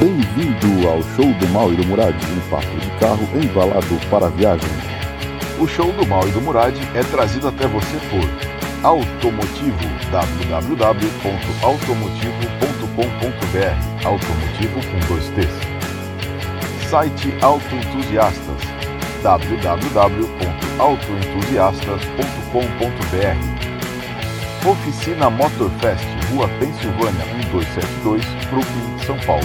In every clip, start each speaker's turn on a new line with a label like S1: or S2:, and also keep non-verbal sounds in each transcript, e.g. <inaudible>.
S1: Bem-vindo ao show do Mal e do Murad, um papo de carro embalado para a viagem. O show do Mal e do Murad é trazido até você por Automotivo, www.automotivo.com.br, automotivo com dois T's. Site Autoentusiastas, www.autoentusiastas.com.br. Oficina Motorfest, Rua Pensilvânia 1272, Brooklyn, São Paulo.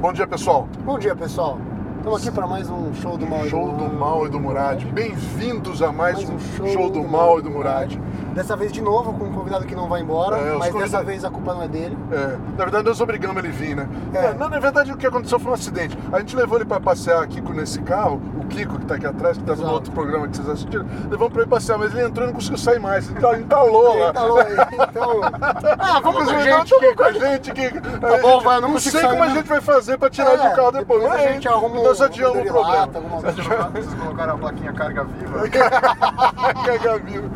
S1: Bom dia, pessoal.
S2: Bom dia, pessoal. Estamos aqui para mais um show do mal. e
S1: Show do Mal e do Murad. Bem-vindos a mais,
S2: Mais
S1: um show, do Mal e do Murad.
S2: Dessa vez de novo com um convidado que não vai embora,
S1: É, os
S2: mas dessa
S1: convidados-
S2: vez a culpa não é dele.
S1: É, na verdade, nós obrigamos ele a vir, né?
S2: É.
S1: É, não, na verdade, o que aconteceu foi um acidente. A gente levou ele para passear aqui com nesse carro, o Kiko, que tá aqui atrás, que tá no
S2: Exato.
S1: outro programa que vocês assistiram. Levamos para ele passear, mas ele entrou e não conseguiu sair mais. Ele tá- ele entalou
S2: Ele
S1: lá.
S2: tá louco,
S1: <laughs>
S2: então. Ah, vamos com a
S1: Não,
S2: gente.
S1: tamo com a gente, Kiko. Tá
S2: bom, vai, eu não
S1: não
S2: consigo
S1: sei
S2: sair,
S1: como a
S2: não.
S1: gente vai fazer para tirar
S2: É,
S1: ele do carro depois.
S2: depois a
S1: Mas
S2: gente arruma um-
S1: Nós adiamos
S2: um
S1: o problema.
S2: derivado, <laughs> alguma coisa.
S3: Vocês colocaram a plaquinha carga viva?
S1: Cagar vivo.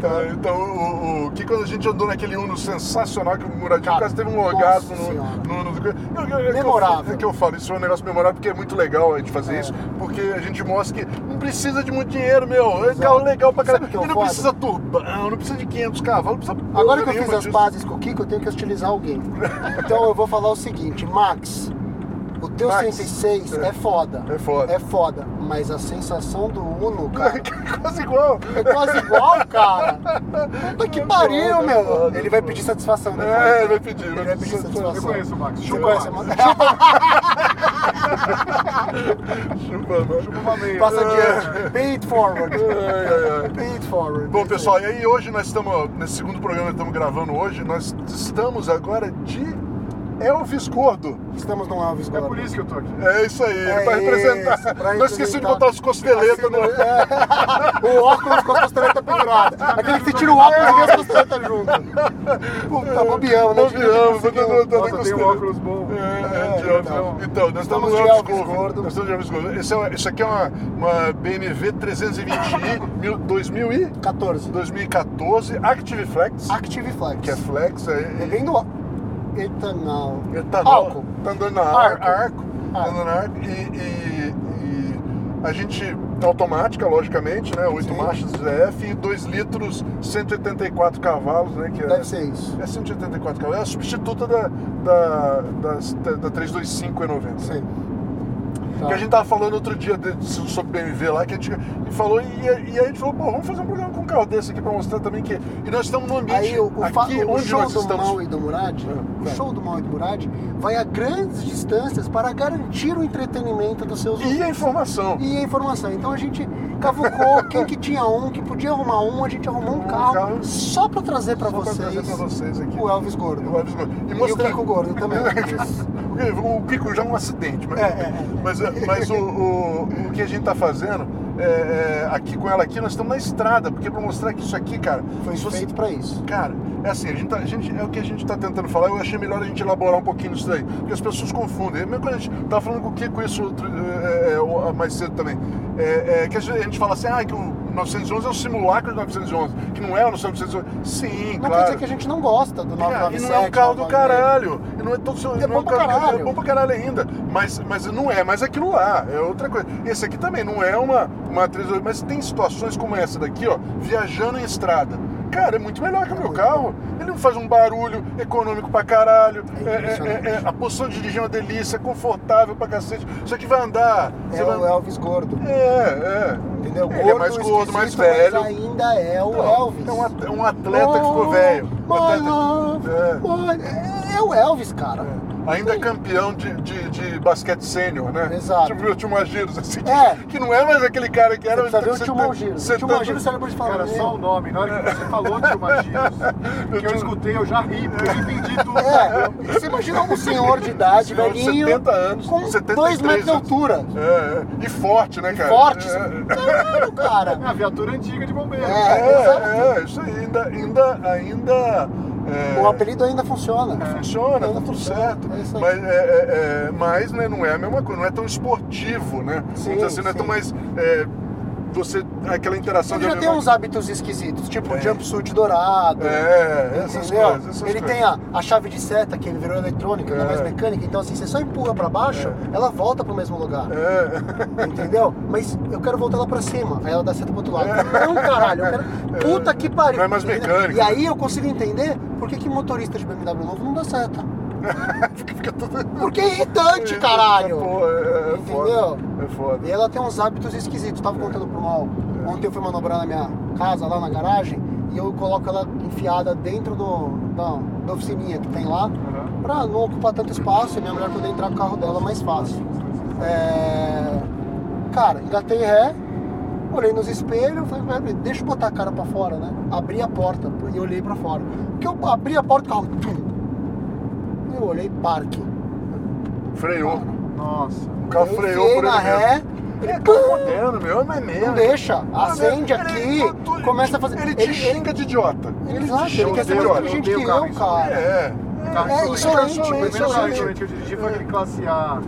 S1: Tá, então, o, o- que quando a gente andou naquele Uno sensacional que o Muradinho
S2: Cara,
S1: quase teve um
S2: nossa
S1: orgasmo
S2: senhora.
S1: no, no, no- Eu- eu- é que eu-
S2: Memorável.
S1: é que eu falo, isso é um negócio memorável porque é muito legal a gente fazer
S2: É.
S1: isso, porque a gente mostra que não precisa de muito dinheiro, meu. É carro legal pra caralho.
S2: Sabe o que é o
S1: E não
S2: foda?
S1: precisa turbão, não precisa de 500 cavalos, não precisa.
S2: Agora que
S1: porra
S2: eu fiz
S1: nenhuma
S2: as
S1: disso.
S2: pazes com o Kiko, eu tenho que hostilizar alguém. Então eu vou falar o seguinte, Max, o teu
S1: Max,
S2: 106
S1: é.
S2: é foda.
S1: É foda.
S2: É foda, mas a sensação do Uno, cara,
S1: É <laughs> quase igual.
S2: é quase igual, cara. Puta que pariu,
S1: foda, é
S2: meu.
S1: foda,
S2: Ele
S1: é
S2: vai
S1: foda.
S2: pedir satisfação depois.
S1: É, ele vai pedir,
S2: Ele
S1: vai
S2: vai
S1: pedir
S2: pedir
S1: satisfação.
S2: satisfação.
S3: Eu conheço o Max.
S2: Você
S3: Chupa o
S2: conhece,
S3: Max.
S2: mano?
S1: Chupa, mano.
S3: Chupa meio.
S2: Passa
S3: É.
S2: adiante. Pay it forward.
S1: Ai, ai.
S2: Pay it forward.
S1: É, Bom, pessoal, e aí hoje nós estamos, nesse segundo programa que estamos gravando hoje, nós estamos agora de Elvis Gordo.
S2: Estamos num Elvis
S3: É por
S2: Gordo.
S3: isso que eu tô aqui.
S1: É isso aí,
S2: É
S1: pra representar.
S2: isso, pra Assim, né?
S1: Nós esqueci de
S2: representar.
S1: botar os costeletas no.
S2: É. <laughs> O óculos com a costeleta pendurada. Aquele que você tira o
S1: É.
S2: óculos e a costeleta junto.
S1: Tá
S2: Puta, bobeamos, né?
S1: Bobeamos, botando- botando
S3: Nossa, tem um
S1: costeleta.
S3: óculos bom.
S1: É, é,
S2: É,
S1: de Elvis.
S2: então.
S1: Então, nós estamos no
S2: Estamos de
S1: Elvis
S2: Elvis
S1: Gordo.
S2: Gordo.
S1: Nós estamos de Elvis Gordo. Esse é uma- Isso aqui é uma, uma BMW 320i, mil- 2000 e
S2: 14.
S1: 2014, Active Flex,
S2: Active Flex.
S1: que é Flex, é, é-
S2: Bebendo á- etanol.
S1: Etanol.
S2: Álcool.
S1: Tá andando na arco.
S2: Arco.
S1: arco. Tá
S2: Arco.
S1: andando na arco. E, e- e a gente, automática, logicamente, né? 8
S2: Sim.
S1: marchas ZF e 2 litros, 184 cavalos, né? Que é,
S2: Deve ser isso.
S1: É 184 cavalos. É a substituta da, da, das- da, da 325 E90.
S2: Sei. Tá.
S1: Que a gente tava falando outro dia de- sobre BMW lá, que a gente e falou, e, e aí a gente falou, pô, vamos fazer um programa com um carro desse aqui pra mostrar também que. E nós estamos num ambiente
S2: Aí o, o, fa-
S1: aqui
S2: o
S1: onde
S2: show
S1: nós
S2: do
S1: estamos.
S2: Mal e do Murad,
S1: Ah,
S2: o
S1: tá.
S2: show do Mal e do Murad vai a grandes distâncias para garantir o entretenimento dos seus
S1: E a informação.
S2: e a informação. Então a gente
S1: <laughs>
S2: cavucou quem que tinha um, que podia arrumar um, a gente arrumou um carro,
S1: carro.
S2: só para trazer para
S1: Só pra trazer
S2: vocês,
S1: pra vocês aqui.
S2: o Elvis Gordo.
S1: O Elvis Gordo.
S2: E
S1: mostrar-
S2: o Kiko Gordo
S1: <laughs>
S2: também. Isso.
S1: o Kiko já é um acidente, mas,
S2: É, é, é.
S1: mas, mas o, o, o que a gente tá fazendo é, é, aqui com ela aqui, nós estamos na estrada, porque para mostrar que isso aqui, cara,
S2: Foi
S1: se você-
S2: feito para isso.
S1: Cara, é assim, a gente tá- a gente- é o que a gente está tentando falar, eu achei melhor a gente elaborar um pouquinho isso daí, porque as pessoas confundem. Mesmo quando a gente tava falando com o Kiko isso outro, é, é, o- mais cedo também, é, é, que a gente a gente fala assim, ah, que o 911 é um simulacro de 911, que não é o 911. Sim,
S2: Não quer
S1: claro.
S2: dizer que a gente não gosta do
S1: Cara,
S2: 997.
S1: e não é um carro do
S2: 996.
S1: caralho. E não é todo seu.
S2: É
S1: não
S2: bom pra
S1: carro do
S2: caralho.
S1: É bom pra caralho ainda. Mas, mas não é mais aquilo lá. É outra coisa. Esse aqui também não é uma, uma 328, Mas tem situações como essa daqui, ó, viajando em estrada. Cara, é muito melhor que o meu carro. Ele não faz um barulho econômico pra caralho.
S2: É
S1: É- é-
S2: impressionante.
S1: é- a posição de dirigir é uma delícia, é confortável pra cacete. Isso aqui vai andar. você
S2: É
S1: vai-
S2: o Elvis Gordo.
S1: É, é.
S2: Entendeu?
S1: Ele é mais gordo, mais
S2: esquisito,
S1: velho.
S2: Mas ainda é o
S1: Então,
S2: Elvis.
S1: É um at- é um atleta que ficou
S2: Oh,
S1: velho. Um
S2: my
S1: atleta-
S2: love,
S1: É.
S2: my- é. o Elvis, cara.
S1: Ainda é campeão de, de, de basquete sênior, né?
S2: Exato.
S1: Tipo o Tio Magiros, assim, que-
S2: É.
S1: que não é mais aquele cara que era...
S2: Você precisa ver o
S1: setenta-
S2: Tio Malgiro. O Tio
S1: setenta-
S2: Malgiro cérebro de falar.
S3: Cara, só o nome. Na hora que você falou de uma Giros, que eu escutei, eu já ri, porque eu entendi tudo.
S2: É, você imagina um senhor de idade,
S1: um- Senhor de
S2: velhinho,
S1: 70 anos,
S2: com
S1: 73
S2: dois metros de
S1: anos.
S2: altura,
S1: É, é. E forte, né, cara?
S2: forte,
S1: É,
S2: caralho, cara.
S3: É a viatura antiga de bombeiro.
S2: É.
S1: é, é, isso aí ainda... ainda, ainda é,
S2: O apelido ainda funciona.
S1: Funciona, tá
S2: ainda
S1: tudo
S2: funciona,
S1: certo.
S2: é isso aí.
S1: mas é, é, é, mas né, não é a mesma coisa, não é tão esportivo, né?
S2: Sim,
S1: Vamos dizer assim, não é
S2: sim.
S1: tão mais... é, você. aquela interação
S2: Ele
S1: de
S2: já tem uns hábitos esquisitos, tipo jumpsuit dourado.
S1: É, essas
S2: entendeu?
S1: coisas. essas
S2: ele
S1: coisas.
S2: tem a, a chave de seta que ele virou eletrônica, não é mais
S1: É.
S2: mecânica, então assim, você só empurra pra baixo, ela volta pro mesmo lugar.
S1: É. <laughs>
S2: Entendeu? Mas eu quero voltar lá pra cima. Aí ela dá seta pro outro lado. Não, caralho, eu
S1: <laughs>
S2: quero. Puta que pariu.
S1: Não é mais mecânico.
S2: E aí eu consigo entender por que, que motorista de BMW novo não dá seta.
S1: fica, fica tudo.
S2: Porque é irritante, caralho.
S1: Pô, é, é
S2: Entendeu?
S1: foda. É foda.
S2: E ela tem uns hábitos esquisitos. Tava contando pro mal. Ontem eu fui manobrar na minha casa, lá na garagem, e eu coloco ela enfiada dentro do, da, da oficininha que tem lá, pra não ocupar tanto espaço é e minha mulher poder entrar com o carro dela mais fácil. É... Cara, engatei ré, olhei nos espelhos, falei, "Peraí, deixa eu botar a cara pra fora, né? Abri a porta e olhei pra fora. Porque eu abri a porta e o carro. Tum, eu olhei parque.
S1: Freou.
S3: Nossa.
S1: O carro
S2: Eu
S1: freou
S2: enfiei
S1: por ele
S2: na ré.
S1: mesmo.
S2: ele,
S1: É,
S2: pum,
S1: tá fudendo, meu, não é mesmo. tá
S2: não deixa, acende
S1: Ele-
S2: aqui,
S1: ele- ele-
S2: começa a fazer.
S1: Ele te xinga de idiota.
S2: ele- exato,
S1: te
S2: ele quer ser
S1: xinga de
S2: mais
S1: idiota.
S2: inteligente
S3: Eu
S2: que
S3: odeio carro
S2: eu, cara.
S1: É. tá
S3: Carro
S2: É,
S3: insolente.
S2: insolente,
S3: O primeiro carro
S2: insolente.
S3: insolente que eu dirigi foi aquele classe A.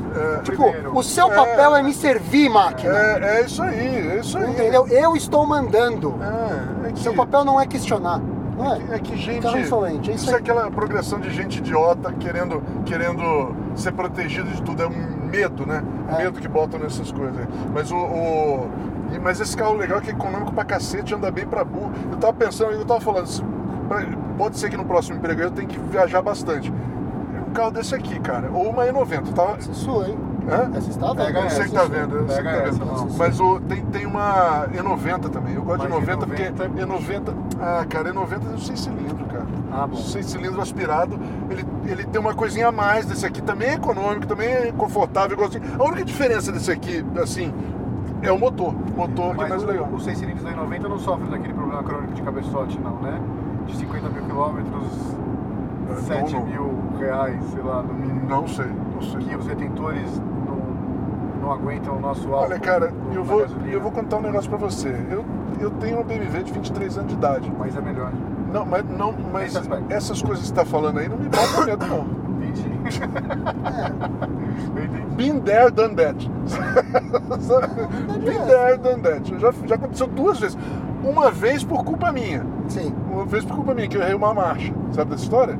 S2: Tipo,
S3: primeiro.
S2: o seu papel é me servir, máquina.
S1: É, é isso aí, é isso aí.
S2: Entendeu? Eu estou mandando.
S1: É, é que,
S2: Seu papel não é questionar. Não é?
S1: é que gente.
S2: Carro insolente, é isso
S1: isso
S2: aí.
S1: é aquela progressão de gente idiota querendo, querendo ser protegido de tudo. É um medo, né?
S2: É.
S1: Medo que botam nessas coisas. aí. Mas o. o- e- Mas esse carro legal que é econômico pra cacete, anda bem pra burro. Eu tava pensando, eu tava falando, se- pra- pode ser que no próximo emprego eu tenha que viajar bastante. Um carro desse aqui, cara. Ou uma tá? E90. Eu Tava,
S2: Essa é sua, hein?
S1: Hã?
S2: Essa está né?
S3: Pega
S1: Eu
S2: vendo.
S3: essa.
S1: sei que tá vendo, eu sei que tá
S3: É, Pega essa,
S1: vendo.
S3: não.
S1: Mas o, tem, tem uma E90 também. Eu gosto de
S3: Mas é
S1: E90 porque
S3: E90
S1: E90. Ah, cara, E90 é um seis cilindro, cara.
S3: Ah, bom.
S1: Seis cilindro aspirado. Ele, ele tem uma coisinha a mais desse aqui. Também é econômico, também é confortável. eu gosto de- A única diferença desse aqui, assim, é o motor. O motor que é
S3: Mas
S1: mais
S3: o,
S1: legal.
S3: o 6 cilindros da E90 não sofre daquele problema crônico de cabeçote, não, né? De 50 mil quilômetros,
S1: É,
S3: 7
S1: não, não.
S3: mil reais, sei lá, no mínimo.
S1: Não sei, não sei.
S3: Que os detentores não, não aguentam o nosso álcool.
S1: Olha, cara,
S3: no-
S1: eu
S3: na
S1: vou,
S3: gasolina.
S1: eu vou contar um negócio pra você. Eu, eu tenho uma BMW de 23 anos de idade.
S3: Mas é melhor.
S1: Não, mas, não, mas
S3: Nesse aspecto.
S1: essas coisas que você tá falando aí não me botam medo, não.
S3: Entendi.
S1: É.
S3: <laughs> Eu entendi.
S1: Been there, done that. Been there, done that. Já, já aconteceu duas vezes. Uma vez por culpa minha.
S2: Sim.
S1: Uma vez por culpa minha, que eu errei uma marcha. Sabe dessa história?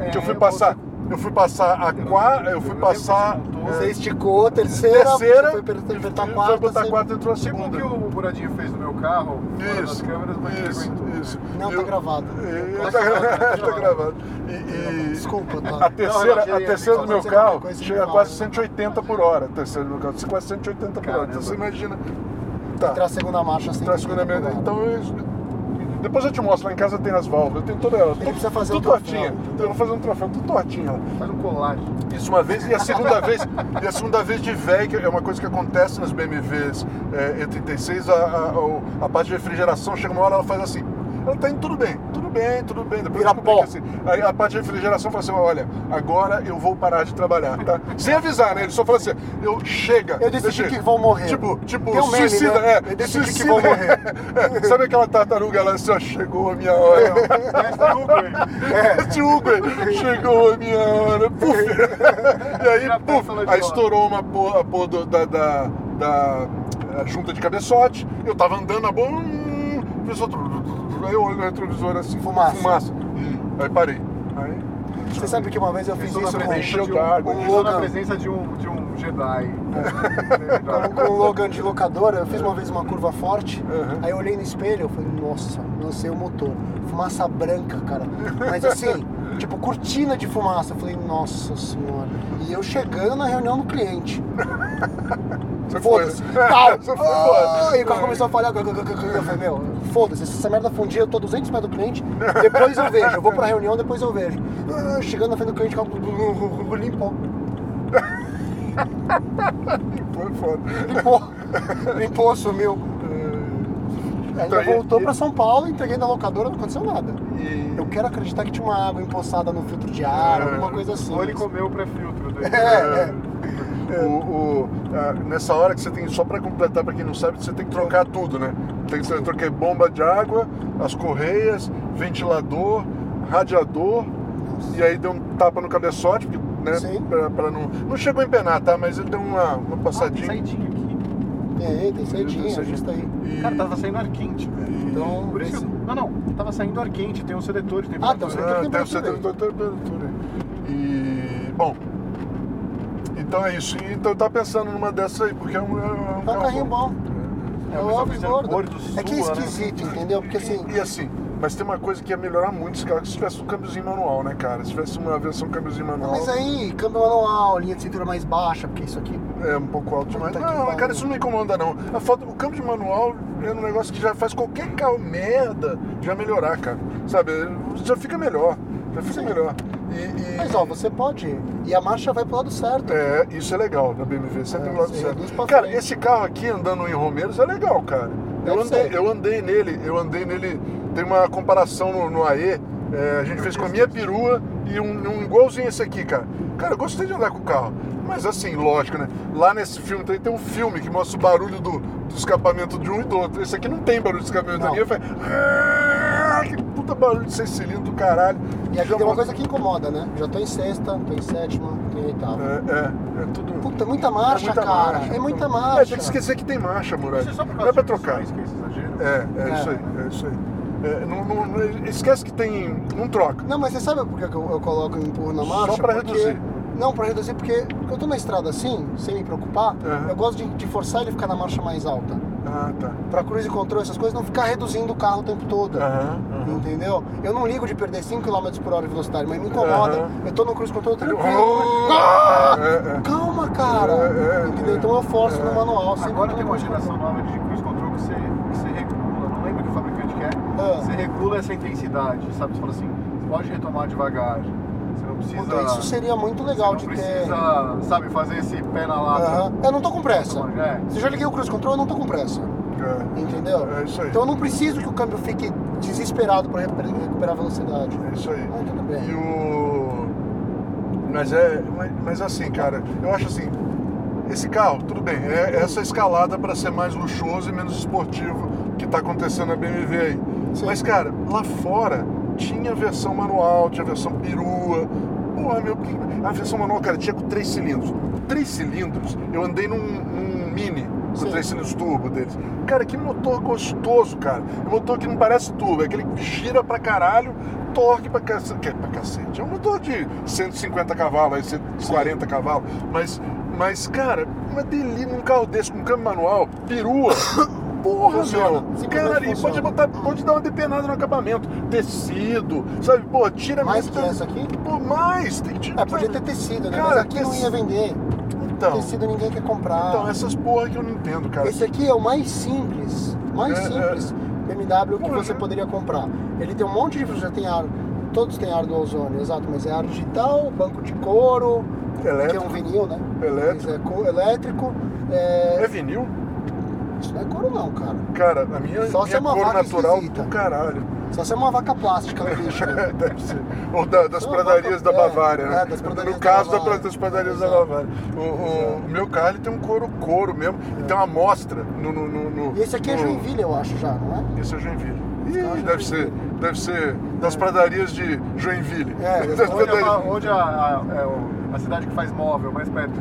S3: É,
S1: que eu fui passar. Eu fui passar a quarta. Eu fui
S3: lembro
S1: passar.
S3: que você contou.
S2: Você esticou a terceira,
S1: É. Terceira,
S2: você foi per-
S1: e
S2: apertar a
S1: foi
S2: quarta.
S1: botar a
S2: você-
S1: quarta entrou a
S3: Tipo o
S1: segunda.
S3: que o Buradinho fez no meu carro, fora das
S1: Isso,
S3: câmeras, mas ele
S1: isso,
S3: aguentou, né?
S1: isso.
S2: Não, tá
S1: Eu-
S2: gravado.
S1: Eu- <laughs> Tá gravado. tá gravado. E- e-
S2: Desculpa,
S1: <laughs> A
S2: tá?
S1: terceira,
S3: Não, não,
S1: a
S3: não,
S1: terceira
S2: não,
S1: do meu
S2: não, não, não,
S1: carro
S2: coisa de
S1: chega a
S2: normal,
S1: quase
S2: né?
S1: 180 por hora. A terceira do meu carro, quase 180 por hora.
S3: Caramba.
S1: Então você imagina. Tá.
S2: Entrar a segunda marcha sem.
S1: Então, a segunda merda. Então eu. Depois eu te mostro, lá em casa tem as válvulas, eu tenho toda ela. Tudo-
S2: precisa fazer
S1: tudo
S2: um troféu,
S1: tortinha.
S2: entendeu?
S1: Eu vou fazer um troféu, tudo tortinha.
S3: Faz um colagem.
S1: <laughs> Isso uma vez, e a segunda vez, e a segunda vez de velho, que é uma coisa que acontece nas BMWs é, E36, a, a- o- a parte de refrigeração chega uma hora ela faz assim. Ela tá indo tudo bem, tudo bem, tudo bem. Depois
S2: Vira
S1: eu descobri
S2: pó.
S1: que assim, aí a parte de refrigeração fala assim: olha, agora eu vou parar de trabalhar, tá? Sem avisar, né? Ele só fala assim: eu chega.
S2: Eu decidi
S1: deixa-
S2: que vou morrer.
S1: Tipo, tipo,
S2: Tem um meme,
S1: suicida,
S2: né?
S1: é.
S2: Eu decidi que
S1: suicida,
S2: vou morrer.
S1: <laughs> é. Sabe aquela tartaruga lá assim, ó, chegou a minha hora.
S2: <laughs>
S1: Este É, Uber, chegou a minha hora. Puf. E aí,
S3: Já
S1: puf,
S3: pensou lá de
S1: aí
S3: fora.
S1: estourou uma porra, a porra do- da, da, da- a junta de cabeçote. Eu tava andando na boa. hum, começou tru- tru- tru- tru- Aí eu olho no retrovisor assim,
S2: Fumaça.
S1: Hum, Aí parei. Aí,
S2: Você sabe que uma vez eu fiz
S3: Pensou na
S2: isso com.
S1: frente.
S3: presença
S1: encheu
S3: de
S1: de água. É
S3: um- pensou na
S2: Logan.
S3: presença de um, de um Jedi.
S2: com <laughs> com o Logan de locadora, eu fiz uma vez uma curva forte,
S1: Uhum.
S2: aí eu olhei no espelho, eu falei, nossa, lancei o motor. Fumaça branca, cara.
S1: <laughs>
S2: Mas assim, tipo, cortina de fumaça. Eu falei, nossa senhora. E eu chegando na reunião do cliente.
S1: Você
S2: Foda-se.
S1: foi, né? <laughs>
S2: Pau.
S1: Você foi embora.
S2: Ah, e o carro começou a falhar. Eu falei, meu, foda-se, se essa merda fundir, eu tô 200 metros do cliente, depois eu vejo. Eu vou pra reunião, depois eu vejo. Ah, Chegando na frente do cliente, o carro <laughs> limpou.
S1: Foi foda.
S2: Limpou. Limpou, sumiu. Aí
S1: Então,
S2: Ainda
S1: e-
S2: voltou
S1: e-
S2: pra São Paulo, entreguei na locadora, não aconteceu nada.
S1: E-
S2: Eu quero acreditar que tinha uma água empoçada no filtro de ar,
S1: É,
S2: alguma coisa assim. É,
S3: Ou ele É. comeu o
S1: <laughs>
S3: pré-filtro dele. Ah,
S1: O- o- ah, nessa hora que você tem, só para completar para quem não sabe, você tem que trocar tudo, né? Tem que eu troquei bomba de água, as correias, ventilador, radiador, e aí deu um tapa no cabeçote, porque, né?
S2: Sim.
S1: Pra, pra não, não chegou a empenar, tá? Mas ele deu uma, uma passadinha.
S3: Saidinho aqui.
S2: Tem, tem cedinho,
S1: Tem cedinho.
S2: ajusta aí.
S3: Ah,
S1: E-
S3: Cara, tava saindo ar quente, velho.
S2: Então,
S3: Por isso que...
S2: esse-
S3: Não, não. Tava saindo ar quente, tem um seletor de
S2: Ah,
S3: temperatura.
S2: tá, o
S1: É,
S2: setor de
S1: deve ser
S2: temperatura aí.
S1: temperatura, temperatura. E. Bom. Então é isso. Então eu tava pensando numa dessas aí, porque é um. É um
S2: é um carrinho bom.
S3: É,
S2: É
S3: o
S2: um
S3: pessoal
S2: Elvis
S3: fizeram
S2: gordo.
S3: gordo,
S2: É que é
S3: sua, né?
S2: esquisito, entendeu? Porque assim,
S1: E assim, mas tem uma coisa que ia melhorar muito esse carro, se tivesse um câmbiozinho manual, né, cara? Se tivesse uma versão câmbiozinho manual,
S2: mas aí, câmbio manual, linha de cintura mais baixa, porque isso aqui
S1: é um pouco alto demais.
S2: Puta que
S1: Não, cara,
S2: pariu.
S1: isso não me incomoda, não. A falta, o câmbio de manual é um negócio que já faz qualquer carro merda já melhorar, cara. Sabe? Já fica melhor. Já fica
S2: Sim.
S1: melhor. E, e-
S2: Mas ó, você pode ir. E a marcha vai pro lado certo.
S1: É, isso é legal da BMW, sempre
S2: É,
S1: do lado
S2: você reduz
S1: certo.
S2: pra
S1: Cara,
S2: frente.
S1: esse carro aqui andando em Romeiros é legal, cara. Eu
S2: Deve
S1: andei,
S2: ser.
S1: eu andei nele, eu andei nele. Tem uma comparação no, no AE, é, a gente fez com a minha perua e um, um igualzinho esse aqui, cara. Cara, eu gostei de andar com o carro. Mas assim, lógico, né? Lá nesse filme tem, tem um filme que mostra o barulho do, do escapamento de um e do outro. Esse aqui não tem barulho de escapamento da
S2: Não.
S1: linha, faz. "Ah", Que puta barulho de seis cilindros do caralho.
S2: E aqui tem uma coisa que incomoda, né? Já tô em sexta, tô em sétima, tô em oitava.
S1: É, é, é tudo.
S2: Puta, muita marcha,
S1: muita
S2: cara.
S1: marcha.
S2: é muita
S1: É,
S2: marcha.
S1: tem que esquecer que tem marcha, Muralha.
S3: Isso é só por
S1: Não é
S3: causa
S1: pra
S3: de
S1: trocar.
S3: opções, que é esse exagero.
S1: É, é,
S2: É.
S1: isso aí, é isso aí. É, não, não- não- esquece que tem. Não troca.
S2: Não, mas você sabe por que que eu, eu coloco e empurro na
S1: Só
S2: marcha?
S1: pra
S2: Porque-
S1: reduzir.
S2: Não, pra reduzir, porque eu tô na estrada assim, sem me preocupar,
S1: Aham.
S2: eu gosto de, de forçar ele a ficar na marcha mais alta.
S1: Ah, tá.
S2: Pra cruise control, essas coisas, não ficar reduzindo o carro o tempo todo.
S1: Aham.
S2: Entendeu? Eu não ligo de perder 5 km por hora de velocidade, mas me incomoda.
S1: Aham.
S2: Eu tô no cruise control tranquilo.
S1: Ah! É, é.
S2: Calma, cara.
S1: É, é,
S2: Entendeu?
S1: é.
S2: Então eu forço no manual. sempre
S3: É, Agora tem
S2: no
S3: uma
S2: cruise control.
S3: geração nova de cruise control que você, que você regula, não lembro que fabricante que é,
S2: Ah.
S3: você regula essa intensidade, sabe? Você fala assim, você pode retomar devagar, você não precisa...
S2: Puta, então isso seria muito
S3: você
S2: legal
S3: não
S2: de ter.
S3: precisa, sabe, fazer esse pé na lata.
S2: Aham. Eu não tô com pressa.
S3: É.
S2: Se eu já liguei o cruise control, eu não tô com pressa.
S1: É.
S2: Entendeu?
S1: É isso aí.
S2: Então eu não preciso que o câmbio fique desesperado pra recuper- recuperar a velocidade.
S1: É isso aí.
S2: Ah, tudo
S1: E
S2: bem.
S1: o. Mas é. Mas, mas assim, cara, eu acho assim. Esse carro, tudo bem, é essa escalada para ser mais luxuoso e menos esportivo que tá acontecendo na BMW aí.
S2: Sim.
S1: Mas, cara, lá fora tinha versão manual, tinha versão perua. Porra, meu, que- a versão manual, cara, tinha com três cilindros. Três cilindros, eu andei num, num Um mini com
S2: Sim.
S1: três cilindros turbo deles. Cara, que motor gostoso, cara. É um motor que não parece turbo, é aquele que gira pra caralho, torque pra cacete. Que é pra cacete. É um motor de 150 cavalos, aí 140 cavalos. Mas, mas, cara, uma delícia num carro desse com câmbio manual,
S2: <coughs>
S1: perua. Porra,
S2: Funciona.
S1: meu.
S2: Simplesmente
S1: Cara, e pode
S2: funciona.
S1: botar, pode dar uma depenada no acabamento. Tecido, sabe? Pô, tira
S2: Mais
S1: muito-
S2: que essa aqui?
S1: Pô, mais. Tem que tirar.
S2: É, podia ter tecido, né?
S1: Cara,
S2: Mas aqui não
S1: teci-
S2: ia vender.
S1: Então,
S2: Tecido ninguém quer comprar.
S1: então, essas porra que eu não entendo, cara.
S2: Esse aqui é o mais simples, mais
S1: É,
S2: simples BMW que
S1: Pô,
S2: você
S1: né?
S2: poderia comprar. Ele tem um monte de já tem ar, todos têm ar do ozônio, exato, mas é ar digital, banco de couro, que é
S1: Elétrico.
S2: um vinil, né?
S1: Elétrico.
S2: Mas é co- elétrico. é-
S1: É vinil?
S2: Isso não é couro não, cara.
S1: Cara, a minha,
S2: Só se
S1: minha
S2: é uma
S1: cor
S2: vaca
S1: natural
S2: esquisita.
S1: do caralho. <laughs> É,
S2: Só se é uma vaca plástica no bicho. né?
S1: Deve ser. Ou da- das
S2: Não,
S1: pradarias da
S2: é,
S1: Bavária, né?
S2: é, das pradarias
S1: no caso
S2: da
S1: da-
S2: Bavária.
S1: das pradarias da
S2: Exato.
S1: Bavária. O, o- o meu carro ele tem um couro couro mesmo. E tem uma amostra no, no, no, no-
S2: É. E esse aqui é
S1: no-
S2: Joinville, eu acho já, não é?
S1: Esse é Joinville.
S2: é
S1: Ih,
S2: Joinville.
S1: deve ser, deve ser das pradarias de Joinville.
S2: É,
S1: <laughs> das
S2: das
S3: Onde, é pra-
S1: pradarias.
S3: onde a, a- é o- a cidade que faz móvel, mais perto.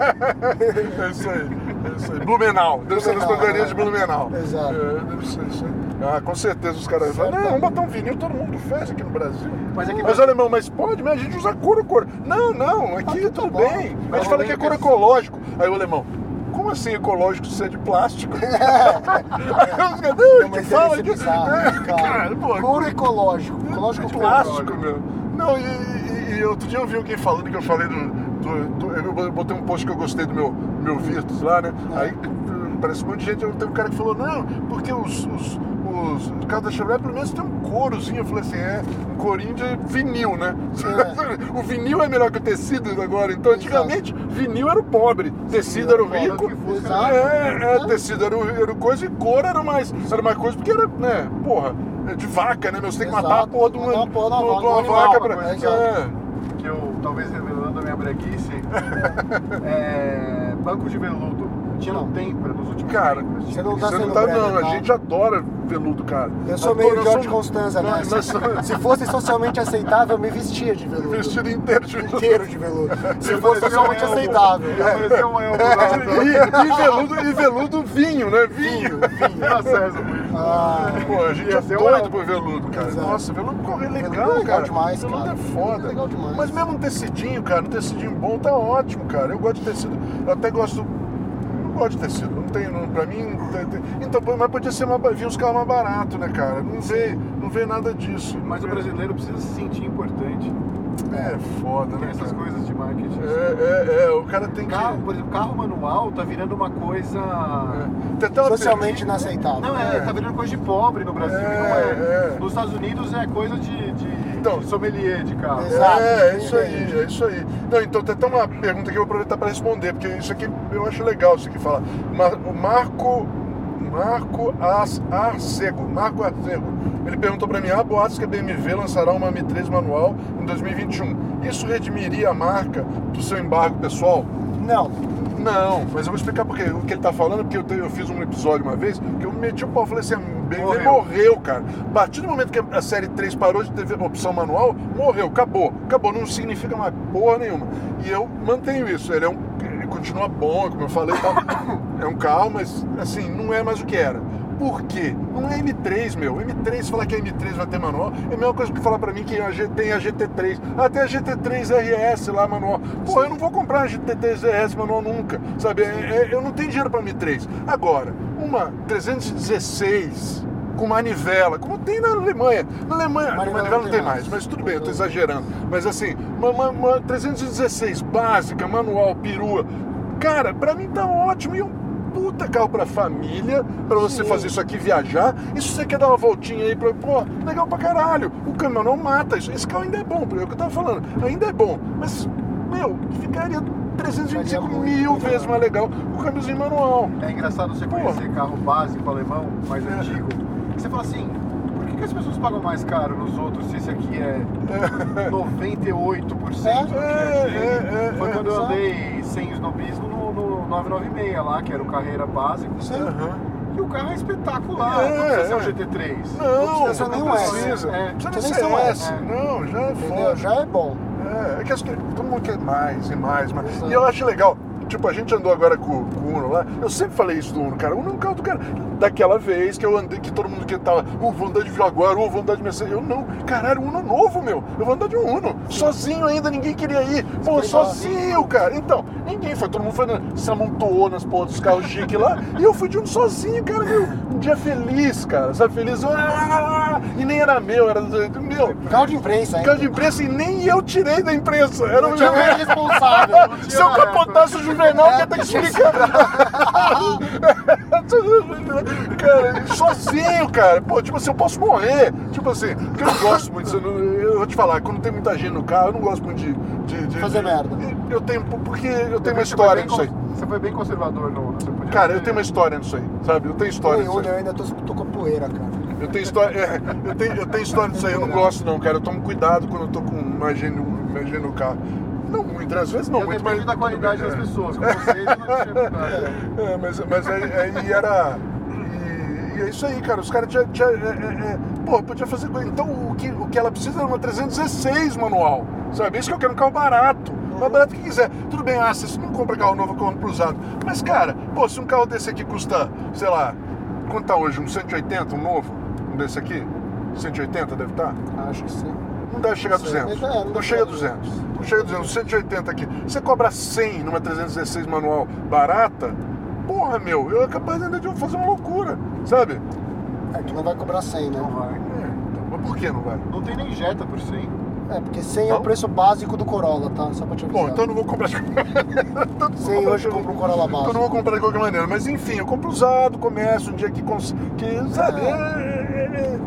S1: É isso aí, é isso aí. Blumenau, deve ser das
S2: Blumenau,
S1: pradarias
S2: é.
S1: de Blumenau.
S2: Exato.
S1: É, deve ser isso aí. Ah, com certeza os caras falam, não, vamos botar um vinil, todo mundo fez aqui no Brasil.
S3: Mas aqui
S1: Mas alemão, mas pode, mas a gente usa couro, couro. Não, não, aqui
S2: Aqui tá
S1: tudo
S2: bom.
S1: bem. A gente
S3: Mas
S1: fala que é
S3: também
S1: couro
S3: tem-
S1: ecológico. Aí o alemão, como assim ecológico se é de
S2: <laughs>
S1: plástico? Aí os caras, não, a gente
S2: Mas
S1: fala
S2: deve ser
S1: que...
S2: bizarro, né,
S1: É,
S2: cara.
S1: pô,
S2: Couro ecológico.
S1: é
S2: Ecológico
S1: de
S2: couro.
S1: plástico, meu. Não, e, e- e outro dia eu vi alguém falando que eu falei do. do- do- eu botei um post que eu gostei do meu, meu Virtus lá, né? Aí eh, parece um monte de gente. Tem um cara que falou, não, porque os. os os os carros da Chevrolet pelo menos tem um courozinho. Eu falei assim: é, um courinho de vinil, né? <laughs> o vinil é melhor que o tecido agora. Então, antigamente, vinil era o pobre, tecido era o
S3: era o
S1: rico.
S3: pobre, que fosse,
S2: né?
S1: É, é,
S2: Ah.
S1: tecido era, o- era o coisa e cor era mais, era mais coisa, porque era, né, porra, é de vaca, né, meu? Você tem que matar a
S2: Exato,
S1: porra de uma,
S2: matar a porra da
S1: de uma- de
S2: vaca,
S1: uma
S2: um animal,
S1: vaca
S2: uma
S1: pra.
S2: coisa.
S1: É,
S3: que eu, talvez revelando a minha breguice, é, banco de veludo. gente não tem pra, nos últimos
S1: Cara,
S3: tempos.
S2: Você não tá
S1: você
S2: sendo
S1: não tá,
S2: brega,
S1: não. A
S2: tá?
S1: gente adora veludo, cara.
S2: Eu sou
S1: Adoro-
S2: meio
S1: é, nós
S2: George
S1: somos-
S2: Constanza, né?
S1: Nós, nós somos
S2: <laughs> Se fosse socialmente aceitável, eu me vestia de veludo.
S1: um vestido inteiro de veludo. <laughs>
S2: inteiro de veludo. Se
S3: Eu
S2: fosse
S3: parecia um
S1: é
S2: socialmente
S3: elfo.
S2: aceitável. <laughs>
S3: Eu parecia um elfo lá.
S1: E, e veludo, e veludo vinho, né? Vinho.
S3: Tá certo, Luiz.
S2: Ah,
S1: Pô, a gente é
S3: Você é um
S1: doido
S3: elfo.
S1: por veludo, cara.
S2: Exato.
S1: Nossa, veludo corre legal,
S2: Veludo é legal
S1: cara.
S2: demais,
S1: veludo
S2: cara.
S1: é foda.
S2: Veludo é legal demais.
S1: Mas mesmo um tecidinho, cara, um tecidinho bom tá ótimo, cara. Eu gosto de tecido. Eu até gosto. Não gosto de tecido. Não tenho, não, pra mim. não tem- tem- Então, pô, mas podia ser mais, ba- vir uns caras mais baratos, né, cara? Não vê, não vê nada disso.
S3: Mas o brasileiro precisa se sentir importante.
S1: É foda,
S3: Tem
S1: né?
S3: essas
S1: cara?
S3: coisas de marketing.
S1: É, é, é, o cara tem que.
S3: Carro, por exemplo, carro manual tá virando uma coisa.
S1: É. Tem até uma
S2: socialmente inaceitável.
S3: Não, é,
S1: É.
S3: tá virando coisa de pobre no Brasil.
S1: É,
S3: não é.
S1: é.
S3: Nos Estados Unidos é coisa de, de,
S1: Então.
S3: de sommelier de carro.
S2: Exato.
S1: É, é isso aí, é isso aí. Não, então tem até uma pergunta que eu vou aproveitar para responder, porque isso aqui eu acho legal isso aqui falar. Mar- o Marco. Marco As- Arcego. Marco Arcego. Ele perguntou para mim: há boatos que a BMW lançará uma M3 manual em 2021. Isso redimiria a marca do seu embargo pessoal?
S2: Não.
S1: Não, mas eu vou explicar porque o que ele tá falando, porque eu, te- eu fiz um episódio uma vez, que eu meti o pau e falei assim, a BMW morreu.
S3: Morreu.
S1: cara. A partir do momento que a série 3 parou de ter opção manual, morreu, acabou. Acabou, não significa uma porra nenhuma. E eu mantenho isso, ele é um. Ele continua bom, como eu falei, e tal. <coughs> é um carro, mas assim, não é mais o que era. Por quê? Não é M3, meu. M3, falar que a M3 vai ter manual, é a mesma coisa que falar pra mim que a G, tem a GT3. Ah, tem a GT3 RS lá, manual. Pô, eu não vou comprar a GT3 RS manual nunca, sabe? É- é- eu não tenho dinheiro pra M3. Agora, uma 316 com manivela, como tem na Alemanha. Na Alemanha,
S2: Manivela
S1: manivela, não tem mais, mas tudo bem, eu tô exagerando. Mas assim, uma, uma- uma 316 básica, manual, perua. Cara, pra mim tá ótimo e é um puta carro pra família, pra você
S2: Sim.
S1: fazer isso aqui viajar. E se você quer dar uma voltinha aí, pra, pô, legal pra caralho. O caminhão não mata isso. Esse carro ainda é bom, é o que eu tava falando. Ainda é bom, mas, meu, ficaria 325
S2: Ficaria muito,
S1: mil
S2: muito
S1: vezes
S2: melhor.
S1: mais legal o caminhãozinho manual.
S3: É engraçado você
S1: Porra. É.
S3: conhecer carro básico alemão, mais antigo. que Você fala assim, por que, que as pessoas pagam mais caro nos outros se esse aqui é
S2: É,
S3: 98% do que é aquele?
S1: é, é,
S3: Foi
S1: é,
S3: quando eu
S2: exato.
S3: andei sem esnobismo no, no 996 lá, que era o carreira básico.
S2: Sim.
S1: Aham.
S3: E o carro é espetacular,
S1: É,
S3: não precisa ser um
S1: é.
S3: GT3.
S1: Não,
S2: precisa nem
S1: não
S2: um S.
S1: precisa.
S3: É.
S1: Não
S2: Precisa
S1: precisa
S2: nem
S1: nem
S2: ser um
S1: S.
S2: S.
S1: Não, já é
S2: Entendeu?
S1: foda.
S2: Já é bom.
S1: É, é que as, que- todo mundo quer mais e mais, mais.
S2: Exato.
S1: E eu acho legal. Tipo, a gente andou agora com, com o Uno lá. Eu sempre falei isso do Uno, cara. O Uno é um carro do cara. Daquela vez que eu andei, que todo mundo que tava, uh, vou andar de Jaguar, uh, vou andar de Mercedes. Eu não, caralho, o Uno é novo, meu. Eu vou andar de um Uno. Sozinho ainda, ninguém queria ir. Pô,
S2: Explicar.
S1: sozinho, cara. Então, ninguém foi. Todo mundo foi, na, se amontoou nas portas dos carros chiques lá. E eu fui de um sozinho, cara, meu. Um dia feliz, cara. Sabe, feliz. Ah, e nem era meu, era do meu.
S2: Carro de imprensa, hein?
S1: Carro de imprensa e nem eu tirei da imprensa. Era o
S2: Eu tinha
S1: meu.
S2: um
S1: <laughs>
S2: responsável.
S1: Se eu capotasse o Juvenal, eu ia ter que explicar. <laughs> cara, sozinho, cara. Pô, tipo assim, eu posso morrer. Tipo assim, porque eu não gosto muito. disso, Eu, não- eu vou te falar, quando tem muita gente no carro, eu não gosto muito de. de- de-
S2: Fazer
S1: de-
S2: merda.
S1: Eu tenho. Porque eu tenho uma
S3: Você foi
S1: história
S3: bem
S1: nisso aí.
S3: con- Você foi bem conservador no. Você podia
S1: Cara, eu
S3: ter-
S1: tenho uma história nisso aí, sabe? Eu tenho história
S2: Oi,
S1: nisso
S2: olha,
S1: aí.
S2: eu ainda tô, tô com poeira, cara.
S1: Eu tenho história, <laughs> é, eu tenho, eu tenho história disso aí, eu não gosto não, cara. Eu tomo cuidado quando eu tô com uma gente no- uma gente no carro. Não muito, às vezes não
S3: Eu
S1: muito, É.
S3: depende
S1: mas. né?
S3: da qualidade das pessoas. Com vocês, eu não tinha nada.
S1: É, mas, mas aí, aí era. E, e é isso aí, cara. Os caras tinha, tinha, é, é, é, Pô, podia fazer coisa. Então o que, o que ela precisa é uma 316 manual. Sabe? Isso que eu quero um carro barato. Mais barato que quiser. Tudo bem, ah, você não compra carro novo, compra usado. Mas, cara, pô, se um carro desse aqui custa, sei lá, quanto tá hoje? Um 180, um novo? Um desse aqui? 180 deve tá? estar?
S2: Acho que sim.
S1: Não deve chegar a
S2: Sei,
S1: 200.
S2: mas é,
S1: não
S2: não
S1: chega a
S2: deve.
S1: 200. Não chega a 200. 180 aqui. Você cobra 100 numa 316 manual barata, porra, meu, eu é capaz ainda de fazer uma loucura, sabe?
S2: É, tu não vai cobrar 100, né?
S3: Não vai.
S1: É, então, mas por que não vai?
S3: Não tem nem Jetta por cento.
S2: É, porque 100 é
S1: Não?
S2: o preço básico do Corolla, tá? Só pra te avisar.
S1: Bom, então eu não vou comprar. <laughs> então, não vou
S2: Sim, hoje eu compro um Corolla
S1: Então eu não
S2: básico.
S1: vou comprar de qualquer maneira. Mas enfim, eu compro usado, começo um dia que, cons... que sabe?
S2: É.
S1: é- é-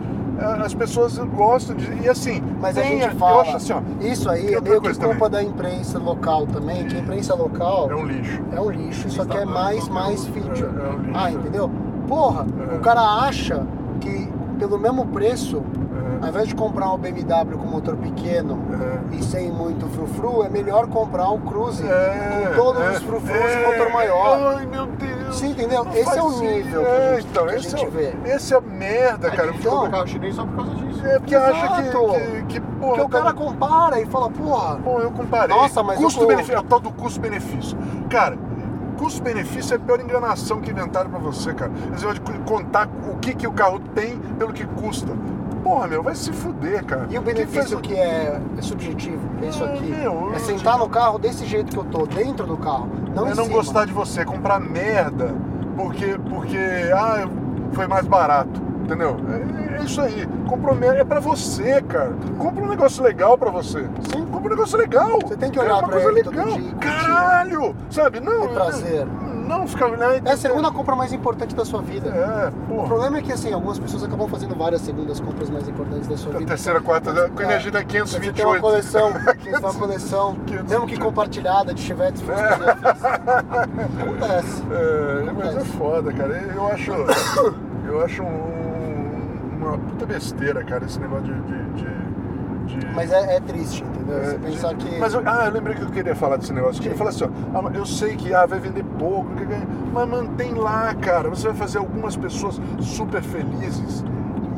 S1: é- as pessoas gostam de. E assim,
S2: Mas a
S1: tem-
S2: gente fala.
S1: eu acho assim, ó,
S2: Isso aí
S1: Tem
S2: é
S1: outra
S2: meio que
S1: coisa
S2: culpa da imprensa local também, que a imprensa local
S1: é um lixo.
S2: é um lixo, isso aqui é
S3: Instagram,
S2: mais,
S3: conteúdo,
S2: mais feature.
S1: é, é um lixo.
S2: Ah, entendeu? Porra,
S1: É.
S2: o cara acha que pelo mesmo preço,
S1: É.
S2: ao invés de comprar um BMW com motor pequeno
S1: É.
S2: e sem muito frufru, é melhor comprar um Cruze
S1: É,
S2: com todos
S1: é,
S2: os frufrus e
S1: é.
S2: motor maior.
S1: Ai, meu Deus. não
S2: Você entendeu?
S1: faz
S2: Esse é o
S1: sentido.
S2: nível que
S1: É,
S2: a gente-
S1: então,
S2: que a
S1: esse
S2: gente
S1: é, o-
S2: vê.
S1: Esse é merda,
S3: Cara,
S1: cara.
S3: eu
S2: então-
S3: vou colocar o chinês só por causa disso.
S1: É porque acha que,
S2: Exato.
S1: que, que, porra,
S2: Porque o
S1: tá-
S2: cara compara e fala, porra,
S1: Bom, eu comparei.
S2: Nossa, mas eu
S1: Custo-benefício,
S2: tô-
S1: é o tal do custo-benefício. Cara, custo-benefício é a pior enganação que inventaram pra você, cara. Você vai contar o que, que o carro tem pelo que custa. Porra, meu, vai se fuder, cara.
S2: E o
S1: Quem
S2: benefício
S1: faz-
S2: que é, é subjetivo, é isso
S1: É,
S2: aqui.
S1: meu,
S2: é
S1: eu-
S2: sentar no carro desse jeito que eu tô, dentro do carro. Não
S1: é
S2: em
S1: não
S2: cima.
S1: gostar de você, comprar merda, porque, porque ah, eu- foi mais barato, entendeu? É, é isso aí. Comprou merda, é pra você, cara. Compra um negócio legal pra você. Sim. Compra um negócio legal.
S2: Você tem que
S1: Cara,
S2: olhar
S1: uma
S2: pra
S1: coisa
S2: ele todo
S1: legal.
S2: dia e curtir.
S1: Caralho! Sabe? Não.
S2: Ter prazer.
S1: Não, não ficar olhando.
S2: É a segunda compra mais importante da sua vida.
S1: É,
S2: O
S1: porra.
S2: problema é que assim, algumas pessoas acabam fazendo várias segundas compras mais importantes da sua
S1: A
S2: vida.
S1: terceira, quarta, né? com energia da
S2: Você tem uma
S1: 528. <laughs>
S2: coleção, você tem uma coleção, mesmo que
S1: 528.
S2: compartilhada
S1: <laughs>
S2: de chevetes Fusca, né? acontece.
S1: É, mas é
S2: Acontece.
S1: foda, cara. Eu acho. <coughs> Eu acho um- uma puta besteira, cara, esse negócio de. de- de- de-
S2: Mas é, é triste, entendeu? Você
S1: é,
S2: pensar
S1: de-
S2: que.
S1: Mas eu, ah, eu lembrei que eu queria falar desse negócio. Eu queria falar assim, ó, ah, mas eu sei que ah, vai vender pouco, que ganha- mas mantém lá, cara. Você vai fazer algumas pessoas super felizes.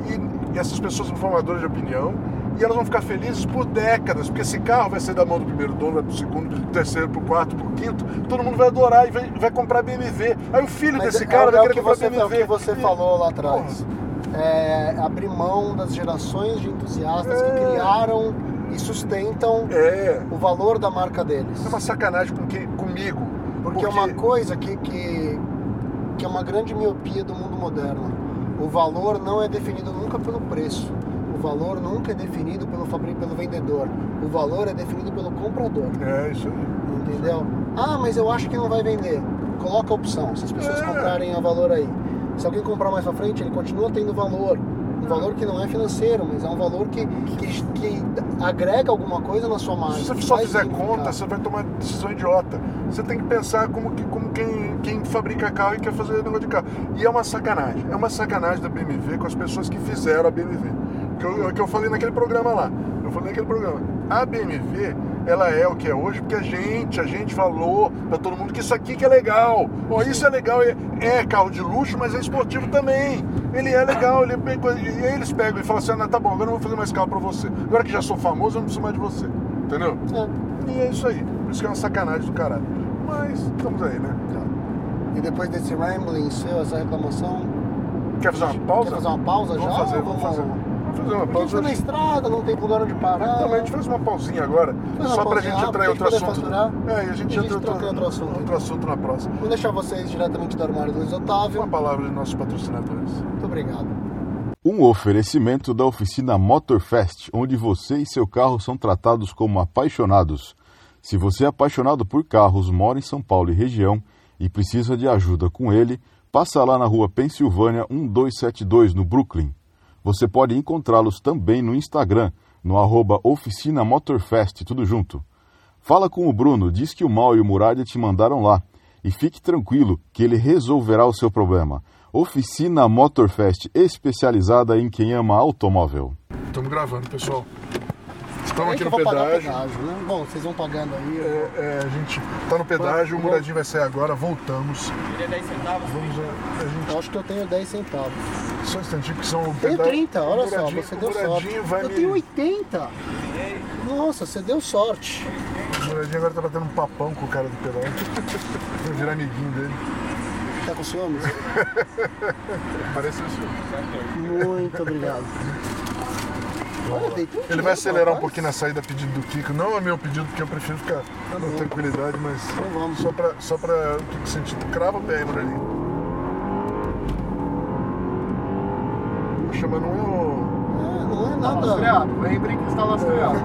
S1: E, e essas pessoas são formadoras de opinião. E elas vão ficar felizes por décadas, porque esse carro vai ser da mão do primeiro dono, vai pro segundo, pro terceiro, pro quarto, pro quinto. Todo mundo vai adorar e vai, vai comprar BMW. Aí o filho
S2: Mas
S1: desse
S2: é-
S1: cara
S2: é
S1: vai
S2: o
S1: querer
S2: que
S1: comprar
S2: você,
S1: BMW.
S2: é o que você
S1: E-
S2: falou lá atrás. É abrir mão das gerações de entusiastas que
S1: É.
S2: criaram e sustentam
S1: É,
S2: o valor da marca deles.
S1: é uma sacanagem com quem, comigo.
S2: Porque é uma coisa que, que, que é uma grande miopia do mundo moderno. O valor não é definido nunca pelo preço. O valor nunca é definido pelo fabri pelo vendedor. O valor é definido pelo comprador.
S1: É, isso aí.
S2: Entendeu? Ah, mas eu acho que não vai vender. Coloca a opção. Se as pessoas
S1: É.
S2: comprarem a valor aí. Se alguém comprar mais pra frente, ele continua tendo valor. Um valor que não é financeiro, mas é um valor que, que, que agrega alguma coisa na sua marca.
S1: Se
S2: que
S1: você só
S2: faz
S1: fizer
S2: significar.
S1: conta, tá, você vai tomar decisão idiota. Você tem que pensar como, que, como quem, quem fabrica carro e quer fazer negócio de carro. E é uma sacanagem. É uma sacanagem da BMW com as pessoas que fizeram a BMW. Que eu, é que eu falei naquele programa lá. Eu falei naquele programa. A BMW, ela é o que é hoje porque a gente, a gente falou pra todo mundo que isso aqui que é legal. Ó, isso é legal. É, é carro de luxo, mas é esportivo também. Ele é legal. Ele, é coisa- e aí eles pegam e falam assim, ah, tá bom, agora eu não vou fazer mais carro pra você. Agora que já sou famoso, eu não preciso mais de você. Entendeu?
S2: É.
S1: E é isso aí. Por isso que é uma sacanagem do caralho. Mas estamos aí, né?
S2: E depois desse rambling seu, essa reclamação,
S1: Quer fazer uma pausa?
S2: quer fazer uma pausa
S1: vamos
S2: já?
S1: Fazer,
S2: ou
S1: vamos fazer. Vamos fazer uma
S2: Porque a gente
S1: pausa.
S2: tá na estrada, não tem lugar onde parar.
S1: Não, mas a gente faz uma pausinha agora,
S2: uma Ah,
S1: só pra
S2: pausinha
S1: gente
S2: é rápida,
S1: entrar em
S2: a gente
S1: outro
S2: poder
S1: assunto.
S2: faturar.
S1: É, e a gente
S2: E a gente
S1: entra em
S2: troca em outro assunto.
S1: outro assunto na próxima.
S2: Vou deixar vocês diretamente do armário do Luiz Otávio.
S1: Uma palavra de nossos patrocinadores.
S2: Muito obrigado.
S4: Um oferecimento da oficina Motorfest, onde você e seu carro são tratados como apaixonados. Se você é apaixonado por carros, mora em São Paulo e região e precisa de ajuda com ele, passa lá na rua Pensilvânia 1272, no Brooklyn. Você pode encontrá-los também no Instagram, no arroba Oficina Motorfest, tudo junto. Fala com o Bruno, diz que o Mal e o Muralha te mandaram lá. E fique tranquilo que ele resolverá o seu problema. Oficina Motorfest, especializada em quem ama automóvel.
S1: Estamos gravando, pessoal. Estamos
S2: Como é que
S1: aqui
S2: eu
S1: no
S2: vou pagar
S1: pedágio.
S2: pedágio, né? Bom, vocês vão pagando aí. eu vou-
S1: É, é, a gente tá no pedágio, o
S2: Vamos-
S1: Muradinho vai sair agora, voltamos.
S5: Ele é 10 centavos.
S1: Vamos a, a gente
S2: Eu acho que eu tenho 10 centavos.
S1: só um instantinho, porque são
S2: Tenho
S1: pedágio-
S2: 30, olha
S1: o
S2: só,
S1: Muradinho-
S2: você
S1: o
S2: deu sorte.
S1: Muradinho um vai
S2: Eu
S1: me-
S2: tenho 80. Nossa, você deu sorte.
S1: O Muradinho agora tá batendo um papão com o cara do pedágio. <laughs> Vou virar amiguinho dele.
S2: Tá com ciúmes?
S1: Parece assim. isso.
S2: Muito obrigado. Olha, dei tudo
S1: Ele vai
S2: certo,
S1: acelerar um
S2: rapaz.
S1: pouquinho na saída a pedido do Kiko. Não é meu pedido, porque eu prefiro ficar na
S2: Tá bom.
S1: tranquilidade, mas
S2: Então vamos.
S1: só pra, só pra o Kiko sentir. Crava o pé aí, Muradinho. Puxa, mas não é o...
S2: É, não é
S3: Tá
S2: nada.
S3: lastreado. Lembrem que está lastreado.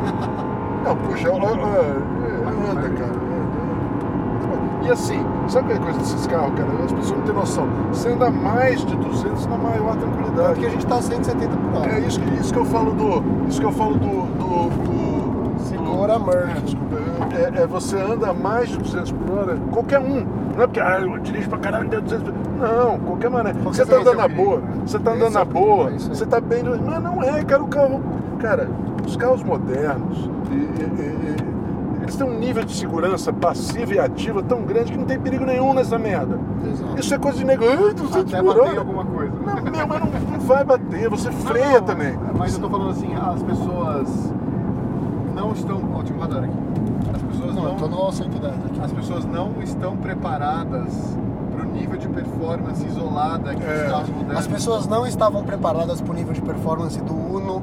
S1: Não, puxa, é o... é- é- é- Anda, cara. É, é. E assim, sabe qual é a coisa desses carros, cara? As pessoas não têm noção. Você anda mais de 200 na maior tranquilidade.
S2: Porque a gente tá a 170 por hora.
S1: É isso que, isso que eu falo do. Isso que eu falo do. do, do
S2: Segura a
S1: do-
S2: merda.
S1: É, desculpa. É, é, você anda mais de 200 por hora, qualquer um. Não é porque ah, eu dirijo pra caralho, deu 200 por Não, qualquer maneira.
S2: Qualquer
S1: Você tá
S2: coisa
S1: andando na
S2: é perigo,
S1: boa,
S2: né?
S1: você tá
S2: Esse
S1: andando
S2: é
S1: na
S2: o perigo,
S1: boa,
S2: é isso aí.
S1: você tá bem. Mas não é, cara, o carro. Cara, os carros modernos. e- e- e- e- Eles têm um nível de segurança passiva e ativa tão grande que não tem perigo nenhum nessa merda.
S2: Exato.
S1: Isso é coisa de nego. "Ah, 200
S3: Até
S1: por
S3: bater
S1: hora.
S3: alguma coisa.
S1: Não, meu, mas não, não vai bater, você <laughs> freia
S3: Não,
S1: também.
S3: Mas eu tô falando assim, as pessoas não estão. Ó, tinha um radar aqui. As pessoas
S2: Não, eu
S3: não,
S1: então-
S2: tô no 110 aqui.
S3: as pessoas não estão preparadas pro nível de performance isolada que os
S1: É.
S3: carros modernos.
S2: As pessoas não estavam preparadas para o nível de performance do Uno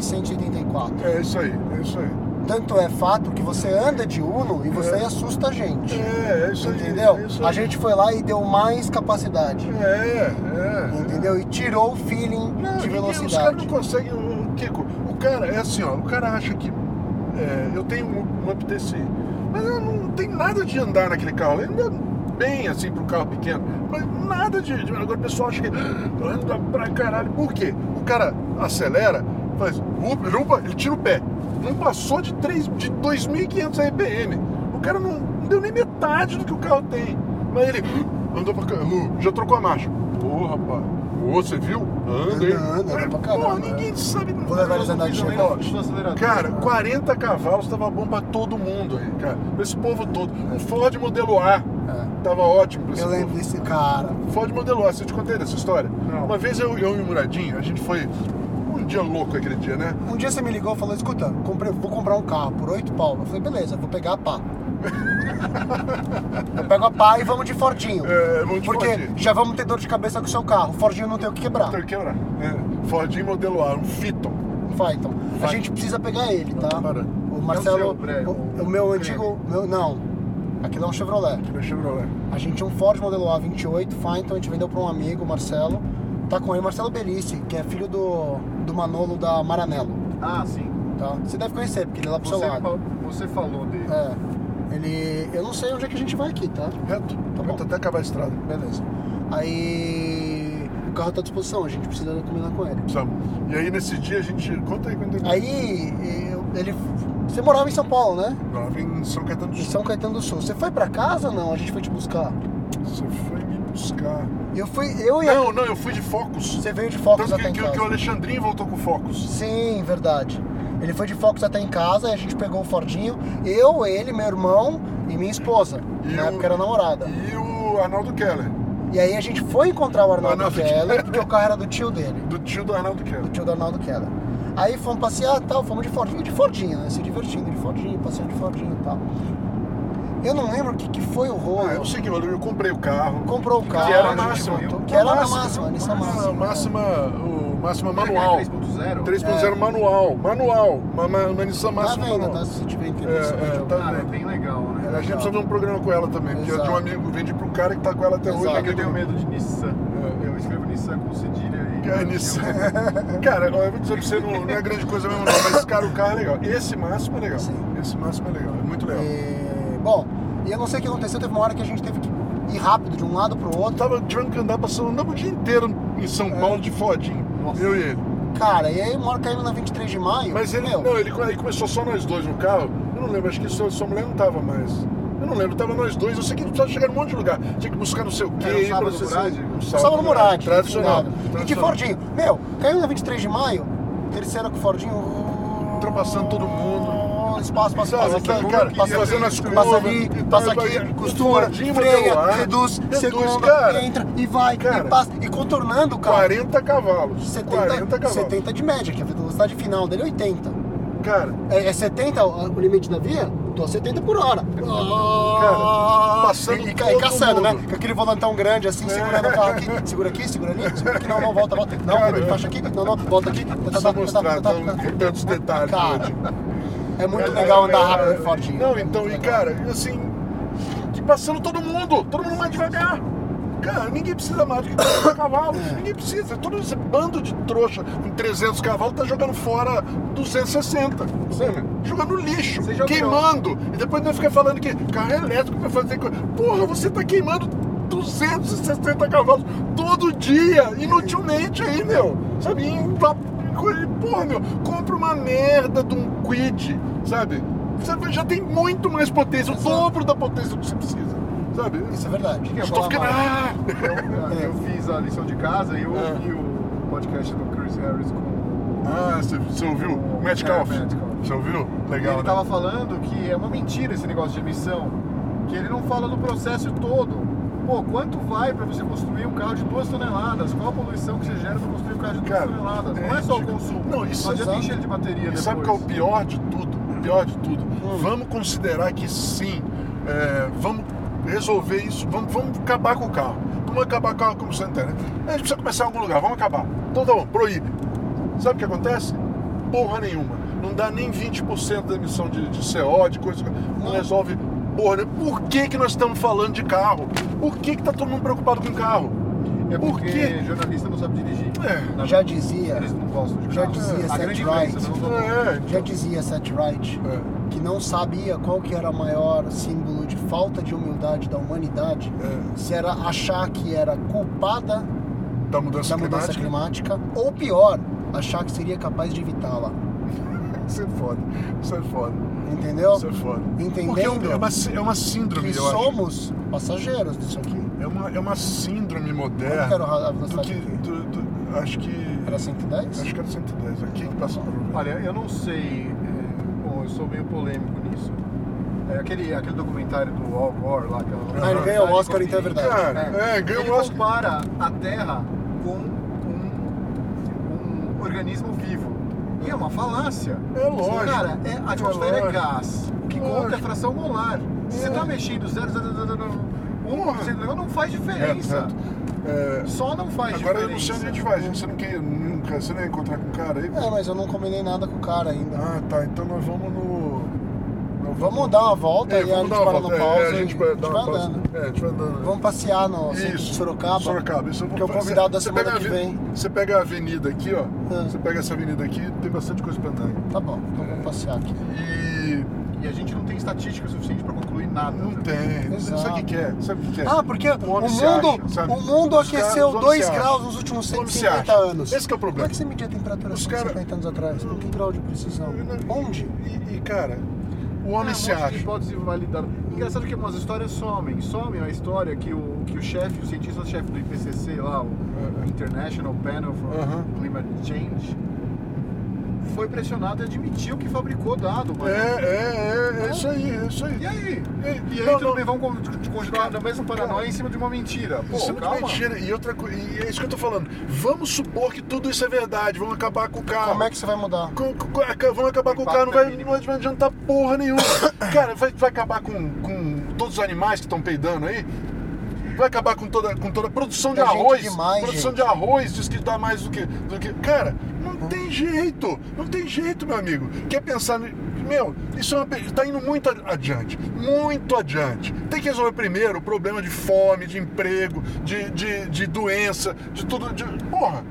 S2: 1984.
S1: É isso aí, é isso aí.
S2: Tanto é fato que você anda de Uno e você assusta a gente.
S1: É, é isso aí.
S2: Entendeu?
S1: é isso
S2: A
S1: aí.
S2: gente foi lá e deu mais capacidade.
S1: É, é.
S2: Entendeu? E tirou o feeling
S1: Não,
S2: de
S1: e Os caras não
S2: velocidade.
S1: conseguem. o- o- Kiko, o cara é assim, ó. O cara acha que. é, eu tenho um, um UpTC, mas eu não tem nada de andar naquele carro. Ele anda bem assim pro carro pequeno, mas nada de. de- agora o pessoal acha que "Ah, anda pra caralho. Por quê? O cara acelera, faz. up, Upa, ele tira o pé. Não passou de, três de 2.500 RPM. O cara não, não deu nem metade do que o carro tem. Mas ele "Ah, andou pra caralho, já trocou a marcha. Ô, rapaz, ô, você viu? Anda, hein?
S2: Anda, anda pra
S1: Porra,
S2: caramba.
S1: ninguém sabe nada.
S2: Vou levar eles a andar de
S1: Ó,
S3: um
S2: chapéu.
S1: Cara, 40 cavalos tava bom pra todo mundo aí, cara. Pra esse povo todo. Um Ford modelo A tava ótimo pra esse
S2: Eu lembro
S1: povo.
S2: desse cara.
S1: Ford modelo A, você te contei dessa história?
S3: Não.
S1: Uma vez eu, eu e o Muradinho, a gente foi. Um dia louco aquele dia, né?
S2: Um dia você me ligou e falou, escuta, comprei- vou comprar um carro por 8 pau. Eu falei, beleza, vou pegar a
S1: <laughs>
S2: pá. eu pego a pá e vamos de Fordinho.
S1: É, vamos de
S2: porque
S1: Fordinho.
S2: já vamos ter dor de cabeça com o seu carro. Fordinho não tem o que quebrar.
S1: Tem que quebrar. Então, É. Fordinho modelo A, um Fiton.
S2: Vai, então. A gente precisa pegar ele, tá?
S1: Para.
S2: O
S3: É o seu,
S2: Marcelo,
S3: Breno.
S2: o, o meu antigo, meu, não. Aquilo é um Chevrolet.
S1: Meu Chevrolet.
S2: A gente tinha um Ford modelo A28 Phaeton, a gente vendeu para um amigo, Marcelo. Tá com ele, Marcelo Belice, que é filho do, do Manolo da Maranello,
S3: Ah, sim.
S2: tá? Você deve conhecer, porque ele é lá pro seu
S3: Você,
S2: lado.
S3: fa- você falou dele.
S2: É. Ele... Eu não sei onde é que a gente vai aqui, tá?
S1: Reto.
S2: Tá bom.
S1: Reto até acabar a estrada.
S2: Beleza. Aí... O carro tá à disposição, a gente precisa combinar com ele.
S1: Sabe? E aí nesse dia a gente. Conta aí, é conta aí.
S2: Aí, eu- ele... Você morava em São Paulo, né?
S1: Morava em São Caetano do
S2: Em
S1: Sul.
S2: São Caetano do Sul. Você foi pra casa ou não? A gente foi te buscar.
S1: Você foi me buscar.
S2: Eu fui... Eu e a...
S1: Não, não, eu fui de Focus.
S2: Você veio de Focus
S1: Tanto que,
S2: até em
S1: que- que
S2: casa.
S1: o Alexandrinho voltou com Focus.
S2: Sim, verdade. Ele foi de Focus até em casa, aí a gente pegou o Fordinho. Eu, ele, meu irmão e minha esposa.
S1: E
S2: na
S1: o-
S2: época era namorada.
S1: E o Arnaldo Keller,
S2: E aí a gente foi encontrar o Arnaldo
S1: Arnaldo
S2: Keller,
S1: Keller.
S2: porque o carro era do tio dele.
S1: do tio do Arnaldo
S2: do
S1: Keller.
S2: tio do Arnaldo Keller. Aí fomos passear tal, fomos de Fordinho, de Fordinho, né? Se divertindo de Fordinho, passeando de Fordinho e tal. Eu não lembro o que, que foi o rolo.
S1: Ah, eu sei que eu, eu comprei o carro.
S2: Comprou o carro,
S1: que era a
S2: a gente
S1: máxima.
S2: voltou,
S1: eu-
S2: que era a
S1: máxima,
S2: máxima, né? é a Nissan
S1: máxima,
S2: máxima.
S1: máxima, o máxima
S3: Será que é
S1: manual.
S3: 3.0?
S1: 3.0
S2: É.
S1: manual, manual, uma, uma, uma Nissan
S2: Tá
S1: máxima
S2: vendo, tá?
S1: manual.
S2: Se tiver interesse.
S1: É, é, tá
S3: Cara, é
S1: vendo?
S3: bem legal, né?
S1: A gente precisa fazer um programa com ela também, porque eu
S2: Exato.
S1: tinha um amigo vende pro cara que tá com ela até hoje.
S2: Exato.
S3: Só que
S1: naquele
S3: eu tenho
S1: grupo.
S3: medo de Nissan. Eu escrevo Nissan com cedilha e.
S1: É. Que é Nissan. cara, ó, eu vou dizer pra você, não, não é grande coisa mesmo não, mas cara, o carro é legal. Esse máximo é legal.
S2: Sim.
S1: Esse máximo é legal, é muito legal.
S2: É, Bom, e eu não sei o que aconteceu, teve uma hora que a gente teve que ir rápido de um lado pro outro.
S1: Tava tivendo que andar passando, andamos o dia inteiro em São
S2: É.
S1: Paulo de Fodinho.
S3: Nossa.
S1: Eu e ele.
S2: Cara, e aí uma hora caímos na 23 de maio.
S1: Mas ele,
S2: meu,
S1: não, ele, ele começou só nós dois no carro. Eu não lembro, acho que sua, sua mulher não tava mais. Eu não lembro, tava nós dois. Eu sei que ele precisava chegar em um monte de lugar. Tinha que buscar não sei o quê.
S3: Era o
S1: ir pra não
S3: sábado
S1: sei
S3: do
S1: se-
S3: Murad?
S1: um
S2: Sábado um no Murad,
S1: Tradicional.
S2: infindável. E de
S1: tradicional.
S2: Fordinho. Meu, caiu na 23 de maio, terceiro com o Fordinho.
S1: Ultrapassando todo mundo.
S2: Oh, Espaço, espaço,
S1: Sabe,
S2: espaço.
S1: cara,
S2: aqui,
S1: cara,
S2: passa
S1: fazendo
S2: aqui,
S1: as
S2: Passa
S1: curvas,
S2: ali,
S1: e
S2: passa
S1: tal,
S2: aqui,
S1: e-
S2: costura,
S1: Fordinho, modelo
S2: freia,
S1: A,
S2: reduz,
S1: reduz,
S2: segunda,
S1: cara.
S2: entra e vai,
S1: Cara.
S2: e passa. E contornando, cara.
S1: 40 cavalos. 40
S2: 70,
S1: cavalos.
S2: 70 de média, que a velocidade final dele é 80.
S1: Cara,
S2: É, é 70 o o limite da via? Tô a 70 por hora.
S1: Cara, passando
S2: e, e,
S1: tá todo
S2: e caçando, né?
S1: mundo.
S2: Com aquele volantão grande assim, segurando o carro
S1: <laughs>
S2: aqui, segura aqui, segura ali, segura aqui, não, não, volta, volta. Não,
S1: Cara,
S2: abre, fecha aqui, não, não, volta aqui. Tá, tá,
S1: precisa
S2: tá, tá,
S1: mostrar
S2: tá,
S1: tão-
S2: tá, tá.
S1: com tantos detalhes.
S2: Cara,
S1: gente.
S2: é muito
S1: É,
S2: legal
S1: é,
S2: andar
S1: é,
S2: rápido
S1: é.
S2: e fortinho.
S1: Não, então, e cara, assim, que passando todo mundo, todo mundo mais devagar. Cara, ninguém precisa mais do que 40 <coughs> cavalos,
S2: É.
S1: ninguém precisa. Todo esse bando de trouxa com 300 cavalos tá jogando fora 260, sabe? Jogando lixo,
S3: Você já
S1: queimando. E depois ainda fica falando que carro elétrico vai fazer coisa. Porra, você tá queimando 260 cavalos todo dia, inutilmente aí, meu. Sabe? E va- Coisa- Porra, meu, compra uma merda de um quid, sabe? Você já tem muito mais potência, o dobro da potência que você precisa, sabe?
S2: Isso é verdade.
S3: Que é
S1: Estou
S3: falar
S1: ficando.
S3: mais?
S1: Ah!
S3: Eu, eu fiz a lição de casa e eu
S1: É.
S3: ouvi o podcast do Chris Harris com
S1: Ah, você, você ouviu?
S3: o
S1: Metcalf.
S3: É, Metcalf.
S1: Você ouviu?
S3: Ele tá
S1: Legal,
S3: estava
S1: né?
S3: tava falando que é uma mentira esse negócio de emissão, que ele não fala do processo todo. Pô, quanto vai para você construir um carro de duas toneladas? Qual a poluição que você gera para construir um carro de duas
S1: Cara,
S3: toneladas? Não
S1: é
S3: é só o
S1: ridículo.
S3: consumo.
S1: Não, isso é
S3: adianta
S1: exato.
S3: encher ele de bateria
S1: E
S3: depois.
S1: sabe qual é o pior de tudo? O pior de tudo. Vamos considerar que sim, é, vamos resolver isso, vamos, vamos acabar com o carro. Vamos acabar com o carro como você entende. A gente precisa começar em algum lugar, vamos acabar. Então tá bom, proíbe. Sabe o que acontece? Porra nenhuma. Não dá nem 20% da emissão de, de CO, de coisa. Não resolve porra nenhuma. Por que, que nós estamos falando de carro? Por que, que tá todo mundo preocupado com carro?
S3: É
S1: Por
S3: porque
S1: quê?
S3: jornalista não sabe dirigir.
S1: É.
S3: Na
S2: Já
S3: verdade,
S2: dizia,
S3: Eles não gostam de
S2: já
S3: carro.
S2: dizia
S3: a
S2: Seth
S3: grande
S2: Wright.
S3: imprensa, não- não-
S1: É,
S2: já dizia Seth Wright
S1: É.
S2: que não sabia qual que era o maior símbolo de falta de humildade da humanidade,
S1: É.
S2: se era achar que era culpada
S1: da Tá mudança,
S2: da mudança
S1: climática.
S2: climática, ou pior, achar que seria capaz de evitá-la.
S1: Isso é foda. Isso é foda.
S2: Entendeu?
S1: Isso é foda.
S2: Entendendo
S1: Porque é um- é uma, sí- é uma síndrome,
S2: que
S1: eu acho.
S2: somos passageiros disso aqui.
S1: É uma, é uma síndrome
S2: Qual que era
S1: moderna
S2: a
S1: É. do
S2: velocidade
S1: que.
S2: do quê?
S1: do- do- acho que.
S2: Era assim. 110?
S1: Acho que era 110. Aqui que passa por.
S3: Olha, eu não sei. é, bom, eu sou meio polêmico nisso. É, aquele, aquele documentário do Al Gore lá. Aquela,
S2: Ah, ele ganhou o Oscar, então é verdade.
S1: Cara, é, ganhou
S3: ele
S1: o Oscar.
S3: compara a Terra com um, um organismo vivo. E é uma falácia.
S1: É lógico.
S3: Cara, é, a atmosfera
S1: É
S3: é,
S1: lógico.
S3: gás. O que
S1: Lógico.
S3: conta é a fração molar. Se você
S1: É.
S3: tá mexendo 0,001% do negócio, um, não faz diferença.
S1: É, é,
S3: Só não faz
S1: agora eu não
S3: diferença.
S1: sei onde a gente vai, gente. Você não quer nunca. Você não ia encontrar com o cara aí?
S2: É, mas eu não combinei nada com o cara ainda.
S1: Ah, tá. Então nós vamos no. nós
S2: Vamos dar uma volta
S1: É,
S2: e a gente
S1: vamos dar uma
S2: para
S1: volta.
S2: no
S1: É,
S2: pausa
S1: é, a gente
S2: e
S1: vai
S2: a gente
S1: dar
S2: vai
S1: uma pausa.
S2: andando.
S1: É, a gente vai andando.
S2: Vamos passear no centro de Sorocaba.
S1: Sorocaba. Isso eu vou
S2: que é o
S1: fazer.
S2: convidado da
S1: Você
S2: semana
S1: pega a
S2: que
S1: avi-
S2: vem.
S1: Você pega a avenida aqui, ó.
S2: Ah.
S1: Você pega essa avenida aqui, tem bastante coisa pra andar.
S2: Tá bom, então
S1: É.
S2: vamos passear aqui.
S1: E
S3: E a gente não tem estatística suficiente para concluir nada.
S1: não tem.
S2: Exato.
S1: Sabe o que que é? Sabe o que que é?
S2: Ah, porque o,
S1: homem se
S2: mundo,
S1: acha, sabe?
S2: o mundo
S1: Os caras-
S2: aqueceu
S1: os homens
S2: 2
S1: se acham.
S2: graus nos últimos
S1: Os homens se
S2: 150
S1: acham.
S2: anos.
S1: Esse que é o problema.
S2: Como é que você media a temperatura
S1: Os
S2: 150
S1: caras-
S2: anos atrás? Com que grau de precisão? Onde?
S1: E, e, cara, o homem
S3: Ah,
S1: se
S3: um monte de
S1: acha.
S3: hipótese validada. Engraçado que umas histórias somem. Some a história que o, que o chefe, o cientista-chefe do IPCC lá, o International Panel for
S1: Aham.
S3: Climate Change, foi pressionado e admitiu que fabricou dado, mano.
S1: É, é, é, é isso aí, é isso aí.
S3: E aí?
S1: E aí?
S3: E aí
S1: Não,
S3: tudo
S1: não.
S3: bem, vamos con- continuar na mesma paranoia em cima de uma mentira. Pô,
S1: Isso é muito
S3: calma.
S1: mentira. E, outra, co- e é isso que eu tô falando. Vamos supor que tudo isso é verdade. Vamos acabar com o carro.
S2: Como é que você vai mudar?
S1: Com- com- aca- vão acabar com o carro, não
S3: Impacto é
S1: vai,
S3: mínimo.
S1: não vai adiantar porra
S2: <coughs>
S1: nenhuma. Cara, vai, vai acabar com, com todos os animais que estão peidando aí. Vai acabar com toda, com toda a produção de
S2: É gente
S1: arroz.
S2: demais,
S1: produção
S2: gente. Hum.
S1: de arroz diz que dá mais do que. Do que cara, não tem jeito. Não tem jeito, meu amigo. Quer pensar. ni- Meu, isso é uma, pe- tá indo muito a- adiante. Muito adiante. Tem que resolver primeiro o problema de fome, de emprego, de, de, de doença, de tudo. De, porra.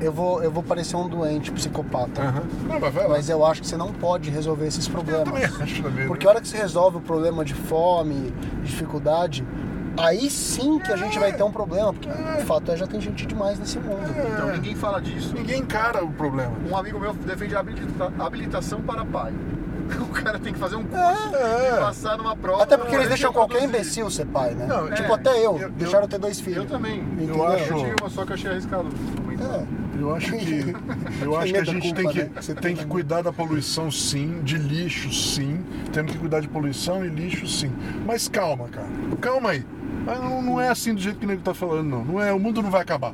S2: Eu vou, eu vou parecer um doente psicopata.
S1: Não, mas vai lá.
S2: Mas eu acho que você não pode resolver esses
S1: Eu também
S2: problemas.
S1: acho também.
S2: Porque a hora que você resolve o problema de fome, dificuldade, aí sim que a gente vai ter um problema, porque o fato é já tem gente demais nesse mundo.
S3: Então ninguém fala disso.
S1: Ninguém encara o problema.
S3: Um amigo meu defende a habilita- habilitação para pai. <laughs> O cara tem que fazer um curso
S1: É.
S3: e passar numa prova.
S2: Até porque eles
S3: pra
S2: deixam qualquer
S3: produzir.
S2: imbecil ser pai, né?
S1: Não,
S2: tipo,
S3: é,
S2: até assim. eu,
S1: eu- eu-
S2: deixaram eu ter dois filhos.
S3: Eu também.
S2: Entendeu?
S1: Eu acho-
S3: Eu tive uma só que eu achei arriscado.
S2: É.
S1: Eu acho que, eu acho que a
S2: Medo da
S1: gente tem
S2: culpa,
S1: que,
S2: né? Você
S1: tem que
S2: tem-
S1: cuidar da poluição sim, de lixo sim, temos que cuidar de poluição e lixo sim. Mas calma, cara, calma aí. Ah, Não, não é assim do jeito que o nego tá falando, não. não é, o mundo não vai acabar.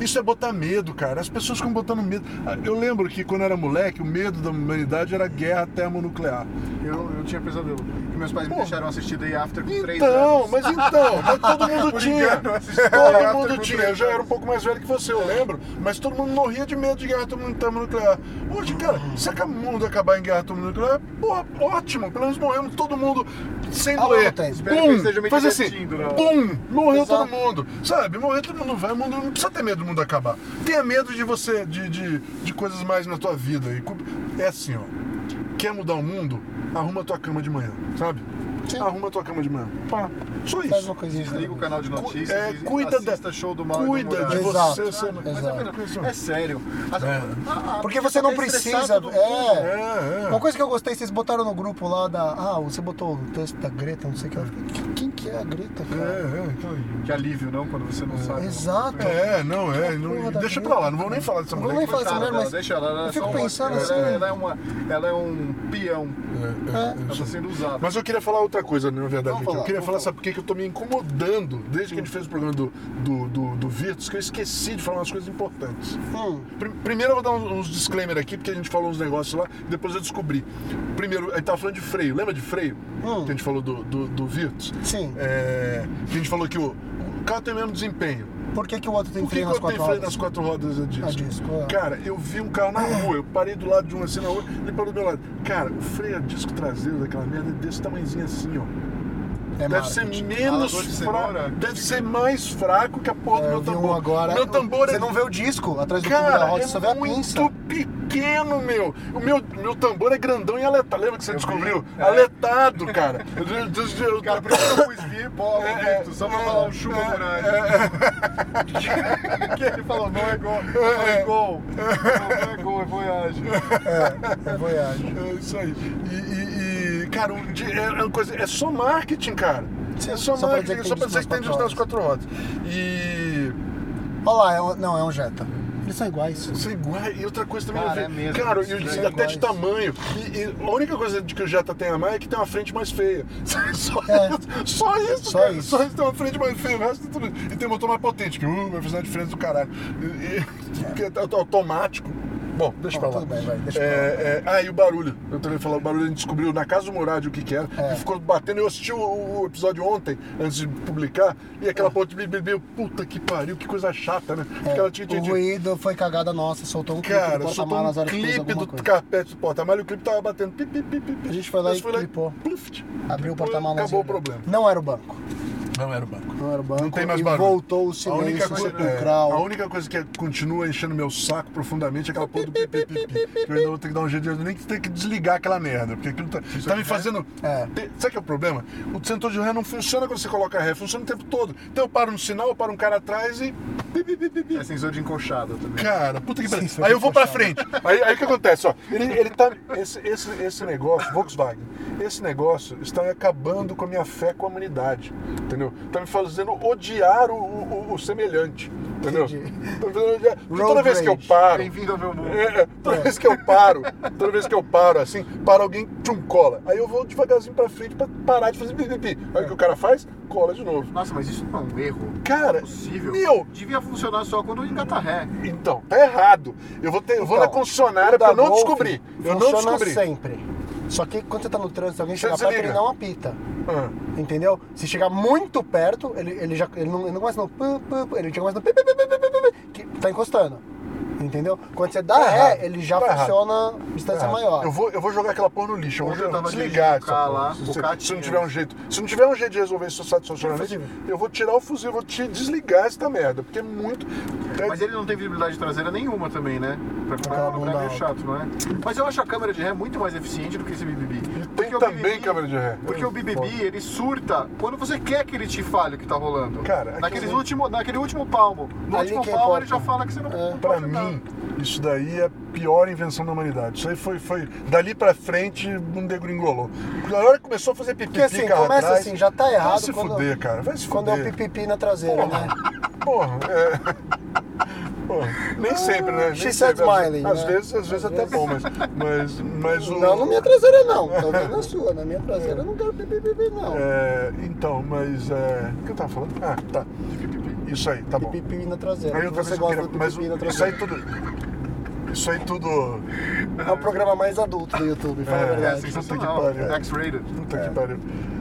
S1: Isso é botar medo, cara. As pessoas ficam botando medo. Ah, Eu lembro que quando eu era moleque, o medo da humanidade era guerra termonuclear.
S3: Eu, eu tinha pesadelo. E meus pais me
S1: Pô.
S3: deixaram assistir Day After com três
S1: Então,
S3: anos.
S1: mas então,
S3: <laughs>
S1: mas todo mundo
S3: Por
S1: tinha.
S3: engano, assisti
S1: Todo
S3: Guerra
S1: mundo
S3: Nuclear.
S1: tinha. Eu já era um pouco mais velho que você, eu lembro, mas todo mundo morria de medo de guerra termonuclear. Hoje, cara, se o mundo acabar em guerra termonuclear, porra, ótimo, pelo menos morremos todo mundo sem
S2: Ah,
S1: doer.
S2: não tem.
S1: Pum,
S3: Espero que eu esteja me
S1: faz assim,
S3: divertindo, né?
S1: pum, morreu
S2: Exato.
S1: todo mundo. Sabe, morreu todo mundo, vai, o mundo não precisa ter medo do mundo acabar. Tenha medo de você, de, de, de coisas mais na tua vida. E cu- É assim, ó, quer mudar o mundo? Arruma tua cama de manhã, sabe? arruma a tua cama de manhã. Pá, só
S2: Faz
S1: isso.
S2: uma coisinha.
S3: Desliga o canal de notícias
S1: é,
S3: e
S1: cuida da-
S3: assista show do Mauro e do
S1: cuida
S3: Murata.
S1: de
S2: você,
S3: Exato.
S1: você não-
S3: Mas é verdade,
S1: Exato.
S3: é sério. As- a- a-
S2: Porque você não
S3: tá
S2: precisa.
S3: estressado do mundo.
S2: É.
S1: É,
S2: Uma coisa que eu gostei, vocês botaram no grupo lá da. Ah, você botou o texto da Greta, não sei o que. Eu fiquei, "Quem- Quem que é a Greta,
S1: é,
S2: cara?
S1: é,
S3: Que alívio, não, quando você não sabe.
S2: Exato.
S1: é, é, não, é. Não,
S2: Porra da
S1: deixa
S2: vida.
S1: pra lá, não vou nem falar dessa
S2: Não
S1: mulher.
S2: vou nem
S1: que-
S2: falar dessa
S3: Coitada
S2: mulher,
S3: dela,
S2: mas
S3: deixa ela, ela é
S2: eu fico
S3: só uma-
S2: pensando
S3: ela,
S2: assim.
S3: Ela é, uma, ela é um peão.
S1: É, é,
S3: Ela
S1: é,
S3: tá sendo usada.
S1: Mas eu queria falar outra coisa, na verdade.
S2: Vamos
S1: gente.
S2: falar,
S1: eu queria
S2: vamos
S1: falar,
S2: falar. Hum.
S1: sabe por que que eu tô me incomodando desde que a gente fez o programa do, do, do, do Virtus, que eu esqueci de falar umas coisas importantes.
S2: Hum.
S1: Pri- Primeiro eu vou dar uns, uns disclaimer aqui, porque a gente falou uns negócios lá, depois eu descobri. Primeiro, a gente tava falando de freio, lembra de freio?
S2: Hum.
S1: Que a gente falou do, do, do Virtus?
S2: Sim.
S1: É, que a gente falou que o, o carro tem o mesmo desempenho.
S2: Por que, que o outro tem
S1: Por que, que
S2: freio nas
S1: eu tenho
S2: quatro
S1: freio
S2: horas?
S1: nas quatro rodas a disco?
S2: A disco, é.
S1: Cara, eu vi um carro na
S2: Ah.
S1: rua, eu parei do lado de um assim na rua, ele parou do meu lado. Cara, o freio a disco traseiro daquela merda é desse tamanhozinho assim, ó.
S2: É
S1: Deve ser
S2: marketing.
S1: menos
S3: Ralador de cenoura?
S1: fraco. Deve ser mais fraco que a porra
S2: É,
S1: do
S2: eu
S1: meu
S2: vi um
S1: tambor.
S2: agora.
S1: meu tambor
S2: Você
S1: é.
S2: não vê o disco atrás do tubo da
S1: Cara,
S2: roda,
S1: é
S2: você só vê a
S1: muito
S2: pinça.
S1: pequeno, meu. O meu, meu tambor é grandão e aletado. Lembra que você descobriu?
S3: vi. É.
S1: Aletado,
S2: <laughs>
S1: cara. Eu- eu- eu- eu-
S3: Cara, por isso que eu pus vir, bola,
S1: É,
S3: Vitor, só pra
S1: é,
S3: falar o chuva
S1: é,
S3: Moraes. <laughs> Que ele falou, não é gol, não é gol, não é gol, é voyage.
S2: É voyage.
S1: É isso aí. E, e- e, cara, um dia- é, uma coisa, é só marketing, cara.
S2: Sim,
S1: é só,
S2: só pra
S1: marketing,
S2: dizer que
S1: só
S2: tem
S1: pra dizer que tem
S2: disco
S1: disco
S2: nas
S1: nas quatro rodas. E.
S2: Olha lá, é um- não, é um Jetta. Eles são iguais.
S1: Isso é igual. E outra coisa também.
S3: Cara,
S1: eu
S3: é
S1: vi-
S3: mesmo,
S1: cara,
S3: isso
S1: e
S3: é
S1: de- até
S2: iguais.
S1: de tamanho. E, e a única coisa de que o Jetta tem a mais é que tem uma frente mais feia. <laughs> Só,
S2: É.
S1: isso, só isso,
S2: Só
S1: cara.
S2: isso.
S1: Só isso tem uma frente mais feia. O resto é tudo. E tem um motor mais potente, que uh, vai fazer uma diferença do caralho. E, e, que é aut- automático. Bom, deixa
S2: Bom,
S1: pra lá.
S2: tudo bem, vai, deixa pra
S1: É,
S2: lá.
S1: é, ah, e o barulho. Eu também falar, o barulho a gente descobriu na casa do Murad o que, que era.
S2: É.
S1: E ficou batendo. Eu assisti o, o episódio ontem, antes de publicar, e aquela ponte de bebê, puta que pariu, que coisa chata, né?
S2: É,
S1: Porque ela tinha, tinha,
S2: o
S1: tinha-
S2: ruído foi cagada nossa, soltou um clipe
S1: Cara,
S2: do
S1: soltou
S2: porta-malas,
S1: um
S2: hora que fez
S1: clipe do
S2: alguma coisa.
S1: carpete do porta-malas e o clipe tava batendo. Pi, pi, pi, pi, pi.
S2: A gente foi lá
S1: Eu
S2: e
S1: fui
S2: clipou.
S1: pluft,
S2: Abriu
S1: clipou
S2: o
S1: e
S2: porta-malas.
S1: Acabou
S2: e
S1: o problema.
S2: Não era o banco.
S1: Não era o banco.
S2: Não era o banco.
S1: Não tem mais
S2: e
S1: barulho.
S2: voltou o
S1: A
S2: silêncio
S1: única, coisa,
S2: sepulcral.
S1: é, a única coisa que continua enchendo meu saco profundamente é aquela porra do pi, pi, pi, pi, que eu ainda vou ter que dar um jeito de eu nem ter que desligar aquela merda, porque aquilo tá, tá me fazendo...
S2: É.
S1: Te- sabe que é o problema? O sensor de ré não funciona quando você coloca ré, funciona o tempo todo. Então eu paro no sinal, eu paro um cara atrás e... pi, pi, pi, pi, pi.
S3: É sensor de encoxada também.
S1: Cara, puta que pariu.
S2: Sim, foi
S1: Aí eu vou pra
S2: puxado.
S1: frente. Aí aí o que acontece, ó. Ele, ele tá. Esse, esse, esse negócio, Volkswagen, esse negócio está acabando com a minha fé com a humanidade. Entendeu? Tá me fazendo odiar o, o- o- o semelhante. Entendeu?
S2: Entendi.
S1: Tá me fazendo odiar. Porque
S2: Road
S1: Toda vez que eu
S2: rage.
S1: paro.
S3: Bem-vindo ao meu mundo.
S1: É, é, toda vez que eu paro, toda vez que eu paro assim, para alguém, tchum, cola. Aí eu vou devagarzinho pra frente pra parar de fazer pipipi. Aí o que o cara faz? Cola de novo.
S3: Nossa, mas isso não é um erro.
S1: Cara,
S3: Possível.
S1: meu,
S3: Devia funcionar só quando engata ré.
S1: Então, tá errado. Eu vou, ter, eu vou
S2: Então,
S1: na concessionária
S2: o da
S1: porque é eu não
S2: Golf
S1: descobri. Eu não
S2: funciona
S1: descobri.
S2: sempre. Só que quando você tá no trânsito, alguém
S1: Você
S2: chegar perto, ele
S1: desliga.
S2: não apita.
S1: Ah,
S2: Entendeu? Se chegar muito perto, ele, ele já ele não, ele não começa no pam, pam, pam, ele já começa no pi, pi, pi, pi, pi, pi, pi, que tá encostando. Entendeu? Quando você dá ré,
S1: errado,
S2: ele já
S1: tá errado.
S2: funciona distância
S1: tá.
S2: Então, é maior.
S1: Eu vou, eu vou jogar aquela porra no lixo. Eu
S3: Ontem
S1: vou
S3: eu tava
S1: desligar
S3: dirigindo o
S1: essa
S3: carro
S1: porra.
S3: lá,
S1: se,
S3: o
S1: você-
S3: cara
S1: se não
S3: tinha.
S1: tiver um jeito, se não tiver um jeito de resolver isso
S2: É
S1: satisfatoriamente, eu vou tirar o fuzil, eu vou te desligar essa merda, porque é muito. é-
S3: Mas ele não tem visibilidade traseira nenhuma também, né?
S2: Aquela
S3: Pra comprar um lugar
S2: bunda
S3: meio
S2: alta.
S3: chato, não é? Mas eu acho a câmera de ré muito mais eficiente do que esse BBB.
S1: tem também câmera de ré.
S3: Porque
S1: Eu-
S3: o BBB, ele surta quando você quer que ele te fale o que tá rolando.
S1: Cara, aquilo
S3: Naqueles
S1: ali-
S3: último, naquele último palmo. No
S2: Ali
S3: último
S2: que
S3: palmo
S2: importa.
S3: ele já fala que você não pode
S1: Pra
S3: andar.
S1: mim, isso daí é a pior invenção da humanidade. Isso aí foi. foi dali pra frente, não degringolou. Na hora que começou a fazer pipi,
S2: Porque assim,
S1: carro
S2: começa
S1: atrás,
S2: assim, já tá errado.
S1: Vai se
S2: quando,
S1: fuder, cara. Vai se
S2: Quando é o
S1: fuder.
S2: pipipi na traseira,
S1: Porra.
S2: né?
S1: Porra, é. Porra, nem sempre, né? Nem
S2: she said
S1: sempre. Às-
S2: smiling,
S1: Às,
S2: né?
S1: vezes, às vezes até bom, mas. Mas, mas o.
S2: Não na minha traseira não, talvez na sua, na minha traseira eu não quero pipipi não.
S1: É, então, mas. É... O que eu tava falando? Ah, tá. Isso aí, tá bom.
S2: Pipipi na traseira.
S1: Aí outra
S2: Você
S1: vez
S2: gosta
S1: eu
S2: do
S1: queria, mas
S2: pipipi na
S1: isso aí
S2: traseira.
S1: tudo. Isso aí tudo.
S2: É o programa mais adulto do YouTube, fala a
S1: É,
S3: É
S2: verdade.
S3: sensacional.
S1: Puta que pariu.
S3: X-rated.
S1: Puta que pariu.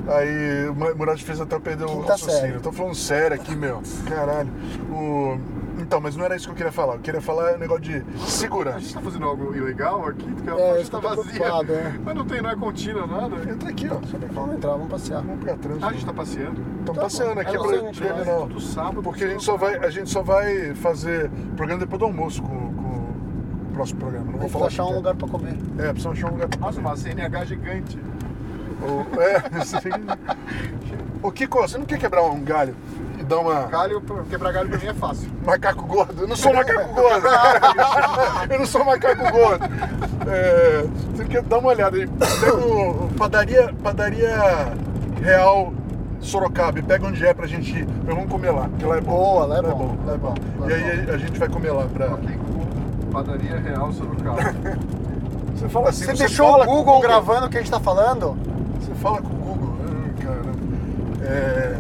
S1: Aí o Mu- Murad fez até eu perder o
S2: É. Quinta série.
S1: Eu tô falando sério aqui, meu. Caralho. O... Então, mas não era isso que eu queria falar. Eu queria falar um negócio de
S3: A gente
S1: segurança.
S3: tá fazendo algo ilegal aqui, porque a
S2: É,
S3: parte
S2: isso que
S3: tá
S2: eu tô
S3: vazia.
S2: preocupado, é.
S3: Mas não tem, não é contínua, nada.
S1: Entra aqui, ó. Sobe aqui.
S2: Vamos entrar, vamos passear.
S1: Vamos pegar trânsito.
S3: Ah, a gente tá passeando.
S1: Estamos
S2: Tá
S1: passeando
S2: bom.
S1: aqui
S2: É,
S1: né? pra
S2: você não tira
S1: terminal.
S3: todo sábado,
S1: Porque a gente só vai, a gente só vai fazer programa depois do almoço com, com o próximo programa. Não vou
S2: Vamos
S1: falar tá?
S2: achar
S1: o
S2: um
S1: que
S2: lugar pra comer.
S1: que É, É, precisa achar um lugar.
S3: Nossa, uma CNH gigante.
S1: O, é, <laughs> você fica... Ô, Kiko, você não quer quebrar um galho e dar uma.
S3: Galho, quebrar galho pra mim é fácil.
S1: Macaco gordo? Eu não sou macaco gordo! Eu não sou macaco gordo! É, você quer dar uma olhada aí. Pega o padaria, padaria Real Sorocaba, e pega onde é pra gente ir. Mas Vamos comer lá, porque lá é bom.
S2: Boa, lá é bom,
S1: lá é bom.
S3: lá
S1: E
S3: é
S1: aí a gente vai comer lá pra.
S3: Ok, padaria
S1: <laughs>
S3: real Sorocaba.
S1: Você fala assim,
S2: Você, deixou o
S1: fala com
S2: Google, gravando o que a gente tá falando?
S1: Você fala com o Google, Ai, cara. É,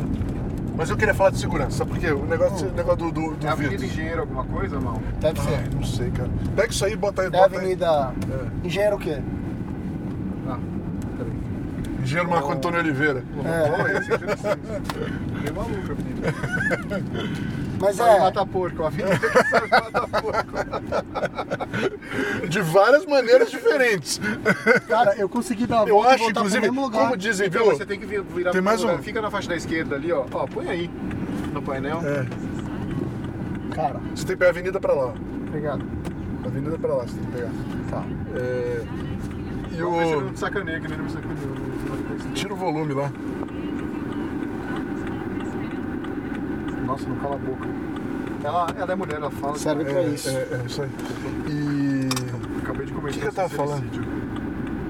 S1: Mas eu queria falar de segurança, sabe por quê? O negócio, o negócio do, do, do
S3: É Avenida
S1: vírus.
S3: Engenheiro alguma coisa, não?
S2: Deve ser.
S1: Ai, não sei, cara. Pega isso aí e bota aí.
S2: É a
S1: Bota aí.
S2: Avenida
S1: É.
S2: Engenheiro o quê?
S3: Ah, peraí.
S1: Engenheiro Marco Antônio Oliveira.
S2: É.
S3: Olha, esse aqui eu não sei. Fiquei maluco, menino.
S1: É.
S2: Mas
S3: Sabe
S2: é.
S3: matar porco, a vida que sabe matar porco.
S1: De várias maneiras diferentes.
S2: Cara, eu consegui dar a
S1: Eu
S2: volta e
S1: acho,
S2: voltar pro
S1: inclusive,
S2: mesmo lugar.
S1: como dizem,
S3: Então,
S1: viu?
S2: tá.
S3: você tem que vir- virar
S1: Tem
S3: pro
S1: mais
S3: lugar.
S1: um.
S3: Fica na faixa da esquerda ali, ó. Ó, põe aí no painel.
S1: É,
S2: Cara,
S1: você tem que pegar a avenida pra lá. ó.
S2: obrigado.
S1: A avenida pra lá, você tem que pegar.
S2: Tá.
S1: É, E
S3: Eu pensei que não
S1: o.
S3: te sacaneia, que nem me né? sacaneou.
S1: Tira o volume lá.
S3: Nossa, não cala a boca. Ela, ela é mulher, ela fala.
S2: Serve
S1: É,
S2: pra isso.
S1: É, é isso aí. E.
S3: Acabei de comentar.
S1: O que que eu tava
S3: sobre suicídio.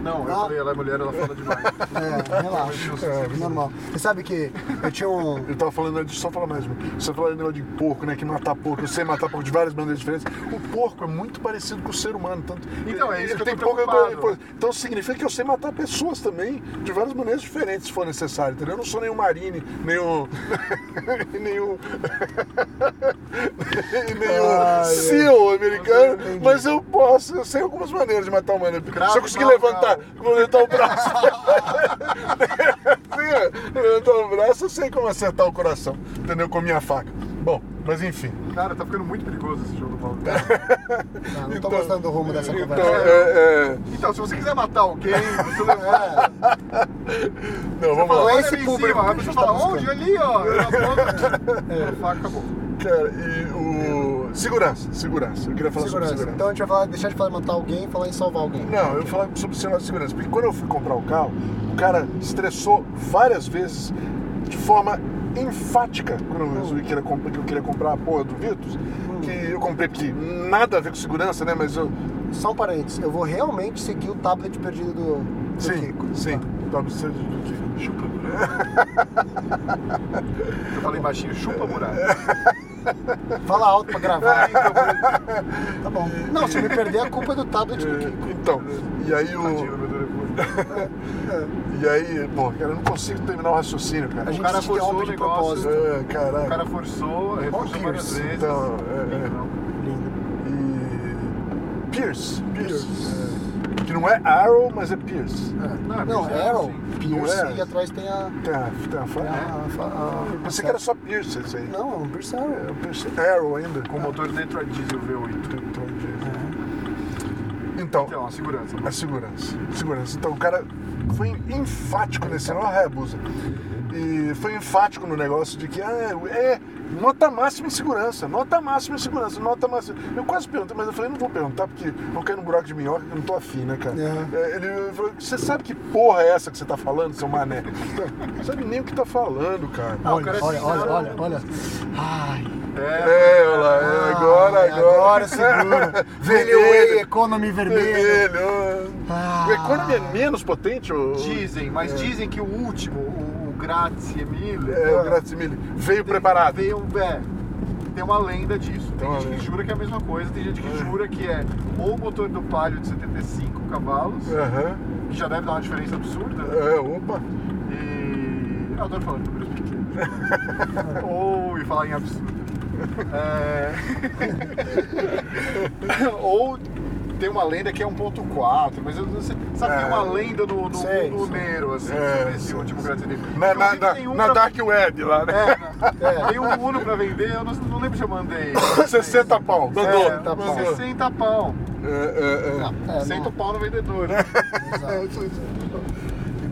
S3: Não, eu
S2: Ah.
S3: falei, ela é mulher, ela fala demais.
S2: É, relaxa.
S1: <laughs> É,
S2: Normal. Você sabe que eu tinha um.
S1: Eu tava falando antes, só falar mais um. Você falou negócio de porco, né? Que matar porco, eu sei matar porco de várias maneiras diferentes. O porco é muito parecido com o ser humano. Tanto,
S3: Então, é isso
S1: ele
S3: que eu
S1: tem
S3: tô
S1: pouca
S3: preocupado.
S1: Então significa que eu sei matar pessoas também de várias maneiras diferentes, se for necessário, entendeu? Eu não sou nenhum marine, nenhum. <laughs> nenhum. É nenhum
S2: Ai,
S1: SEAL americano,
S2: entendi.
S1: mas eu posso, eu sei algumas maneiras de matar o humano. Se
S3: Cravo,
S1: eu conseguir
S3: mal,
S1: levantar, levantar o braço. <laughs> levantar o braço, eu sei como acertar o coração, entendeu? Com a minha faca. Bom, mas enfim.
S3: Cara, tá ficando muito perigoso esse jogo, Paulo.
S2: Não, não tô gostando do rumo dessa
S1: então,
S2: conversa.
S1: é, é,
S3: Então, se você quiser matar alguém, você é. levanta.
S1: Não, vamos
S2: falou
S1: lá.
S2: esse público que
S3: Cima,
S2: a
S3: a
S2: gente
S3: pessoa
S2: tá
S3: fala, onde?
S2: buscando.
S3: Ali, ó.
S1: <laughs>
S3: Eu aponto. É, faca, acabou.
S1: Cara, e o. Segurança, segurança. Eu queria falar
S2: Segurança.
S1: sobre segurança.
S2: Então a gente vai falar- deixar de falar em matar alguém e falar em salvar alguém.
S1: Não, eu falava sobre o celular de segurança, porque quando eu fui comprar o carro, o cara estressou várias vezes de forma enfática quando eu resolvi que, era comp- que eu queria comprar a porra do Vitus, que eu comprei porque nada a ver com segurança, né? Mas eu.
S2: Só um parênteses, eu vou realmente seguir o tablet perdido do, do
S1: Sim,
S2: Kiko.
S1: sim. Tá precisando do Kiko. Chupa.
S3: Eu falei baixinho, chupa buraco.
S2: Fala alto pra gravar.
S3: Então,
S1: <laughs>
S2: tá bom. Não, se eu me perder, a culpa é do tablet do Kiko.
S1: É, Então, e aí
S3: tadinho, né?
S1: o.
S3: meu telefone.
S1: E aí, pô, cara, eu não consigo terminar o raciocínio,
S2: A
S1: cara.
S2: gente
S3: cara
S2: se
S3: forçou
S2: interrompe de
S3: o negócio.
S2: propósito.
S1: É,
S3: O
S1: caralho.
S3: cara forçou, reforçou várias
S2: Pierce,
S3: vezes.
S1: então, é, é.
S3: Não.
S2: Lindo.
S1: E. Pierce. Pierce.
S2: Pierce.
S1: É. Que não é Arrow, mas é Pierce.
S3: Não, é
S2: Não,
S3: bizarro,
S2: Arrow,
S3: sim.
S2: Pierce
S1: Não é?
S2: e atrás tem a.
S1: Tem a, tem a
S2: tem
S1: fala.
S2: a- a- a-
S1: É. Pensei que era só Pierce isso aí. É.
S2: Não, é um Pierce Arrow.
S1: Eu pensei Arrow ainda.
S3: Com motor Detroit Diesel V8.
S1: Uhum. Então,
S3: Então, a segurança.
S1: a segurança. Segurança. Então o cara foi enfático nesse não é abusa. E foi enfático no negócio de que ah, é nota máxima em segurança, nota máxima em segurança, nota máxima. Eu quase perguntei, mas eu falei, não vou perguntar, porque eu caí no buraco de minhoca, que eu não tô afim, né, cara?
S2: É.
S1: É, Ele falou, você sabe que porra é essa que você tá falando, seu mané? <laughs> Não sabe nem o que tá falando, cara.
S3: Ah, o
S2: Olha,
S3: cara é
S2: olha, olha,
S3: sincero.
S2: olha, olha. Ai.
S3: É,
S1: É, olha lá, é, agora,
S2: Ai,
S1: agora.
S2: Agora segura. Vermelho,
S1: Vermelho.
S2: economy
S1: <laughs>
S2: vermelho.
S1: Vermelho. ó.
S2: Ah.
S1: O Economy é menos potente? O,
S3: dizem, mas dizem que o último, o, o Grazie Mille,
S1: é, o Grazimili. Veio preparado.
S3: veio, é, tem uma lenda disso. Tem
S1: Tem uma
S3: gente
S1: lenda.
S3: que jura que é a mesma coisa, tem gente que jura que é ou o motor do Palio de 75 cavalos,
S1: Aham.
S3: que já deve dar uma diferença absurda, né?
S1: É, opa.
S3: E. Eu adoro falar de números pequenos. Ou e falar em absurdo. É... <laughs> Ou tem uma lenda que é 1.4, mas eu não sei. Sabe, tem uma lenda no, no
S2: Sei,
S3: mundo
S2: sei.
S3: negro, assim,
S1: É,
S3: sobre esse
S1: sei,
S3: último
S1: sei.
S3: Grand Prix.
S1: Na, na,
S3: Inclusive,
S1: na,
S3: tem um
S1: na
S3: pra-
S1: Dark Web lá, né?
S3: É, na- é, tem um Uno pra vender, eu não, não lembro se eu mandei.
S1: <laughs> 60 pau.
S3: É,
S1: Mandou.
S2: 60 pau.
S1: mandou.
S3: 60 pau.
S1: É, é, é.
S2: É,
S3: Senta
S2: não.
S3: né? o pau no vendedor.
S2: Exato.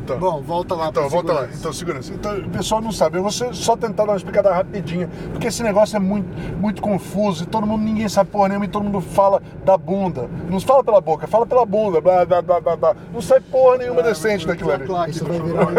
S1: Então.
S2: Bom, volta lá
S1: Então,
S2: pra
S1: volta lá.
S2: segurança.
S1: Então, segurança. Então, o pessoal não sabe. Eu vou só- só tentar dar uma explicada rapidinha, porque esse negócio é muito, muito confuso e todo mundo, ninguém sabe porra nenhuma e todo mundo fala da bunda. Não fala pela boca, fala pela bunda, blá, blá, blá, blá, blá. Não sai porra nenhuma decente daquilo ali.
S2: Claro, isso vai virar um,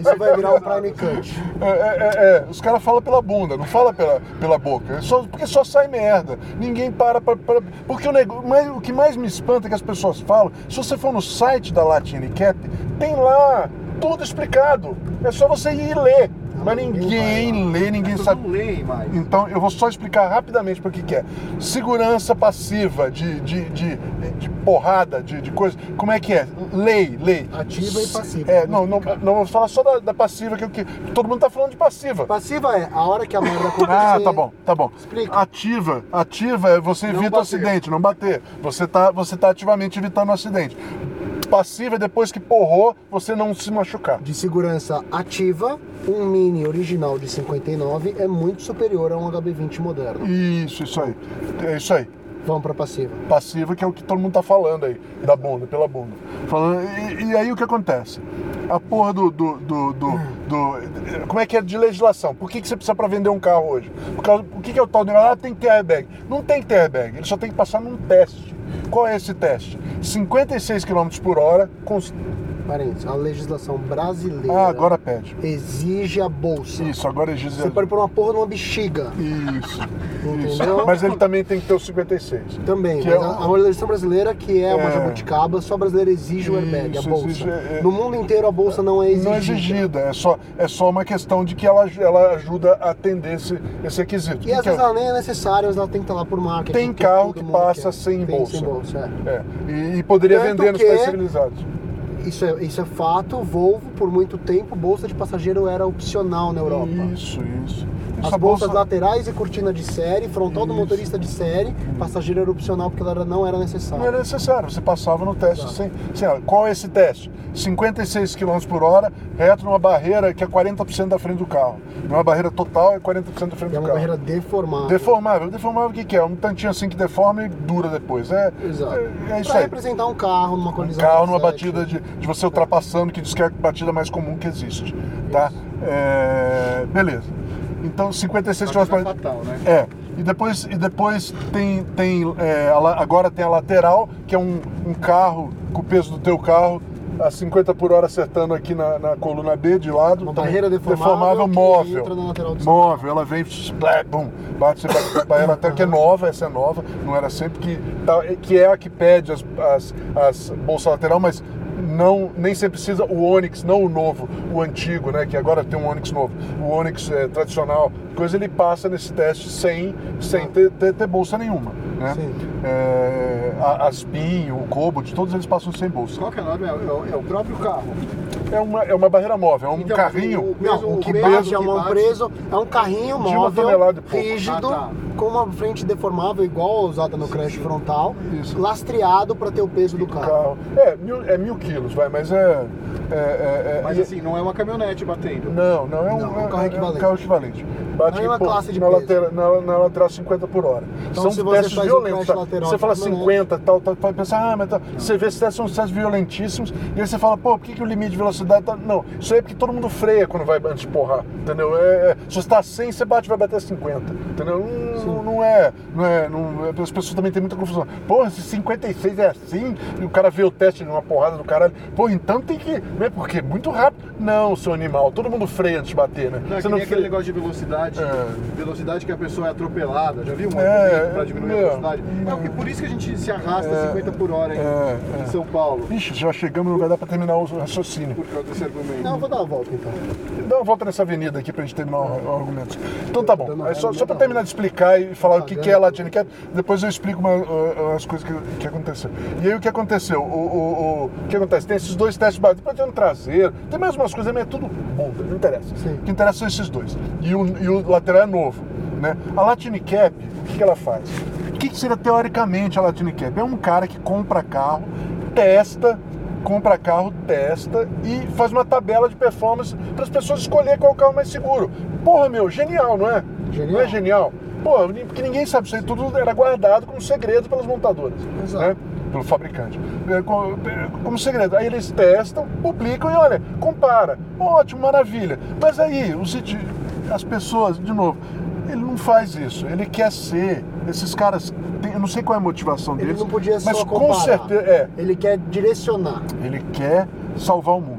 S2: isso vai virar um prime cut.
S1: É, é, é, é. Os caras falam pela bunda, não fala pela, pela boca. É só- porque só sai merda. Ninguém para pra, pra- Porque o, nego- mas o que mais me espanta é que as pessoas falam, se você for no site da Latin Handicap, tem lá tudo explicado. É só você ir ler. Mas ninguém lê, ninguém sabe.
S3: Não leem mais.
S1: Então eu vou só explicar rapidamente para o que, que é. Segurança passiva de, de, de, de porrada, de, de coisa. Como é que é? Lei, lei.
S2: Ativa e passiva.
S1: É, não, não, não vou falar só da, da passiva, que, é o que todo mundo tá falando de passiva.
S2: Passiva é a hora que a merda acontecer.
S1: Ah, tá bom, tá bom.
S2: Explica.
S1: Ativa, ativa é você evita o
S3: bater.
S1: acidente, não bater. Você tá, você tá ativamente evitando o acidente. Passiva é depois que porrou, você não se machucar.
S2: De segurança ativa, um Mini original de 59 é muito superior a um HB20 moderno.
S1: Isso, isso aí. É isso aí.
S2: Vamos pra passiva.
S1: passiva, que é o que todo mundo tá falando aí, da bunda, pela bunda. Falando, e, e aí o que acontece? A porra do, do, do, do- do- Como é que é de legislação? Por que, que você precisa para vender um carro hoje? Por causa, o que, que é o tal de. Ah, tem que ter airbag. Não tem que ter airbag, ele só tem que passar num teste. Qual é esse teste? 56 km por hora. cons-
S2: Parênteses, a legislação brasileira
S1: Ah, agora pede.
S2: exige a bolsa.
S1: Isso, agora é
S2: Você
S1: Gisele.
S2: pode pôr uma porra numa bexiga.
S1: Isso, isso.
S2: Entendeu?
S1: Mas ele também tem que ter o 56.
S2: Também,
S1: Que
S2: mas
S1: é
S2: a,
S1: o-
S2: a legislação brasileira, que é, uma
S1: É.
S2: jabuticaba, só brasileira exige o airbag, a
S1: Isso,
S2: bolsa.
S1: exige, é-
S2: No mundo inteiro a bolsa não é exigida.
S1: não é exigida, é só, é só uma questão de que ela, ela ajuda a atender esse, esse requisito.
S2: E às
S1: Que é-
S2: vezes ela nem é necessária, mas ela tem que estar lá por marketing.
S1: Tem
S2: porque
S1: carro
S2: todo
S1: que
S2: mundo
S1: passa
S2: quer.
S1: sem
S2: Tem
S1: bolsa.
S2: Sem bolsa, é.
S1: é, e, e poderia
S2: Tanto
S1: vender nos
S2: que-
S1: países civilizados.
S2: Isso é, isso é fato. Volvo, por muito tempo, bolsa de passageiro era opcional na Europa.
S1: Isso, isso.
S2: As
S1: Essa
S2: bolsas laterais e cortina de série, frontal do motorista de série,
S1: Hum.
S2: passageiro era opcional porque ela era- não era necessária.
S1: não era necessária, É você passava no teste sem, sem ela. Qual é esse teste? 56 km por hora, reto numa barreira que é 40% da frente do carro. Não é uma barreira total, é 40% da frente do
S2: E é
S1: carro.
S2: uma barreira deformada.
S1: Deformável. Deformável o que, que é? Um tantinho assim que deforma e dura depois. É,
S2: Exato.
S1: é, é isso
S2: pra
S1: aí.
S2: representar um carro numa
S1: um
S2: colisão.
S1: carro numa
S2: offset.
S1: batida de, de você ultrapassando, que diz que é a batida mais comum que existe. Tá? É, beleza. Então, 56 km por
S3: Batida
S1: hora.
S3: fatal, né?
S1: É. E depois, e depois tem, tem é, a la- agora tem a lateral, que é um, um carro com o peso do teu carro a 50 por hora acertando aqui na, na coluna B de lado.
S2: Uma
S1: também
S2: barreira deformável que
S1: móvel.
S2: entra na lateral do seu
S1: móvel, ela vem, blé, bum, bate, você bate, barreira até que é nova, essa é nova, não era sempre que, tá- que é a que pede as, as, as bolsas lateral, mas não, nem sempre precisa o Onix, não o novo, o antigo, né? Que agora tem um Onix novo. O Onix é, tradicional, coisa ele passa nesse teste sem, sem ter, ter, ter bolsa nenhuma. Né?
S2: Sim.
S1: É, a, a Spin, o Cobalt, todos eles passam sem bolsa.
S3: Qual que é o nome? É o, é o próprio carro.
S1: É uma, é uma barreira móvel, é um
S3: Então,
S1: carrinho.
S3: o- o-
S2: Não, o que
S3: peso
S2: bate é
S3: que
S2: um
S3: bate-
S2: preso, é um carrinho
S1: uma
S2: móvel,
S1: tonelada e pouco.
S2: rígido,
S3: Ah, tá.
S2: com uma frente deformável igual a usada no crash frontal,
S1: Isso.
S2: lastreado para ter o peso do carro.
S1: Carro. É, mil, é mil quilos, vai, mas é. é- é- é-
S3: Mas
S1: e-
S3: assim, não é uma caminhonete batendo.
S1: Não, não é um,
S2: Não, é um
S1: é-
S2: carro
S1: é
S2: equivalente.
S1: carro equivalente. Bate
S2: Não é uma
S1: pô,
S2: classe de
S1: na,
S2: peso.
S1: lateral, na, na lateral 50 por hora.
S2: Então, se
S1: São
S2: você
S1: testes
S2: faz um
S1: violentos.
S2: crash
S1: tá?
S2: lateral
S1: Você fala
S2: permanente.
S1: 50, tal, tal, vai pensar, ah, mas tal. Você vê esses testes são testes violentíssimos, e aí você fala, pô, por que, que o limite de velocidade tá. Não, isso aí é porque todo mundo freia quando vai antes de porrar, entendeu? É, é, se você tá 100, você bate, vai bater 50, entendeu? Não, não, não é. Não é não, é- as pessoas também têm muita confusão. Porra, se 56 é assim, e o cara vê o teste numa porrada do caralho, pô, então tem que. Né, porque é muito rápido. Não, seu animal, todo mundo freia antes de bater, né?
S3: Não, é que
S1: Você não
S3: nem aquele
S1: freia.
S3: negócio de velocidade,
S1: É.
S3: velocidade que a pessoa é atropelada, já viu? Um
S1: É,
S3: para diminuir
S1: meu,
S3: a velocidade. É o que por isso que a gente se arrasta
S1: É,
S3: 50 por hora em,
S1: é,
S3: em
S1: é.
S3: São Paulo,
S1: Ixi, já chegamos no lugar, dá pra terminar o raciocínio.
S3: por causa desse argumento.
S2: Não, eu vou dar uma volta então.
S1: Dá uma volta nessa avenida aqui pra gente terminar o o argumento. Então tá bom. É só, só pra terminar de explicar e falar o que, que é a Latina Cap, depois eu explico uma- uh, uh, as coisas que, que aconteceu. E aí o que aconteceu? O, o- o- o que acontece? Tem esses dois testes básicos. Depois tem um traseiro, tem mais umas coisas, mas é tudo bunda, não interessa.
S2: Sim.
S1: O que interessa são esses dois. E o, e o lateral é novo. Né? A Latin Cap, o que, que ela faz? O que, que seria teoricamente a Latin Cap? É um cara que compra carro, testa compra carro, testa e faz uma tabela de performance para as pessoas escolher qual carro mais seguro. Porra, meu, genial, não é?
S2: Genial.
S1: Não é genial? Porra, ni- porque ninguém sabe isso aí, tudo era guardado como segredo pelas montadoras.
S2: Exato.
S1: né? pelo fabricante. É, co- é, Como segredo. Aí eles testam, publicam e olha, compara. Ótimo, maravilha. Mas aí, o citi- as pessoas, de novo, ele não faz isso. Ele quer ser. Esses caras, tem- eu não sei qual é a motivação
S2: Ele
S1: deles.
S2: não podia só
S1: mas com
S2: comparar.
S1: certeza. É,
S2: Ele quer direcionar.
S1: ele quer salvar o mundo.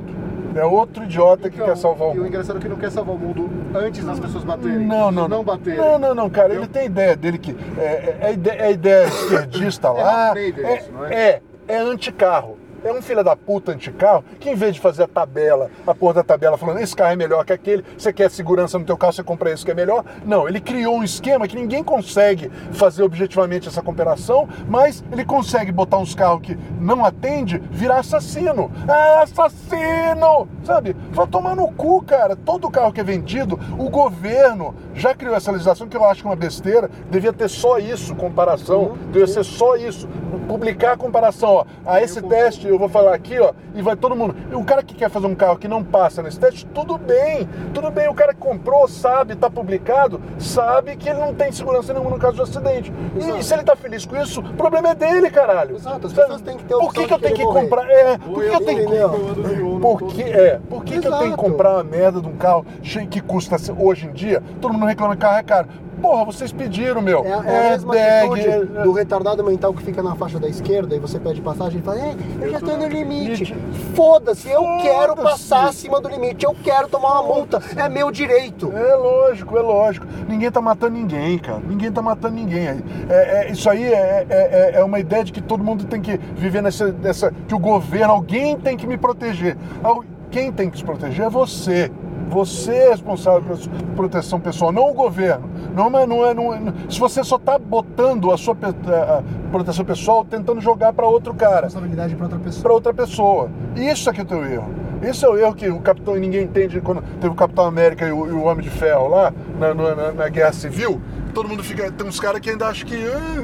S1: É outro idiota que
S3: Então,
S1: quer salvar o
S3: E o
S1: mundo.
S3: engraçado é que ele não quer salvar o mundo antes das pessoas baterem.
S1: Não, não,
S3: Não baterem.
S1: Não, não, não, cara. Ele
S3: Entendeu?
S1: tem ideia dele que é, é, é ide- é ideia esquerdista lá.
S3: trader
S1: é,
S3: isso, não é?
S1: é, é anticarro. É um filho da puta anticarro que em vez de fazer a tabela, a porra da tabela falando esse carro é melhor que aquele, você quer segurança no teu carro, você compra esse que é melhor. Não, ele criou um esquema que ninguém consegue fazer objetivamente essa comparação, mas ele consegue botar uns carros que não atende, virar assassino. Ah, assassino! Sabe? Vai tomar no cu, cara. Todo carro que é vendido, o governo já criou essa legislação que eu acho que é uma besteira, devia ter só isso, comparação, devia ser só isso. Publicar a comparação, ó. A esse teste eu vou falar aqui, ó, e vai todo mundo. E O cara que quer fazer um carro que não passa nesse teste, tudo bem, tudo bem. O cara que comprou, sabe, tá publicado, sabe que ele não tem segurança nenhuma no caso de acidente. E
S2: Exato.
S1: se ele tá feliz com isso, o problema é dele, caralho.
S2: Exato, as
S1: Sabe?
S2: pessoas têm que ter a
S1: Por que,
S2: opção
S1: que eu tenho
S2: de
S1: que
S2: querer morrer.
S1: comprar? É,
S3: Ou
S1: por que eu tenho
S2: entendeu?
S1: que.
S3: eu ando de ouro
S1: Por
S3: todo
S1: que, é, por que, que eu tenho que
S2: Exato.
S1: comprar uma merda de um carro che- que custa se- hoje em dia? Todo mundo reclama que carro é caro. Porra, vocês pediram, meu.
S2: É, é a mesma
S1: Airbag,
S2: atitude
S1: é-
S2: do retardado mental que fica na faixa da esquerda e você pede passagem e fala, é, eu já tô no limite. Foda-se, eu quero
S1: Foda-se.
S2: passar acima do limite, eu quero tomar uma multa, é meu direito.
S1: É lógico, é lógico. Ninguém tá matando ninguém, cara. Ninguém tá matando ninguém. É- é- é- isso aí é, é- é- é uma ideia de que todo mundo tem que viver nessa, nessa. que o governo, alguém tem que me proteger. Al- Quem tem que se proteger é você. Você é responsável pela sua proteção pessoal, não o governo. Não, é- não é, não é- não- se você só tá botando a sua pe- a- a proteção pessoal, tentando jogar para outro cara
S2: Responsabilidade pra outra pessoa.
S1: para outra pessoa. Isso é que é o teu erro. Esse é o erro que o Capitão e ninguém entende quando teve o Capitão América e o, e o Homem de Ferro lá na, na- na- na Guerra Civil. Todo mundo fica. Tem uns caras que ainda acham que. "Ah,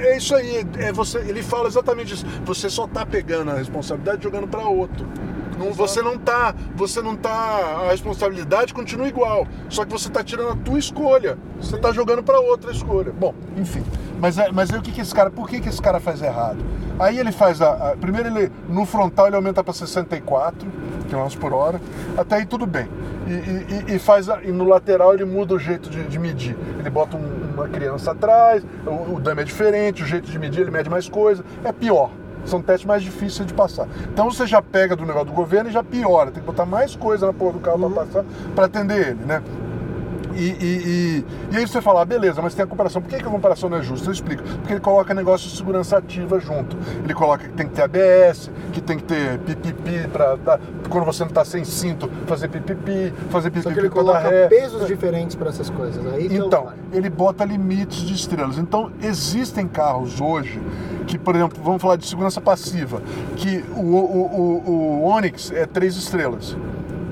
S1: é isso aí. É você, ele fala exatamente isso. Você só tá pegando a responsabilidade e jogando para outro. Não, você não tá. Você não tá. A responsabilidade continua igual. Só que você tá tirando a tua escolha. Você tá jogando para outra escolha. Bom, enfim. Mas, é- mas aí o que, que esse cara. Por que, que esse cara faz errado? Aí ele faz a, a- primeiro ele no frontal ele aumenta para 64 km por hora, até aí tudo bem. E, e- e- e faz a- e no lateral ele muda o jeito de, de medir. Ele bota um- uma criança atrás, o, o dama é diferente, o jeito de medir ele mede mais coisa, é pior. São testes mais difíceis de passar. Então você já pega do negócio do governo e já piora. Tem que botar mais coisa na porra do
S2: Uhum.
S1: carro para passar para atender ele, né? E, e- e- e aí você fala, ah, beleza, mas tem a comparação. Por que, que a comparação não é justa? Eu explico. Porque ele coloca negócio de segurança ativa junto. Ele coloca que tem que ter ABS, que tem que ter pipipi para quando você não está sem cinto, fazer pipipi, fazer
S2: Só
S1: pipipi
S2: que ele
S1: quando dá
S2: coloca
S1: ré.
S2: pesos diferentes pra essas coisas. Aí que é eu-
S1: é. Então, ele bota limites de estrelas. Então, existem carros hoje que, por exemplo, vamos falar de segurança passiva, que o, o, o, o Onix é três estrelas.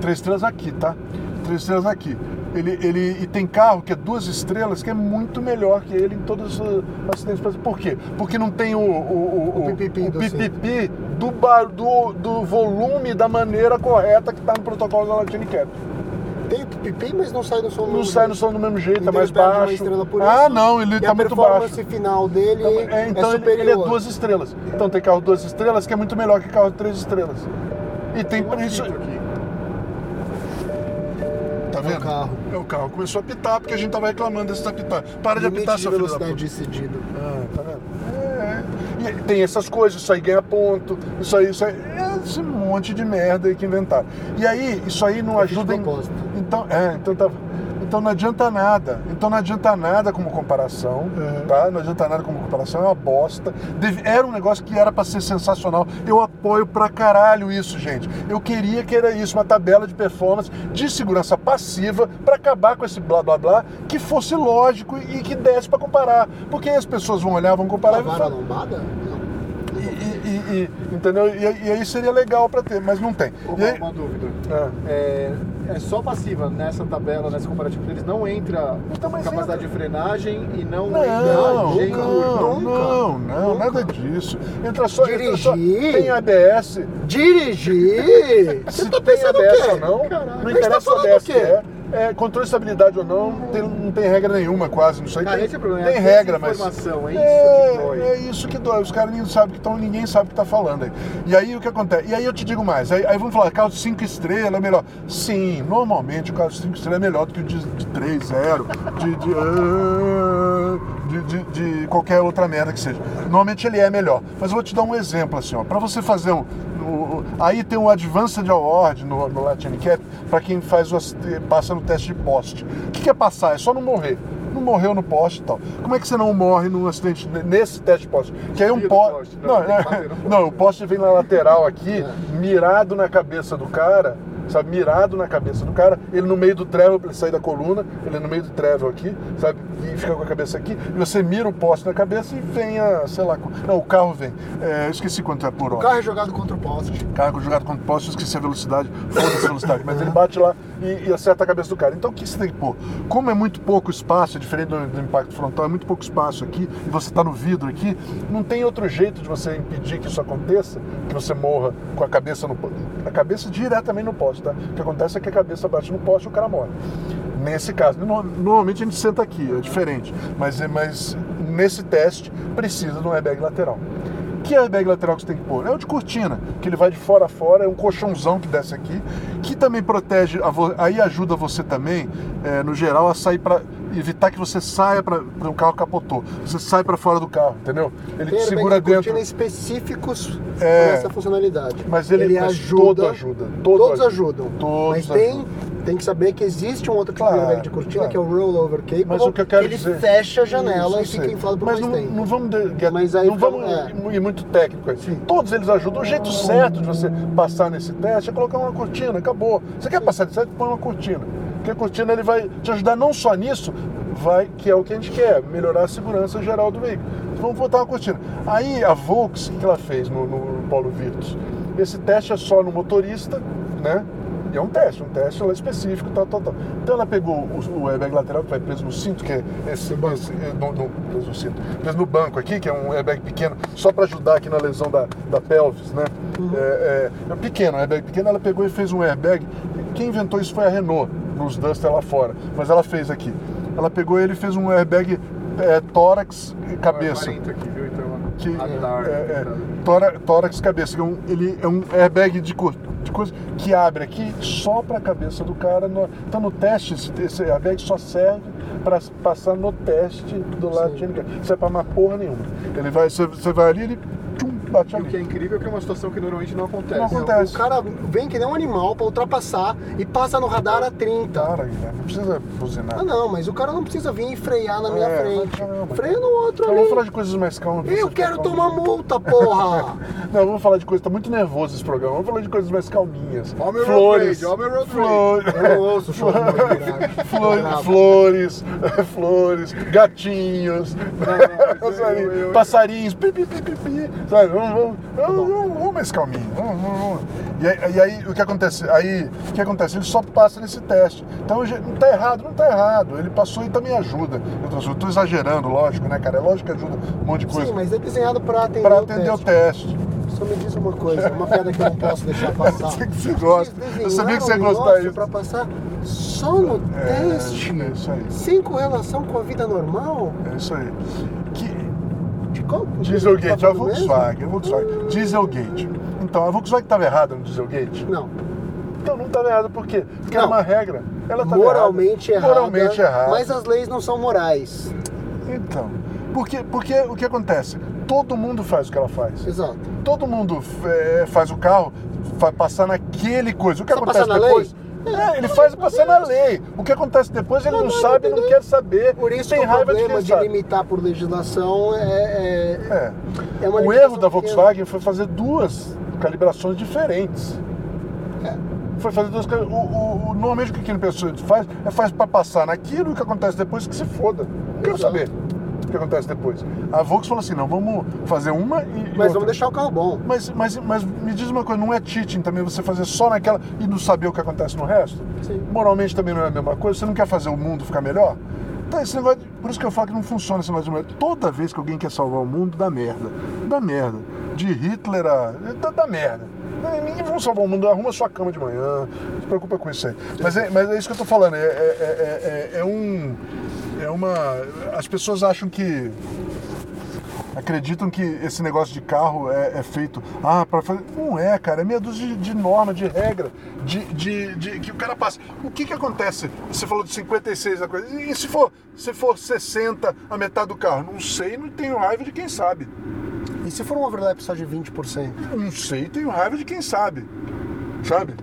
S1: Três estrelas aqui, tá? Três estrelas aqui. Ele, ele, e tem carro que é duas estrelas que é muito melhor que ele em todas as acidentes. passivos. Por quê? Porque não tem o, o, o,
S2: O pipipi do
S1: pipipi pipi do, bar- do, do volume da maneira correta que está no protocolo da Latin Cap.
S2: tem pipi, mas não sai do som.
S1: Não sai no som do mesmo jeito,
S2: Então
S1: é mais
S2: ele perde uma
S1: baixo.
S2: estrela por
S1: ah,
S2: isso.
S1: não, ele
S2: E
S1: tá
S2: a
S1: muito
S2: performance
S1: baixo.
S2: final dele
S1: É,
S2: é,
S1: então ele,
S2: superior.
S1: ele é duas estrelas. Então tem carro duas estrelas que é muito melhor que carro três estrelas. E tem
S3: Tem um
S1: isso.
S3: apito aqui.
S1: Tá
S2: É o
S1: vendo?
S2: carro.
S1: É o carro. Começou a apitar porque a gente tava reclamando desse apitar. Para de
S2: Limite
S1: apitar,
S2: de
S1: seu filho da puta.
S2: velocidade decidido.
S1: Ah, tá vendo? É, é. E tem essas coisas, isso aí ganha ponto, isso aí, isso aí. é Esse monte de merda aí que inventaram. E aí, isso aí não
S2: Eu fiz
S1: ajuda
S2: de propósito.
S1: Então, é, então, tá- então não adianta nada. Então não adianta nada como comparação, tá? Não adianta nada como comparação, é uma bosta. Deve- era um negócio que era pra ser sensacional. Eu apoio pra caralho isso, gente. Eu queria que era isso, uma tabela de performance de segurança passiva pra acabar com esse blá blá blá, que fosse lógico e que desse pra comparar. Porque aí as pessoas vão olhar, vão comparar e vão
S2: Vara
S1: falar,
S2: lombada? Não.
S1: e, e- e- e- entendeu? E, aí- e aí seria legal pra ter, mas não tem.
S3: Ô,
S1: E aí-
S3: Paulo, Uma dúvida.
S1: Ah.
S3: É, é só passiva nessa tabela, nesse comparativo deles, não entra
S1: Então, mas
S3: capacidade
S1: entra.
S3: de frenagem e não,
S1: Não,
S3: entra
S1: não,
S2: nunca,
S1: não, não,
S2: nunca.
S1: nada disso. Entra só, entra só.
S2: Dirigir.
S1: Tem ABS.
S2: Dirigir? Você
S1: se
S2: tá
S1: tem
S2: pensando o
S1: ABS <laughs>
S2: quê?
S1: ou não,
S3: Caralho.
S1: não
S2: Mas tá
S1: interessa o
S2: falando
S1: ABS
S2: o
S1: que
S2: quê?
S1: é. É, controle de estabilidade ou não, não tem, não tem regra nenhuma quase, não sei.
S3: Cara,
S1: tem,
S3: esse é o problema.
S1: Tem
S3: é a
S1: regra, mas...
S3: desinformação, É isso que dói.
S1: É, é isso que dói. Os caras nem sabem que estão, ninguém sabe o que tá falando aí. E aí o que acontece? E aí eu te digo mais, aí, aí vamos falar, carro de 5 estrelas é melhor. Sim, normalmente o carro de 5 estrelas é melhor do que o de, de 3, 0, de, de, ah, de, de- de qualquer outra merda que seja. Normalmente ele é melhor. Mas eu vou te dar um exemplo assim, ó. Pra você fazer um. o- o- aí tem um Advanced Award no, no Latin Cap pra quem faz o ass- passa no teste de poste. O que que é passar? É só não morrer não morreu no poste e tal. Como é que você não morre num acidente ne- nesse teste de poste? Que aí um
S3: Desvio do
S1: poste.
S3: poste,
S1: Não, é,
S3: não, tem que bater no
S1: não,
S3: poste. É.
S1: não, o poste vem na lateral aqui, mirado na cabeça do cara, sabe? Mirado na cabeça do cara, ele no meio do travel, pra ele sair da coluna, ele é no meio do travel aqui, sabe? E fica com a cabeça aqui, e você mira o poste na cabeça e vem a, sei lá, qu- não, o carro vem. É, eu esqueci quanto é por hora.
S2: O carro é jogado contra o poste.
S1: Carro jogado contra o poste, eu esqueci a velocidade, foda-se a velocidade, mas ele bate lá e, e acerta a cabeça do cara. Então o que você tem que pôr? Como é muito pouco espaço, é diferente do, do impacto frontal, é muito pouco espaço aqui, e você está no vidro aqui, não tem outro jeito de você impedir que isso aconteça, que você morra com a cabeça no poste. A cabeça diretamente no poste, tá? O que acontece é que a cabeça bate no poste e o cara morre. Nesse caso, no- normalmente a gente senta aqui, é diferente, mas, é- mas nesse teste precisa de um airbag lateral. Que airbag lateral que você tem que pôr? É o de cortina, que ele vai de fora a fora, é um colchãozão que desce aqui, que também protege, a vo- aí ajuda você também, é, no geral, a sair para evitar que você saia para o carro capotou. Você sai para fora do carro, entendeu? Ele te
S2: Tem
S1: segura
S2: airbags de
S1: dentro.
S2: cortina específicos para
S1: É.
S2: essa funcionalidade.
S1: Mas ele- mas todo ajuda, todo
S2: todos
S1: ajuda.
S2: ajudam.
S1: Todos
S2: mas tem,
S1: ajudam.
S2: tem que saber que existe um outro tipo
S1: Claro,
S2: de airbag de cortina,
S1: claro.
S2: que é o rollover cable,
S1: Mas o que eu quero
S2: ele
S1: dizer-
S2: fecha a janela
S1: Isso,
S2: e
S1: eu
S2: fica
S1: sei.
S2: inflado por
S1: Mas
S2: mais
S1: não,
S2: tempo.
S1: não vamos, de-
S2: Mas aí
S1: não
S2: fica-
S1: vamos
S2: é.
S1: ir- ir muito técnico. aí. Todos eles ajudam. O jeito certo de você passar nesse teste é colocar uma cortina, acabou. Você quer passar de certo, põe uma cortina. Porque a cortina ele vai te ajudar não só nisso, vai, que é o que a gente quer, melhorar a segurança geral do veículo. Então, Vamos botar uma cortina. Aí a Volks, o que ela fez no, no Paulo Virtus? Esse teste é só no motorista, né? E é um teste, um teste lá específico, tal, tal, tal. Então ela pegou o, o airbag lateral que vai preso no cinto, que é esse, esse é, não, não, preso no cinto, preso no banco aqui, que é um airbag pequeno, só para ajudar aqui na lesão da, da pelvis, né? É, é, é pequeno, um airbag pequeno, ela pegou e fez um airbag. Quem inventou isso foi a Renault, nos Duster lá fora, mas ela fez aqui. Ela pegou ele e fez um airbag é, tórax e cabeça
S3: Ó, é 40 aqui, viu? Então,
S1: que
S3: a dar,
S1: é, é,
S3: tá.
S1: tóra- tórax cabeça. que é um- ele é um airbag de, co- de coisa que abre aqui só para a cabeça do cara. no- então no teste esse, esse airbag só serve para passar no teste do lado de Isso é para uma porra nenhuma. Ele vai, você, você vai ali, ele tchum, bate
S3: E o que é
S1: ali.
S3: incrível é que é uma situação que normalmente não acontece.
S1: Não
S2: O
S1: acontece.
S2: cara vem que nem um animal para ultrapassar e passa no radar a 30.
S1: Cara, Guilherme, não precisa buzinar.
S2: Ah não, mas o cara não precisa vir e frear na minha
S1: É,
S2: frente.
S1: mas caramba.
S2: Freia no outro
S1: Então, tá vamos falar
S2: ali.
S1: de coisas mais calmas.
S2: Eu quero tomar
S1: <laughs>
S2: multa, porra!
S3: um-
S1: Não, vamos falar de coisas. Tá muito nervoso esse programa. Vamos falar de coisas mais calminhas.
S3: Ó meu road
S1: Flores.
S3: rage, ó meu road rage.
S1: Flores.
S2: Eu não ouço <laughs> o show do Mauro Mirage.
S1: Flores,
S2: Bravo.
S1: flores, <laughs> flores, gatinhos, <laughs> passarinhos, passarinhos, pi, pi, pi, pi, pi, sabe? Vamos, vamos,
S2: Tá
S1: vamos, vamos, vamos mais calminho. Vamos, vamos, vamos. E, aí, e aí, o que acontece? Aí o que acontece? Ele só passa nesse teste. Então já- não tá errado, não tá errado. Ele passou e também ajuda. Eu tô, eu tô exagerando, lógico, né, cara? É lógico que ajuda um monte de coisa.
S2: Sim, mas é desenhado para atender,
S1: Pra
S2: o
S1: atender o
S2: teste.
S1: teste.
S2: Só me diz uma coisa, é uma piada que eu não posso deixar
S1: <laughs>
S2: passar.
S1: Sei que você gosta. Eu sabia que você ia
S2: Desenharam um
S1: gostar
S2: negócio
S1: disso.
S2: Pra passar só no teste,
S1: É, é isso aí.
S2: sem correlação com a vida normal?
S1: É isso aí. Que,
S2: De qual?
S1: Dieselgate, é
S2: tá
S1: a
S2: falando mesmo?
S1: Volkswagen, a Volkswagen. Dieselgate. Então, a Volkswagen estava errada no Dieselgate?
S2: Não.
S1: Então não estava errada, por quê? Porque era
S2: Não.
S1: uma regra. Ela estava
S2: Moralmente
S1: errada.
S2: errada,
S1: Moralmente errada.
S2: Mas as leis não são morais.
S1: Então, porque, porque o que acontece? Todo mundo faz o que ela faz.
S2: Exato.
S1: Todo mundo é, faz o carro, vai passar naquele coisa. O que
S2: Só
S1: acontece
S2: passar na
S1: depois?
S2: lei?
S1: É, ele faz passar na lei. O que acontece depois ele não
S2: mas
S1: sabe,
S2: não
S1: não
S2: tem-
S1: quer saber.
S2: Por isso
S1: tem
S2: que o
S1: raiva de
S2: problema
S1: quem
S2: de,
S1: sabe.
S2: limitar por legislação é, é,
S1: É.
S2: é uma
S1: O
S2: limitação
S1: erro da
S2: pequena.
S1: Volkswagen foi fazer duas calibrações diferentes.
S2: É.
S1: Foi fazer duas cali- o, o, o- Normalmente o que aquele pessoa faz é faz para passar naquilo e o que acontece depois é que se foda. Não quero
S2: Exato.
S1: saber o que acontece depois. A Volkswagen falou assim: não, vamos fazer uma e. e
S2: Mas
S1: outra.
S2: vamos deixar o carro bom.
S1: Mas, mas, mas me diz uma coisa, não é cheating também você fazer só naquela e não saber o que acontece no resto?
S2: Sim.
S1: Moralmente também não é a mesma coisa, você não quer fazer o mundo ficar melhor? Tá, esse negócio, de- por isso que eu falo que não funciona esse negócio de mulher. Toda vez que alguém quer salvar o mundo, dá merda. Dá merda. De Hitler a. Dá, dá merda. É, Ninguém vai salvar o mundo, arruma sua cama de manhã, não se preocupa com isso aí. Mas é, mas é isso que eu tô falando, é, é- é- é- é um. É uma. As pessoas acham que. Acreditam que esse negócio de carro é, é feito. Ah, para fazer. Não é, cara. É meia dúzia de, de norma, de regra, de, de- de- que o cara passa. O que que acontece? Você falou de 56 da coisa. E se for, se for 60 a metade do carro? Não sei, não tenho raiva de quem sabe.
S2: E se for um overlap só de 20%?
S1: Não sei, tenho raiva de quem sabe. Sabe?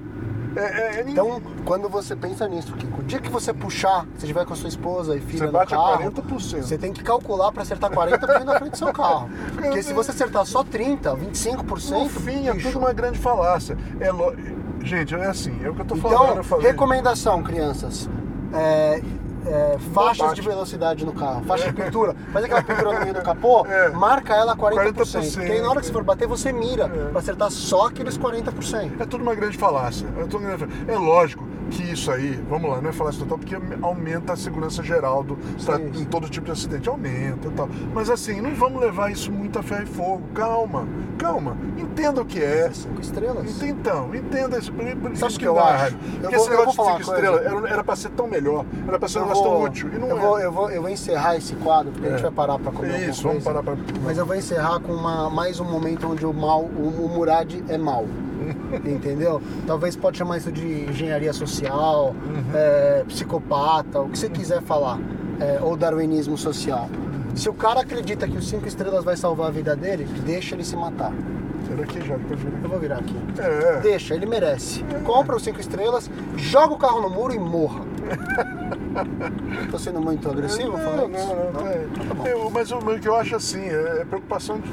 S1: É, é- é ninguém-
S2: Então, quando você pensa nisso, Kiko, o dia que você puxar, se tiver com a sua esposa e filha
S1: Você
S2: no
S1: bate a
S2: carro,
S1: 40%.
S2: você tem que calcular para acertar 40% na frente do
S1: <laughs>
S2: seu carro. Porque se você acertar só 30, 25%,
S1: no fim, é
S2: Então, bicho,
S1: tudo uma grande falácia. É lo- Gente, é assim, é o que eu tô falando.
S2: Então,
S1: eu falei.
S2: recomendação, crianças. É, é, faixas de velocidade no carro, faixa de pintura. Faz aquela pintura no meio do
S1: <laughs>
S2: capô,
S1: É.
S2: marca ela 40%.
S1: 40%.
S2: Porque aí na hora que você for bater, você mira pra acertar só aqueles 40%.
S1: É tudo uma grande falácia. É, tudo uma grande falácia. É lógico que isso aí, vamos lá, não é falácia total, porque aumenta a segurança geral do, pra-
S2: Sim, sim.
S1: em todo tipo de acidente. Aumenta e tal. Mas assim, não vamos levar isso muito a ferro e fogo. Calma, calma. Entenda o que é.
S2: Cinco estrelas.
S1: Ent- Então, entenda isso. Por por
S2: Sabe
S1: isso
S2: o que
S1: que eu
S2: eu
S1: acho.
S2: acho? Eu
S1: Porque
S2: vou-
S1: esse
S2: eu vou
S1: negócio
S2: falar
S1: de
S2: uma
S1: 5
S2: coisa.
S1: estrelas era, era pra ser tão melhor. Era pra ser um
S2: Eu
S1: negócio tão
S2: vou-
S1: útil. E não
S2: eu,
S1: é.
S2: vou, eu, vou, eu vou encerrar esse quadro, porque a gente vai parar pra comer alguma
S1: Isso, vamos
S2: coisa.
S1: parar pra.
S2: Mas eu vou encerrar com uma- mais um momento onde o mal, o, o Murad
S1: <laughs>
S2: é mal. Entendeu? Talvez pode chamar isso de engenharia social,
S1: Uhum.
S2: é, psicopata, o que você quiser falar. é, ou darwinismo social.
S1: Uhum.
S2: Se o cara acredita que os cinco estrelas vai salvar a vida dele, deixa ele se matar.
S1: Era aqui já, depois vira aqui.
S2: Eu vou virar aqui.
S1: É,
S2: Deixa, ele merece. Compra os cinco estrelas, joga o carro no muro
S1: <laughs>
S2: e morra. Tô sendo muito agressivo?
S1: Não, não,
S2: falando isso? Tá
S1: não. é. Eu- mas o o que eu acho assim, é, é preocupação de-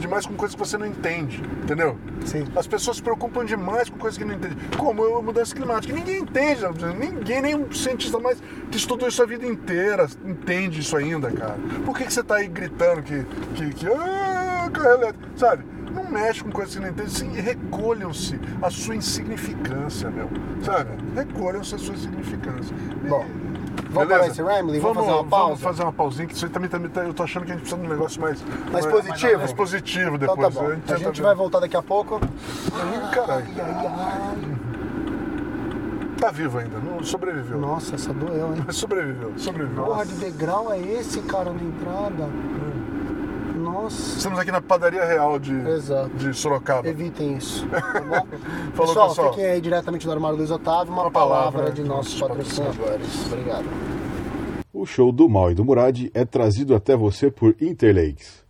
S1: demais com coisas que você não entende, entendeu?
S2: Sim.
S1: As pessoas se preocupam demais com coisas que não entendem. Como a mudança climática. Ninguém entende, né? ninguém, nenhum cientista mais que estudou isso a vida inteira entende isso ainda, cara. Por que, que você tá aí gritando que. que, que ah, carro elétrico", Sabe? Não mexe com coisas que não entende. Sim, Recolham-se a sua insignificância, meu. Sabe? Recolham-se a sua insignificância. E-
S2: Bom, vamos parar esse Ramblin'? Vamos fazer uma
S1: Vamos
S2: pausa?
S1: fazer uma pausinha, que isso aí também, também tá- eu tô achando que a gente precisa de um negócio mais...
S2: Mais positivo?
S1: Mais positivo
S2: Então
S1: depois.
S2: tá bom. A
S1: tenta
S2: gente
S1: ver-
S2: vai voltar daqui a pouco.
S1: Ih, Caralho, tá vivo ainda, não sobreviveu.
S2: Nossa, essa doeu, hein?
S1: Mas Sobreviveu, sobreviveu.
S2: Porra, de degrau é esse, cara, na entrada? Nossa.
S1: Estamos aqui na padaria real de,
S2: Exato.
S1: de Sorocaba.
S2: Evitem <laughs> isso, tá bom?
S1: Falou, pessoal.
S2: fiquem aí diretamente do armário Luiz Otávio. Uma,
S1: Uma
S2: palavra,
S1: palavra
S2: de nossos
S1: dos
S2: patrocinadores. Obrigado.
S4: O show do Mal e do Murad é trazido até você por Interlakes.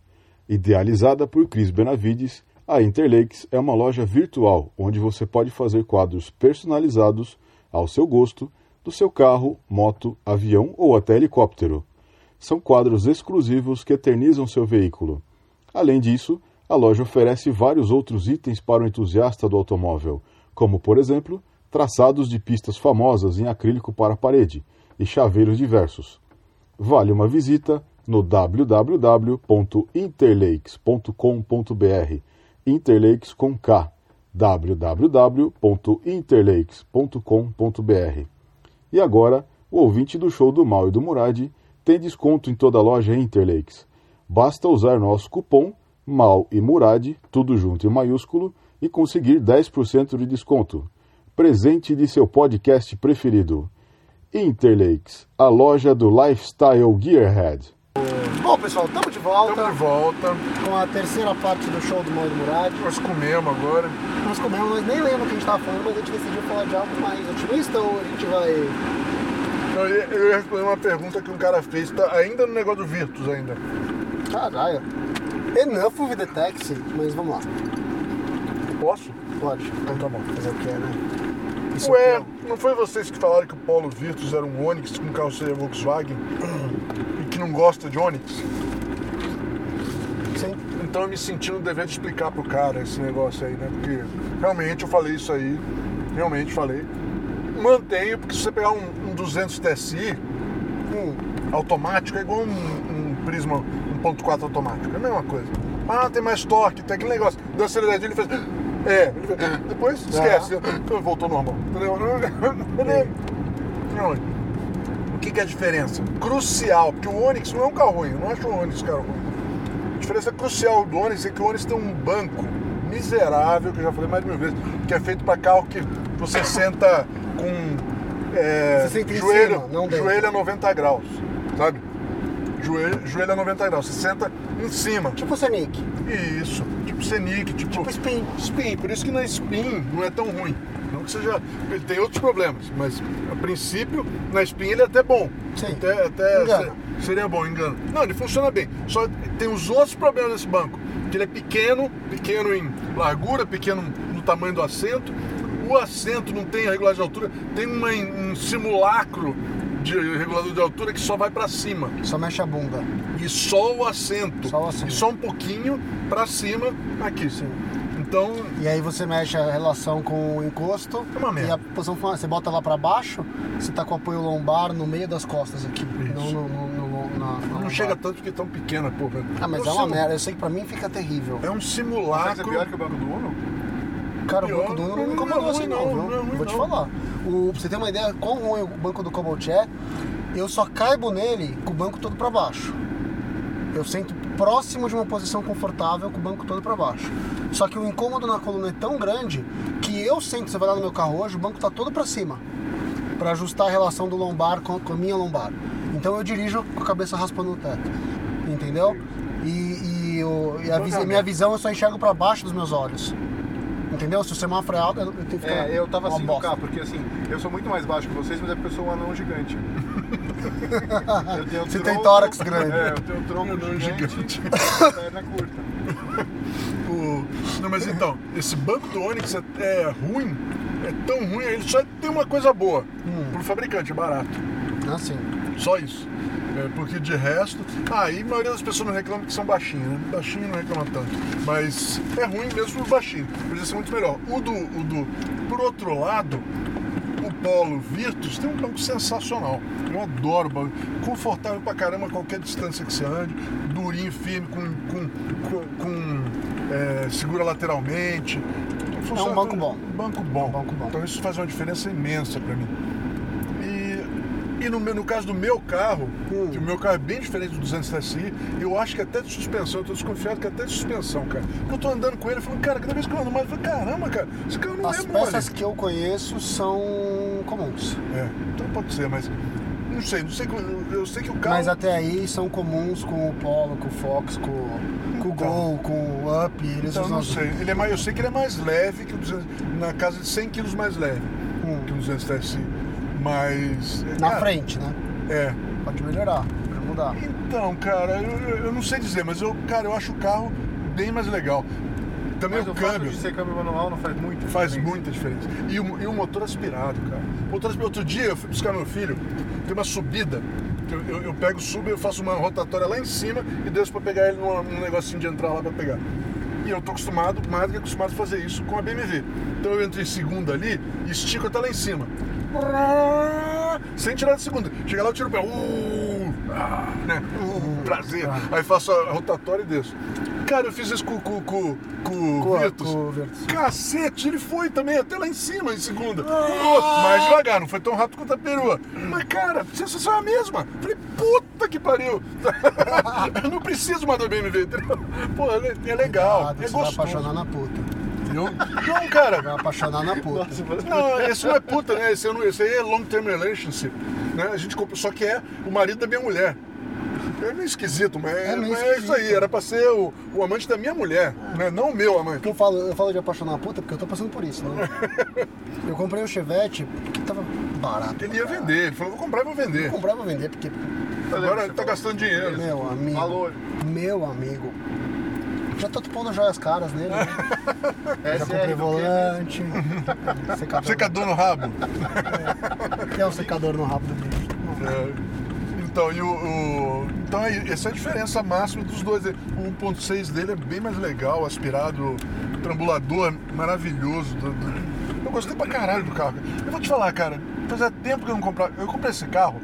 S4: Idealizada por Cris Benavides, a Interlakes é uma loja virtual onde você pode fazer quadros personalizados ao seu gosto do seu carro, moto, avião ou até helicóptero. São quadros exclusivos que eternizam seu veículo. Além disso, a loja oferece vários outros itens para o entusiasta do automóvel, como, por exemplo, traçados de pistas famosas em acrílico para a parede e chaveiros diversos. Vale uma visita no www.interlakes.com.br Interlakes com K www.interlakes.com.br e agora, o ouvinte do show do Mal e do Murad tem desconto em toda a loja Interlakes. Basta usar nosso cupom MAL e Murad, tudo junto em maiúsculo, e conseguir 10% de desconto. Presente de seu podcast preferido. Interlakes, a loja do Lifestyle Gearhead.
S2: Bom, pessoal, estamos de volta
S1: Estamos de volta,
S2: com a terceira parte do show do Moido Murad.
S1: nós comemos agora.
S2: Nós comemos, nós nem lembro o que a gente tava falando, mas a gente decidiu falar de algo mais otimista ou a gente vai...
S1: Eu ia, eu ia responder uma pergunta que um cara fez, tá ainda no negócio do Virtus ainda.
S2: Caralho. Enough with the taxi, mas vamos lá.
S1: Posso?
S2: Pode. Então tá bom. Fazer o que é, né? Isso
S1: Ué,
S2: aqui
S1: não foi vocês que falaram que o Polo Virtus era um Onix com carroceria Volkswagen e que não gosta de Onix?
S2: é- Sim.
S1: Então eu me senti no dever de explicar pro cara esse negócio aí, né? Porque realmente eu falei isso aí, realmente falei. Mantenho, porque se você pegar um, um 200 TSI
S2: Hum,
S1: automático, é igual um, um Prisma 1.4 automático, é a mesma coisa. Ah, tem mais torque, tem aquele negócio. Deu um aceleradinho, ele fez... É, ele fez... depois esquece, voltou ao normal. Entendeu? Ele- Não, que, que é a diferença? Crucial, porque o Onix não é um carro ruim, eu não acho o Onix carro ruim. A diferença crucial do Onix é que o Onix tem um banco miserável, que eu já falei mais de mil vezes, que é feito para carro que você senta com é,
S2: Você senta em
S1: joelho,
S2: cima, não dentro.
S1: joelho a 90 graus, sabe? Joelho, joelho a 90 graus, você senta em cima.
S2: Tipo o Sonic.
S1: Isso, tipo Senic, tipo,
S2: Tipo Spin.
S1: Spin. Por isso que na Spin não é tão ruim. Não que seja. Ele tem outros problemas, mas a princípio, na Spin ele é até bom.
S2: Sim.
S1: Até, até
S2: Engana.
S1: se- seria bom, engano. Não, ele funciona bem. Só tem os outros problemas desse banco. Que ele é pequeno, pequeno em largura, pequeno no tamanho do assento. O assento não tem regulagem de altura, tem uma- um simulacro de regulador de altura que só vai para cima
S2: Só mexe a bunda.
S1: e só o assento.
S2: Só o assento.
S1: E só um pouquinho pra cima aqui.
S2: Sim.
S1: Então,
S2: E aí você mexe a relação com o encosto.
S1: É uma merda.
S2: E a posição final, você bota lá pra baixo, você tá com o apoio lombar no meio das costas aqui. Não, no, no, no- na- na
S1: não
S2: lombar.
S1: chega tanto porque é tão pequena, pô. velho.
S2: Ah, mas
S1: um
S2: é uma
S1: simu-
S2: merda. Eu sei que pra mim fica terrível.
S1: É um
S3: Será que é
S1: simulacro.
S3: pior que o banco do Uno?
S2: Cara,
S1: pior.
S2: o banco do Uno não me
S1: Não é
S2: incomodou
S1: ruim,
S2: assim não,
S1: não,
S2: viu?
S1: não é ruim,
S2: Vou te
S1: não.
S2: falar. O, pra você ter uma ideia quão ruim o banco do Cobalt é, eu só caibo nele com o banco todo pra baixo. Eu sento próximo de uma posição confortável com o banco todo pra baixo. Só que o incômodo na coluna é tão grande que eu sento, você vai lá no meu carro hoje, o banco tá todo pra cima. Pra ajustar a relação do lombar com, com a minha lombar. Então eu dirijo com a cabeça raspando o teto. Entendeu? E, e eu- e a
S1: Então,
S2: visi-
S1: cara,
S2: minha visão eu só enxergo pra baixo dos meus olhos. Entendeu? Se o semáforo é alto, eu eu tenho que ficar.
S3: É, eu tava
S2: uma
S3: assim no
S2: bosta.
S3: carro, porque assim, eu sou muito mais baixo que vocês, mas é porque eu sou um
S2: <laughs>
S3: anão gigante. Eu tenho um
S2: Você tem
S3: tronco-
S2: tórax grande.
S3: É, eu tenho tronco
S1: Anão
S3: gigante,
S1: gigante.
S3: e perna curta.
S1: O- Não, mas então, esse banco do Onix é, é ruim, é tão ruim, ele só tem uma coisa boa.
S2: Hum.
S1: Pro fabricante, é barato.
S2: Assim.
S1: Só isso. É, porque de resto. Ah, e a maioria das pessoas não reclama que são baixinhos, né? Baixinho não reclama tanto. Mas é ruim mesmo o baixinho. Podia ser muito melhor. O do, o do. Por outro lado, o Polo Virtus tem um banco sensacional. Eu adoro o banco. Confortável pra caramba a qualquer distância que você ande. Durinho, firme, com. com, com, com, é, segura lateralmente. Funciona
S2: É um banco
S1: tudo.
S2: bom.
S1: Banco bom.
S2: banco bom.
S1: Então isso faz uma diferença imensa pra mim. E, e no, meu- no caso do meu carro,
S2: Hum.
S1: que o meu carro é bem diferente do 200 SI, eu acho que é até de suspensão, eu tô desconfiado que é até de suspensão, cara. Eu tô andando com ele, eu falo, cara, cada vez que eu ando mais, eu falo, caramba, cara, esse carro não
S2: As
S1: é
S2: peças
S1: mole.
S2: que eu conheço são comuns.
S1: É, então pode ser, mas não sei, não sei, que- eu, eu sei que o carro...
S2: Mas até aí são comuns com o Polo, com o Fox, com, com o
S1: Então.
S2: Gol, com o Up. Eles
S1: Então, eu
S2: usam
S1: não
S2: os-
S1: sei. Ele é mais, eu sei que ele é mais leve que o 200, na casa de 100 quilos mais leve
S2: Hum.
S1: que o 200 SI. Mas.
S2: na
S1: cara,
S2: frente, né?
S1: É.
S2: Pode melhorar, pode mudar.
S1: Então, cara, eu, eu- eu não sei dizer, mas eu, cara, eu acho o carro bem mais legal. Também
S3: Mas
S1: o
S3: o fato
S1: câmbio
S3: de ser câmbio manual não faz muito
S1: faz muita diferença. E o, e o motor aspirado, cara. Motor aspirado. Outro dia eu fui buscar meu filho, tem uma subida. Eu, eu, eu pego, subo, eu faço uma rotatória lá em cima e desço pra pegar ele numa- num negocinho de entrar lá pra pegar. E eu tô acostumado, mais do que acostumado a fazer isso com a BMW. Então eu entro em segunda ali e estico até lá em cima. Sem tirar de segunda. Chega lá, eu tiro o pé. Uh, ah, né? Uh, prazer.
S2: ah.
S1: Aí faço a rotatória e desço. Cara, eu fiz isso com, com, com, com,
S2: Com
S1: o
S2: a-
S1: Virtus.
S2: com o Virtus.
S1: Cacete, ele foi também até lá em cima, em segunda.
S2: Ah.
S1: Pô, Mais devagar, não foi tão rápido quanto a perua. Mas, cara, sensação é a mesma. Falei, puta que pariu. <laughs> Eu não preciso mais da BMW, entendeu? Pô, é le- é legal,
S2: Cuidado,
S1: é
S2: Ah, tá, você vai
S1: gostoso.
S2: apaixonar na puta.
S1: entendeu? Não,
S2: Vai
S1: cara,
S2: apaixonar na puta.
S1: não, esse não é puta, né? Esse, eu não- esse aí é long term relationship. Né? A gente compra, só que é o marido da minha mulher. É meio esquisito, mas
S2: É
S1: é,
S2: meio
S1: mas é isso aí.
S2: esquisito.
S1: Era pra ser o, o amante da minha mulher, né? não o meu amante.
S2: Porque eu falo, eu falo de apaixonar na puta porque eu tô passando por isso, <laughs> né? eu comprei o Chevette que tava barato.
S1: Ele ia
S2: cara.
S1: vender, ele falou, vou comprar e vou vender.
S2: Vou comprar e vou vender porque
S1: Agora ele tá gastando dinheiro.
S2: Meu amigo.
S3: Valor.
S2: Meu amigo. Já tô pondo joias caras nele. Né? Já comprei
S3: SR é do que
S2: volante. é secador. <laughs>
S1: Secador no é rabo.
S2: Tem um secador no rabo do bicho.
S1: É. Então, e o, o- então é- essa é a diferença máxima dos dois. O 1.6 dele é bem mais legal, aspirado, trambulador, maravilhoso. do- do- Eu gostei pra caralho do carro. Eu vou te falar, cara, fazia tempo que eu não comprava. Eu comprei esse carro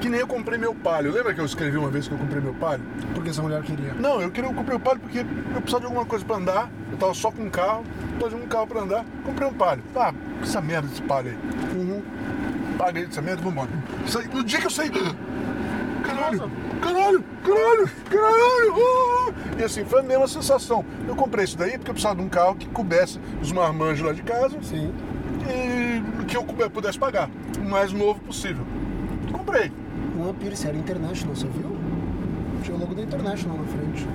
S1: que nem eu comprei meu palio. Lembra que eu escrevi uma vez que eu comprei meu palio?
S2: Porque essa mulher queria.
S1: Não, eu queria eu comprei o Palio porque eu precisava de alguma coisa pra andar. Eu tava só com um carro, precisava de um carro pra andar, comprei um Palio. Ah, essa merda desse Palio aí.
S2: Uhum.
S1: Paguei essa merda e vambora. Saí- No dia que eu saí. Caralho, caralho, caralho, caralho. ah! E assim, foi a mesma sensação. Eu comprei isso daí porque eu precisava de um carro que coubesse os marmanjos lá de casa
S2: Sim.
S1: e que eu cou- pudesse pagar. O mais novo possível. Comprei.
S2: Não, Pires, era International, você viu? Tinha o logo da International na frente.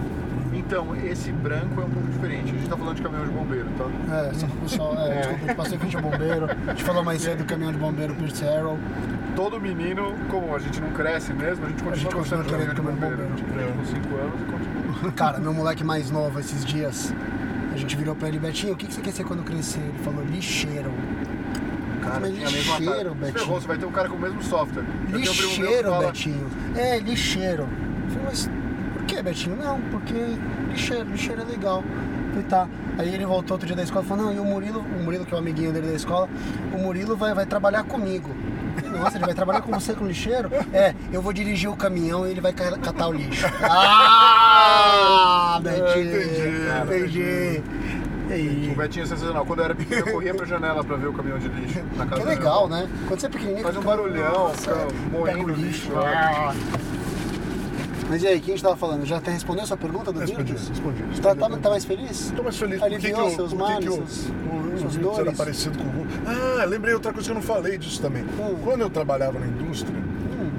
S3: Então, esse branco é um pouco diferente. A gente tá falando de caminhão de bombeiro, tá?
S2: É, só que o pessoal, é, desculpa, a gente passou em frente ao bombeiro, a gente falou mais cedo do caminhão de bombeiro Pierce Arrow,
S3: Todo menino, como a gente não cresce mesmo, a gente continua
S2: A gente
S3: gostando de
S2: continua
S3: caminhão de
S2: querendo
S3: bombeiro.
S2: caminhão de
S3: A gente com 5 anos e continua.
S2: Cara, meu moleque mais novo esses dias, a gente virou pra ele, Betinho, o que que você quer ser quando crescer? Ele falou, lixeiro. Cara, mas
S3: Tem a mesma cara.
S2: lixeiro,
S3: Se
S2: Betinho.
S3: ferrou, você vai ter um cara com o mesmo software. Eu tenho um primo meu que
S2: Lixeiro,
S3: fala-
S2: Betinho. É, lixeiro. Eu falei, mas por que, Betinho? Não, porque lixeiro, lixeiro é legal. Eu Falei, tá. Aí ele voltou outro dia da escola e falou, não, e o Murilo, o Murilo, que é o amiguinho dele da escola, o Murilo vai, vai trabalhar comigo. Eu falei, Nossa, ele vai trabalhar com você, com o lixeiro? É, eu vou dirigir o caminhão e ele vai ca- catar o
S3: <laughs>
S2: lixo. Ah, Betinho.
S1: entendi.
S2: Entendi. E
S3: O
S2: aí?
S3: Betinho é sensacional. Quando eu era pequeno, <laughs> eu corria pra janela pra ver o caminhão de lixo na casa
S2: Que
S3: do meu
S2: legal, né? Quando você é pequenininho...
S3: Faz um
S2: fica-
S3: barulhão,
S2: Nossa, é,
S3: fica
S2: pega o
S3: moendo
S2: lixo. né? Ah.
S3: lixo
S1: né?
S3: lá.
S2: Mas e aí, quem a gente tava falando? Já até respondeu a sua pergunta do
S1: Respondi,
S2: Virtus?
S1: respondi, respondi.
S2: Tá, tá, tá mais feliz?
S1: Estou mais feliz.
S2: Aliviou
S1: Por que que o-
S2: seus
S1: por que que
S2: males,
S1: o-
S2: seus-
S1: o- o
S2: suas
S1: Vinícius era
S2: dores?
S1: parecido com o Gu- Ah, lembrei outra coisa que eu não falei disso também.
S2: Hum.
S1: Quando eu trabalhava na indústria,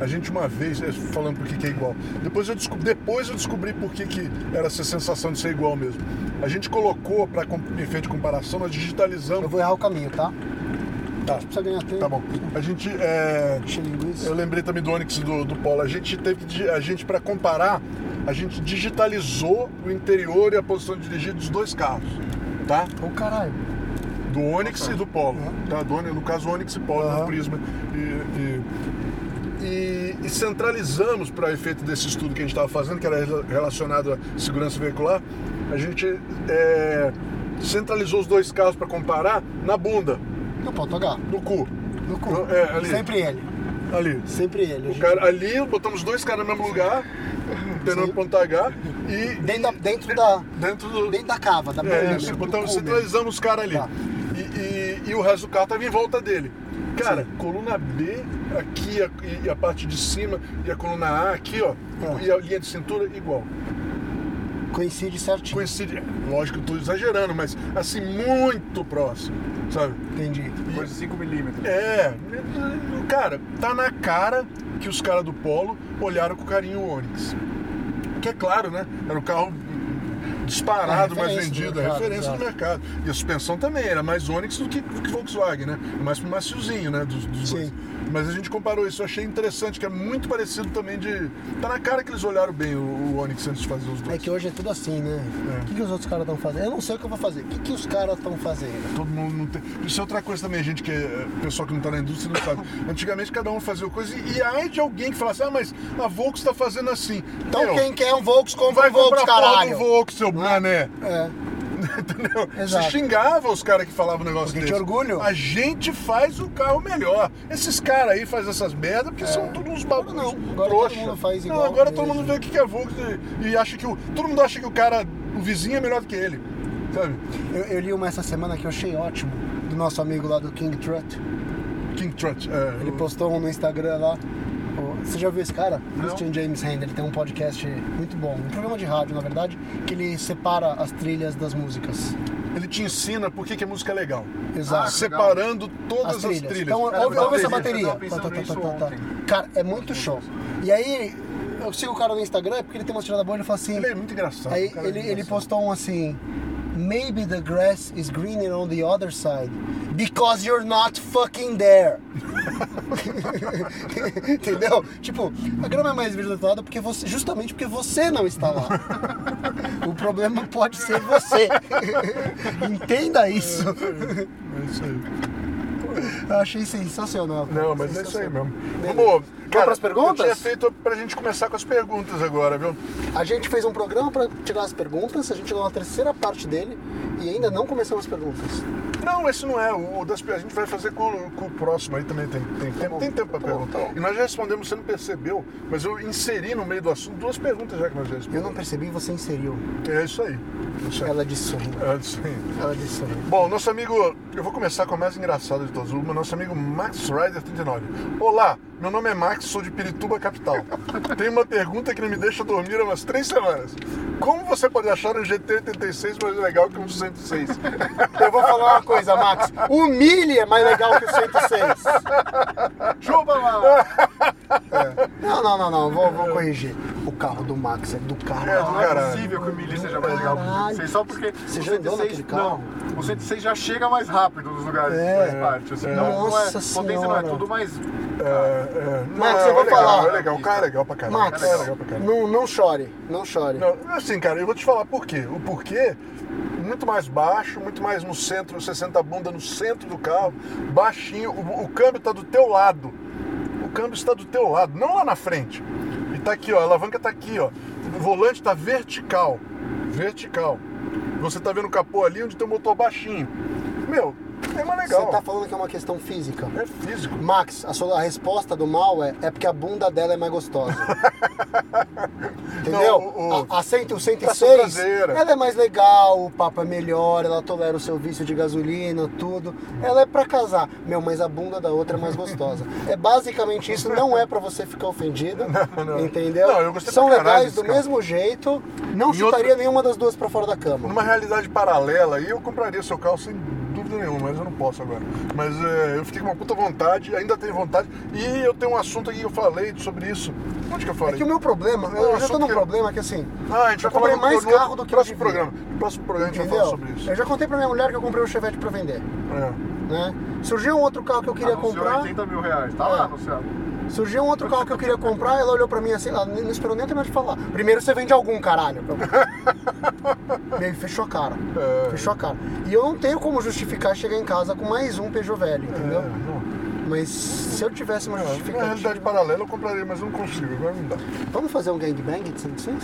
S1: a gente uma vez, eh, falando por que que é igual, depois eu descobri, depois eu descobri por que que era essa sensação de ser igual mesmo. A gente colocou, para efeito de comparação, nós digitalizamos.
S2: Eu vou errar o caminho, tá?
S1: Tá,
S2: Precisa ganhar tempo.
S1: tá bom. A gente. eh,
S2: Encher linguiça.
S1: eu lembrei também do Onix e do, do Polo. A gente teve que. di- A gente, para comparar, a gente digitalizou o interior e a posição de dirigir dos dois carros. Tá?
S2: Ô, caralho.
S1: Do Onix e do Polo. Tá? Do, Oni- no caso, Onix e Polo, no Prisma. E, e- e- e centralizamos para efeito desse estudo que a gente estava fazendo, que era rela- relacionado à segurança veicular, a gente é, centralizou os dois carros para comparar na bunda,
S2: No ponto H.
S1: no cu.
S2: No cu.
S1: Eu- é, ali.
S2: Sempre ele.
S1: Ali.
S2: Sempre ele.
S1: O
S2: gente.
S1: cara, ali, botamos dois caras no mesmo lugar, tendo no ponto H, e.
S2: Dentro, da,
S1: e-
S2: dentro da...
S1: Dentro do.
S2: Dentro da cava, da
S1: é,
S2: perna,
S1: isso,
S2: do
S1: botamos,
S2: cu mesmo.
S1: centralizamos os caras ali.
S2: Tá.
S1: E, e- e o resto do carro tava em volta dele. Cara, coluna B, aqui a- e a parte de cima, e a coluna A aqui, ó,
S2: É.
S1: e a linha de cintura igual.
S2: Coincide certinho.
S1: Coincide, lógico que eu tô exagerando, mas assim, muito próximo, sabe?
S2: Entendi.
S3: Coisa de 5 milímetros.
S1: É, cara, tá na cara que os caras do Polo olharam com carinho o Onix. Que é claro, né? Era o carro disparado,
S2: É,
S1: mais
S2: referência do
S1: vendido, é
S2: mercado,
S1: referência do
S2: exato.
S1: mercado. E a suspensão também era mais Onix do que, do que Volkswagen, né? Mais maciozinho, né? Dos, dos
S2: Sim.
S1: dois. Mas a gente comparou isso, eu achei interessante, que é muito parecido também de. Tá na cara que eles olharam bem o, o Onix antes de fazer os
S2: É
S1: dois.
S2: que hoje é tudo assim, né?
S1: É.
S2: O que, que os outros caras estão fazendo? Eu não sei o que eu vou fazer. O que, que os caras estão fazendo?
S1: Todo mundo não tem. Isso é outra coisa também, gente, que é pessoal que não tá na indústria não sabe.
S2: <laughs>
S1: Antigamente cada um fazia uma coisa e e ai de alguém que falasse, ah, mas a Volks tá fazendo assim.
S2: Então
S1: Meu,
S2: quem quer um Volks, compra
S1: vai
S2: um Volks,
S1: comprar porra do
S2: caralho.
S1: Volks, seu mané.
S2: É.
S1: <laughs> Entendeu?
S2: Exato.
S1: Se xingava os caras que falavam um negócio
S2: Porque
S1: desse.
S2: tinha orgulho.
S1: A gente faz o carro melhor. Esses caras aí fazem essas merdas porque são todos uns bagulhos
S2: É. Agora não. Agora
S1: trouxa.
S2: todo mundo faz
S1: Não,
S2: igual né?
S1: agora todo
S2: mesmo.
S1: mundo vê o que é Volks e, e acha que o... Todo mundo acha que o cara, o vizinho é melhor do que ele. Sabe?
S2: Eu, eu li uma essa semana que eu achei ótimo, do nosso amigo lá do King Trut.
S1: King Trut. É,
S2: Ele
S1: o-
S2: postou um no Instagram lá. Pô, Você já viu esse cara?
S3: Não.
S2: Christian James Hand, ele tem um podcast muito bom, um programa de rádio, na verdade, que ele separa as trilhas das músicas.
S1: Ele te ensina por que, que a música é legal.
S2: Exato.
S1: Separando todas
S2: as
S1: as
S2: trilhas.
S1: trilhas.
S2: Então,
S1: Cara,
S2: ouve,
S1: eu
S2: ouve essa
S1: tava
S3: bateria.
S2: bateria.
S3: Eu tava pensando nisso
S2: Cara, é muito show. E aí, eu sigo o cara no Instagram, é porque ele tem uma tirada boa, ele fala assim...
S1: Ele é muito engraçado.
S2: Aí
S1: cara, é
S2: ele, ele
S1: engraçado.
S2: postou um assim: Maybe the grass is greener on the other side because you're not fucking there. <laughs> Entendeu? Tipo, a grama é mais verde do outro lado porque você, justamente porque você não está lá. <laughs> o problema pode ser você. <laughs> Entenda isso.
S1: É isso aí.
S2: Eu achei sensacional. cara.
S1: Não, mas é isso aí
S2: Sensacional.
S1: mesmo. Vamos, cara,
S2: pras perguntas?
S1: Eu tinha feito pra gente começar com as perguntas agora, viu?
S2: A gente fez um programa para tirar as perguntas, a gente tirou a terceira parte dele e ainda não começamos as perguntas.
S1: Não, esse não é. O, o das, a gente vai fazer com, o- com o próximo aí também. Tem, tem tempo,
S2: bom,
S1: tem tempo pra
S2: tá bom,
S1: perguntar.
S2: tá bom.
S1: E nós já respondemos, você não percebeu, mas eu inseri no meio do assunto duas perguntas já que nós já
S2: Eu não
S1: respondemos.
S2: percebi, você inseriu.
S1: É isso aí. É isso aí.
S2: Ela disse sorrindo.
S1: É isso aí.
S2: Ela disse sorrindo.
S1: Bom, nosso amigo, eu vou começar com a mais engraçada de todas, uma nosso amigo Max Rider 39. Olá, meu nome é Max, sou de Pirituba, capital. Tenho uma pergunta que não me deixa dormir há umas três semanas. Como você pode achar um GT86 mais legal que um
S2: <laughs>
S1: 106?
S2: Eu vou falar uma coisa, Max. O milha é mais legal que o 106.
S3: Chupa lá!
S2: <laughs> Não, não, não, não. Vou, vou corrigir. O carro do Max é do
S1: É, do
S2: carro.
S3: Não é
S1: Caralho.
S3: possível que o Mille seja mais legal que o
S2: Caralho.
S3: 106, só porque
S2: Você
S3: o
S2: já andou
S3: 106
S2: naquele carro?
S3: Não, o 106 já chega mais rápido nos lugares
S2: É.
S3: que faz parte. Assim, não, não é,
S2: Nossa
S3: potência não é
S2: Senhora.
S3: tudo mais...
S1: É, é, não,
S2: Max,
S1: é
S2: eu vou
S1: legal,
S2: falar.
S1: É legal, o carro é legal pra caralho.
S2: Max,
S1: o carro é legal pra caralho.
S2: não, não chore. Não chore.
S1: Não, assim, cara, eu vou te falar por quê. O porquê, muito mais baixo, muito mais no centro, você senta a bunda no centro do carro, baixinho, o, o câmbio está do teu lado. O câmbio está do teu lado, não lá na frente. E tá aqui, ó, a alavanca tá aqui, ó. O volante está vertical. Vertical. Você tá vendo o capô ali onde tem o motor baixinho. Meu, é mais legal.
S2: Você tá falando que é uma questão física.
S1: É físico.
S2: Max, a, sua, a resposta do mal é, é porque a bunda dela é
S1: <laughs>
S2: mais gostosa. Entendeu?
S1: Não, o- tá o-
S2: a, a 100, o
S1: Essa
S2: 106,
S1: traseira.
S2: ela é mais legal, o papo é melhor, ela tolera o seu vício de gasolina, tudo. Ela é pra casar. Meu, mas a bunda da outra é mais gostosa. é basicamente isso, não é pra você ficar ofendido. Entendeu?
S1: <laughs> Não, eu gostei
S2: São
S1: pra caralho
S2: legais
S1: desse
S2: do
S1: carro.
S2: mesmo jeito, não
S1: Em
S2: chutaria
S1: outra-
S2: nenhuma das duas pra fora da cama.
S1: Numa realidade paralela, aí eu compraria seu carro sem dúvida nenhuma, mas eu não posso agora. Mas é, eu fiquei com uma puta vontade, ainda tenho vontade. E eu tenho um assunto aqui que eu falei sobre isso. Onde que eu
S2: É
S1: falei?
S2: que o meu problema,
S1: Não,
S2: eu
S1: eu
S2: já
S1: só
S2: tô num
S1: quero-
S2: problema que assim,
S1: Ah, a gente
S2: eu
S1: vai falar
S2: comprei
S1: no-
S2: mais
S1: no
S2: carro do que eu
S1: próximo
S2: devia.
S1: programa. No próximo programa a gente vai falar
S2: entendeu?
S1: sobre isso.
S2: Eu já contei pra minha mulher que eu comprei um Chevette pra vender.
S1: É.
S2: né? Surgiu um outro carro que eu queria
S3: Anunciou
S2: comprar.
S3: 80 mil reais, tá lá anunciado.
S2: Surgiu um outro carro que eu queria comprar. Ela olhou pra mim assim, ela não esperou nem eu terminar de falar. Primeiro você vende
S1: <laughs>
S2: algum, caralho. Meio fechou a cara.
S1: É.
S2: Fechou a cara. E eu não tenho como justificar chegar em casa com mais um Peugeot velho, entendeu?
S1: É, não.
S2: Mas se eu tivesse uma
S1: Numa realidade
S2: justificativa.
S1: paralela eu compraria, mas eu não consigo, agora não dá.
S2: Vamos fazer um gangbang de 106?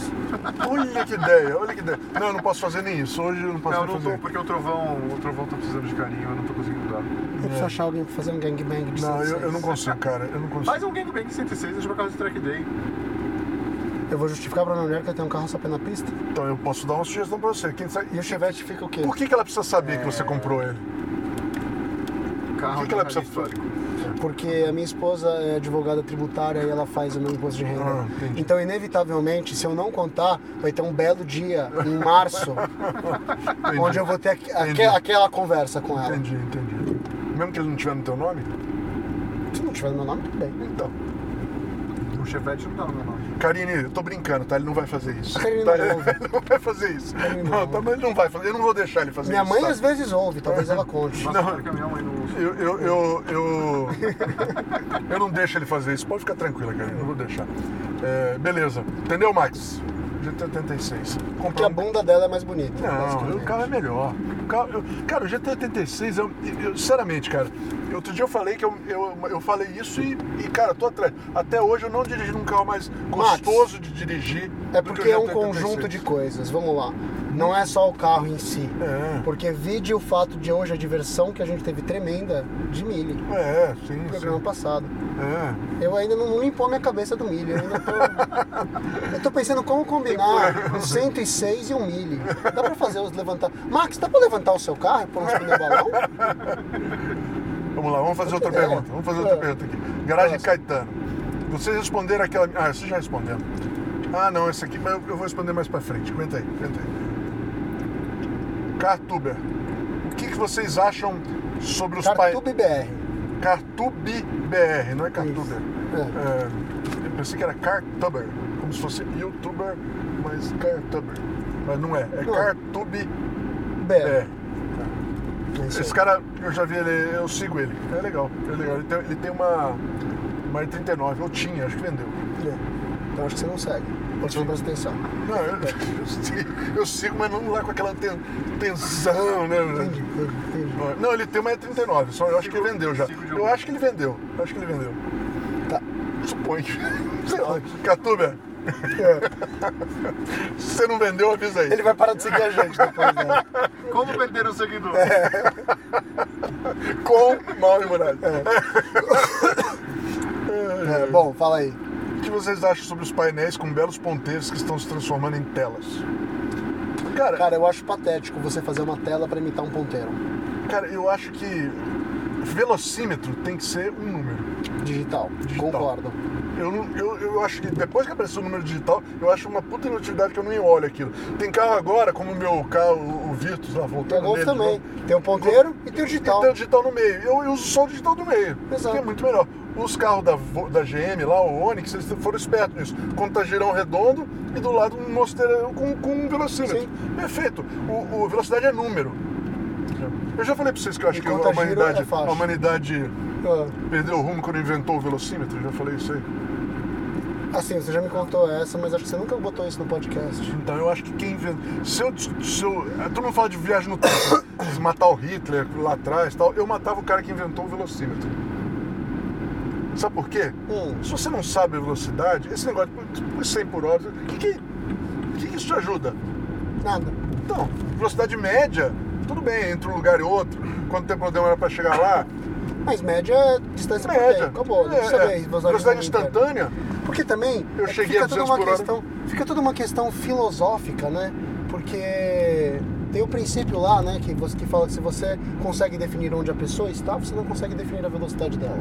S1: Olha que ideia, olha que ideia. Não, eu não posso fazer nem isso. Hoje eu não posso
S3: Não,
S1: nem
S3: não
S1: fazer.
S3: tô, porque o trovão, o trovão tá precisando de carinho, eu não tô conseguindo dar.
S2: Eu preciso achar alguém pra fazer um gangbang de 106.
S1: É. Não, eu, eu não consigo, cara. Eu não consigo.
S3: Faz um gangbang 106, deixa pra casa de track day.
S2: Eu vou justificar pra minha mulher que eu tenho um carro só pé na pista.
S1: Então eu posso dar uma sugestão pra você. Quem sabe...
S2: E o Chevette fica o quê?
S1: Por que, que ela precisa saber que você comprou ele? O
S3: Carro
S1: que que
S3: de
S1: ela
S3: rally
S1: precisa fazer?
S3: histórico.
S2: Porque a minha esposa é advogada tributária e ela faz o meu imposto de renda.
S1: Ah, entendi.
S2: então, inevitavelmente, se eu não contar, vai ter um belo dia em março,
S1: Entendi.
S2: onde eu vou ter aque- aque-
S1: Entendi.
S2: aquela conversa com ela.
S1: Entendi, entendi. Mesmo que ele não tiver no teu nome?
S2: Se não tiver no meu nome, tudo bem.
S1: Então.
S3: O Chevette não dá no meu nome.
S1: Karine, eu tô brincando, tá? Ele não vai fazer isso.
S2: Karine
S1: tá?
S2: não
S1: <laughs>
S2: ouve.
S1: Ele não vai fazer isso.
S2: Karine
S1: Não,
S2: não
S1: tá, mas ele não vai fazer. Eu não vou deixar ele fazer
S2: Minha
S1: isso.
S2: mãe
S1: tá?
S2: às vezes ouve, talvez ela conte.
S3: Nossa, não. que a minha mãe não ouça.
S1: Eu, eu, eu, eu, eu não deixo ele fazer isso. Pode ficar tranquila, Karine. Eu vou deixar. É, beleza. Entendeu, Max? GT86.
S2: Porque a bunda dela é mais bonita.
S1: Não, o
S2: basicamente.
S1: carro é melhor. O carro, eu- cara, o GT86, eu, eu- sinceramente, cara, outro dia eu falei que eu, eu, eu falei isso e, e, cara, tô atrás. Até hoje eu não dirigi num carro mais gostoso de dirigir.
S2: É
S1: do que o
S2: porque é um
S1: GT86.
S2: conjunto de coisas, vamos lá. Não é só o carro em si.
S1: É.
S2: Porque vide o fato de hoje a diversão que a gente teve tremenda de milho no
S1: É, sim.
S2: programa
S1: sim.
S2: passado.
S1: É.
S2: Eu ainda não, não limpou a minha cabeça do milho. Eu, ainda tô, <laughs> eu tô pensando como combinar um 106 e um milho. Dá pra fazer os levantar. Max, dá pra levantar o seu carro e pôr uns pneu <laughs> balão?
S1: Vamos lá, vamos fazer outra
S2: É.
S1: pergunta. Vamos fazer outra
S2: É.
S1: pergunta aqui. Garagem
S2: Próximo.
S1: Caetano. Vocês responderam aquela. Ah, vocês já responderam. Ah, não, esse aqui, mas eu eu vou responder mais pra frente. Aguenta aí, aguenta aí. Cartuber. O que, que vocês acham sobre os painéis.
S2: Cartube BR.
S1: Cartube BR, não é Cartuber.
S2: Isso.
S1: É, eu pensei que era Cartuber, como se fosse youtuber, mas Cartuber. Mas não é, é
S2: Não.
S1: Cartube BR.
S2: BR. É isso aí.
S1: Esse cara, eu já vi ele, eu sigo ele. É legal, é legal. Ele tem, ele tem uma, uma R39, eu tinha, acho que vendeu.
S2: É. Então acho que você não segue. Ou você não presta atenção.
S1: Não, eu, eu sigo, eu sigo, mas não lá com aquela ten- tensão, né?
S2: Entendi, entendi, entendi.
S1: Não, ele tem uma R39, só eu acho que ele vendeu já.
S3: Sigo de
S1: Eu
S3: algum.
S1: acho que ele vendeu, eu acho que ele vendeu.
S2: Tá.
S1: Suponho. <laughs> Sei lá. Catuba, <laughs> se você não vendeu, avisa aí.
S2: Ele vai parar de seguir a gente depois né? dela.
S3: Como perder um seguidor?
S1: É. com mal e muralha.
S2: É, <laughs> bom, fala aí.
S1: O que vocês acham sobre os painéis com belos ponteiros que estão se transformando em telas? Cara, cara,
S2: Cara, eu acho patético você fazer uma tela pra imitar um ponteiro.
S1: eu acho que velocímetro tem que ser um número.
S2: Digital.
S1: Digital.
S2: Concordo.
S1: Eu, não, eu, eu acho que depois que apareceu o número digital, eu acho uma puta inutilidade que eu nem olho aquilo. Tem carro agora, como o meu carro, o- o Virtus lá
S2: Tem
S1: voltando.
S2: o Golf
S1: nele,
S2: também.
S1: né?
S2: Tem o ponteiro e tem o digital.
S1: E tem o digital no meio. Eu, eu uso só o digital do meio.
S2: Então- Exato.
S1: Que é muito melhor. Os carros da, Vo- da GM lá, o Onix, eles foram espertos nisso. Conta girão redondo e do lado um mosteiro com, com um velocímetro. Perfeito. O, o velocidade é número. Eu já falei pra vocês que eu acho
S2: E
S1: que a
S2: conta giro é
S1: humanidade,
S2: faixa.
S1: a humanidade
S2: Ah,
S1: perdeu o rumo quando inventou o velocímetro. Eu já falei isso aí.
S2: Assim, você já me contou essa, mas acho que você nunca botou isso no podcast.
S1: Então eu acho que quem inventou. Se eu, se eu, eh, todo mundo fala de viagem no tempo, <coughs> se matar o Hitler lá atrás e tal, eu matava o cara que inventou o velocímetro. Sabe por quê?
S2: Hum.
S1: Se você não sabe a velocidade, esse negócio de por 100 por hora, o que, que, o que que isso te ajuda?
S2: Nada.
S1: Então, velocidade média, tudo bem, entre um lugar e outro, quanto tempo eu demora para chegar
S2: <coughs>
S1: lá,
S2: Mas média é distância por
S1: média.
S2: tempo. Acabou. Não
S1: É,
S2: precisa
S1: é.
S2: ver
S1: velocidade
S2: inteira.
S1: instantânea,
S2: Porque também
S1: Eu
S2: é que
S1: cheguei
S2: fica
S1: a
S2: toda
S1: 200
S2: uma
S1: por hora.
S2: questão, fica toda uma questão filosófica, né? Porque tem o princípio lá, né, que você que fala que se você consegue definir onde a pessoa está, você não consegue definir a velocidade dela.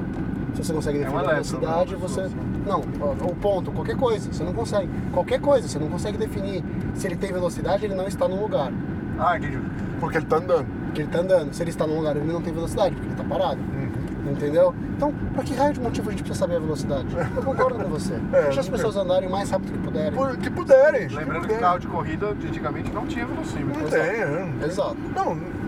S2: Se você consegue definir a
S3: elétron,
S2: velocidade,
S3: né?
S2: você não, o ponto, qualquer coisa, você não consegue. Qualquer coisa, você não consegue definir se ele tem velocidade, ele não está no lugar
S3: Ah, entendi.
S1: porque ele tá andando.
S2: que ele tá andando. Se ele está num lugar, ele não tem velocidade, porque ele tá parado.
S1: Uhum.
S2: Entendeu? Então, pra que raio de motivo a gente precisa saber a velocidade? Eu concordo
S1: <laughs>
S2: com você. Deixa as
S1: não
S2: pessoas andarem o mais rápido que puderem.
S1: É, Por- que puderem. que
S3: Lembrando que
S1: puderem.
S3: carro de corrida de antigamente não tinha velocímetro.
S1: Não
S3: pessoal.
S1: tem, é.
S2: Exato.
S1: Não, não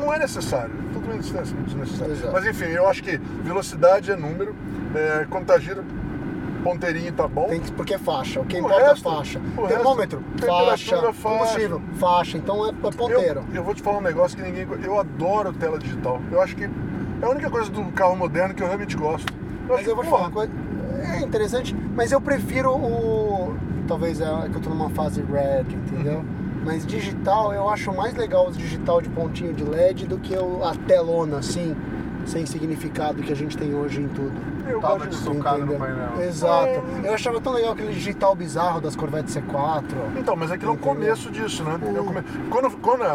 S1: não é necessário. Tudo bem distância, desnecessário.
S2: Exato.
S1: Mas enfim, eu acho que velocidade é número, é, contagira, ponteirinho tá bom.
S2: Tem que, porque é faixa. O que
S1: O
S2: importa é a
S1: resto-
S2: faixa.
S1: o
S2: Termômetro,
S1: resto-
S2: faixa.
S1: temperatura, faixa.
S2: Combustível, faixa. Então é, é ponteiro.
S1: Eu, eu vou te falar um negócio que ninguém. Eu adoro tela digital. Eu acho que é a única coisa do carro moderno que eu realmente gosto.
S2: Mas
S1: acho
S2: eu vou
S1: que,
S2: te falar uma
S1: porra,
S2: coisa. É interessante, mas eu prefiro o. Talvez é que eu tô numa fase red, entendeu?
S1: Uhum.
S2: Mas digital, eu acho mais legal os digital de pontinho de LED do que o- a telona, assim, sem significado que a gente tem hoje em tudo. Tá,
S1: eu
S3: Tava
S1: gosto
S3: de
S1: de
S3: som. Socado no
S2: entendeu?
S3: painel.
S2: Exato. Eu achava tão legal aquele digital bizarro das Corvette C4.
S1: Então, mas aquilo é o
S2: Entendeu?
S1: começo disso, né? É o come- Quando, quando a,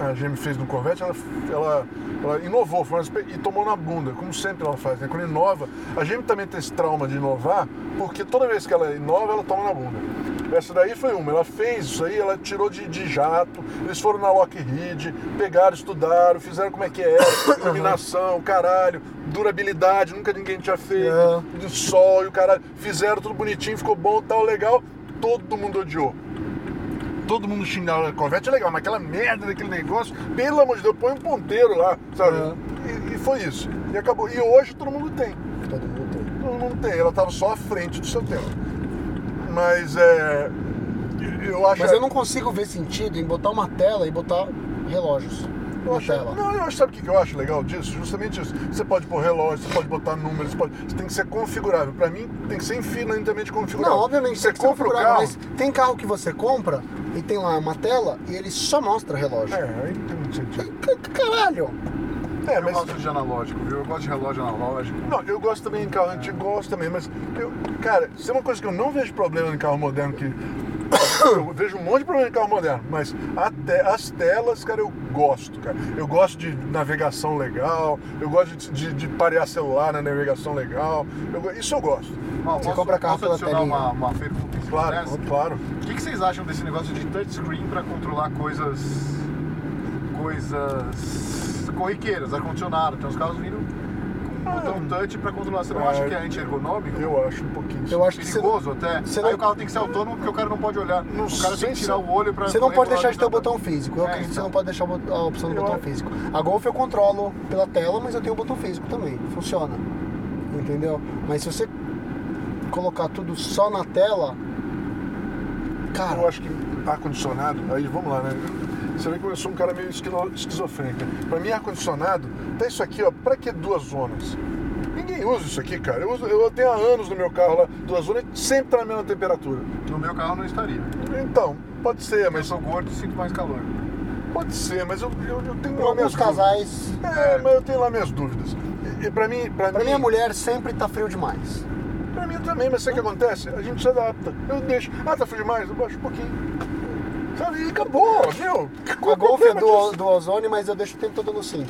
S1: a, a, a GM fez no Corvette, ela, ela, ela inovou foi uma espe- e tomou na bunda, como sempre ela faz. Né? Quando inova, a GM também tem esse trauma de inovar, porque toda vez que ela inova, ela toma na bunda. Essa daí foi uma, ela fez isso aí, ela tirou de, de jato, eles foram na Lockheed, pegaram, estudaram, fizeram como é que é, <coughs> iluminação, caralho, durabilidade, nunca ninguém tinha feito
S2: É.
S1: de sol e o cara fizeram tudo bonitinho, ficou bom, tal, legal. Todo mundo odiou. Todo mundo xingava a Corvette, é legal, mas aquela merda daquele negócio, pelo amor de Deus, põe um ponteiro lá, sabe?
S2: É.
S1: E, e foi isso. E acabou. E hoje todo mundo tem.
S2: Todo mundo tem.
S1: Todo mundo tem. Ela tava só à frente do seu tempo. Mas é. Eu acho.
S2: Mas eu não consigo ver sentido em botar uma tela e botar relógios.
S1: Eu
S2: na
S1: acho-
S2: tela.
S1: não, eu acho, sabe o que que eu acho legal disso? Justamente isso. Você pode pôr relógio, você pode botar números, você, pode- você tem que ser configurável. Pra mim, tem que ser infinitamente configurável.
S2: Não, obviamente,
S1: você
S2: tem que ser
S1: compra o
S2: configurável,
S1: carro.
S2: mas tem carro que você compra e tem lá uma tela e ele só mostra relógio.
S1: É, aí não tem muito sentido.
S2: C- c- Caralho!
S1: É,
S3: Eu
S1: mas.
S3: gosto de analógico, viu? Eu gosto de relógio analógico.
S1: Não, eu gosto também em carro antigo, gosto também, mas. Eu, cara, isso é uma coisa que eu não vejo problema em carro moderno, que. <coughs> Eu vejo um monte de problema em carro moderno, mas até as telas, cara, eu gosto, cara. Eu gosto de navegação legal, eu gosto de, de, de parear celular na navegação legal. eu go- isso eu gosto.
S3: Ó, posso-
S2: compra carro Né?
S3: posso
S2: pela
S3: adicionar
S2: telinha.
S3: uma, uma pergunta Né? em cima
S1: Claro,
S3: dessa?
S1: claro.
S3: O que, que vocês acham desse negócio de touchscreen para controlar coisas. coisas. corriqueiras, ar-condicionado? Tem uns carros vindo com um botão
S2: Ah.
S3: touch para controlar. Você não
S1: É.
S3: acha que é anti-ergonômico?
S1: Eu acho um pouquinho.
S2: Eu acho que você não,
S3: Perigoso até.
S2: você
S3: Aí
S2: não-
S3: o carro tem que ser autônomo porque o cara não pode olhar.
S1: Não
S3: o cara
S1: sei
S3: tem que
S1: se-
S3: tirar o olho para.
S2: você não pode deixar de ter o botão físico. Eu
S3: É,
S2: acredito que você
S3: então.
S2: não pode deixar o bot- a opção do
S1: Eu
S2: botão
S1: acho-
S2: físico. A Golf eu controlo pela tela, mas eu tenho o botão físico também. Funciona. Entendeu? Mas se você colocar tudo só na tela. Cara,
S1: Eu acho que ar-condicionado, aí vamos lá, né? Você vê que eu sou um cara meio esquilo- esquizofrênico. né? Pra mim, ar-condicionado, tá isso aqui, ó, pra que duas zonas? Ninguém usa isso aqui, cara. Eu, uso- eu tenho há anos no meu carro lá, duas zonas, e sempre tá na mesma temperatura.
S3: No meu carro não estaria.
S1: Então, pode ser,
S3: Eu
S1: mas.
S3: sou gordo e sinto mais calor.
S1: Pode ser, mas eu, eu, eu tenho
S2: pra
S1: lá minhas
S2: alguns casais.
S1: dúvidas. É, mas eu tenho lá minhas dúvidas. E, e pra mim. Pra,
S2: Pra
S1: mim,
S2: minha mulher sempre tá frio demais.
S1: Pra mim também, mas sabe o que acontece? A gente se adapta. Eu deixo. Ah, tá frio demais? Eu baixo um pouquinho. Sabe? E acabou, meu.
S2: A
S1: Qual o
S2: Golf é
S1: problema disso?
S2: do, do ozônio, mas eu deixo o tempo todo no sync.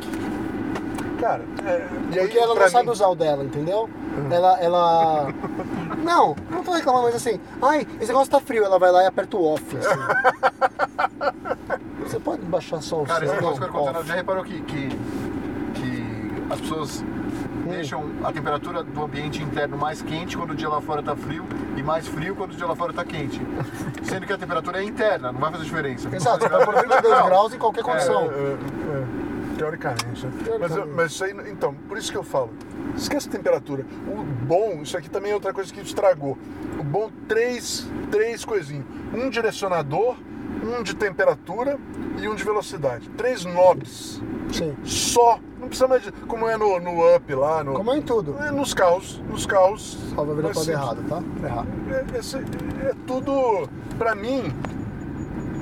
S1: Cara, é, e aí,
S2: Porque ela
S1: pra
S2: não sabe
S1: mim-
S2: usar o dela, entendeu? Ela,
S1: <laughs>
S2: ela. Não, não tô reclamando, mas assim, ai, esse negócio tá frio, ela vai lá e aperta o off.
S1: <laughs>
S2: assim. Você pode baixar só o
S3: Cara,
S2: seu.
S3: esse negócio que eu
S2: Não,
S3: quero contar,
S2: off.
S3: já reparou que, que, que as pessoas deixam a temperatura do ambiente interno mais quente quando o dia lá fora tá frio e mais frio quando o dia lá fora tá quente. Sendo que a temperatura é interna, não vai um fazer diferença.
S2: <laughs> Exato,
S1: <laughs>
S2: você tá por 22
S3: Não.
S2: graus em qualquer condição.
S1: É, é, é, teoricamente. né? Mas, eu- mas isso aí, então, por isso que eu falo. Esquece a temperatura. O bom, isso aqui também é outra coisa que estragou. O bom, três, três coisinhas. Um direcionador, um de temperatura e um de velocidade. Três knobs.
S2: Sim.
S1: Só. Não precisa mais de... Como é no, no up lá, no...
S2: Como é em tudo.
S1: É, nos carros. Nos carros.
S2: Só vai virar
S1: mais
S2: todo
S1: simples.
S2: errado, tá? Errado.
S1: É, esse- é tudo, pra mim,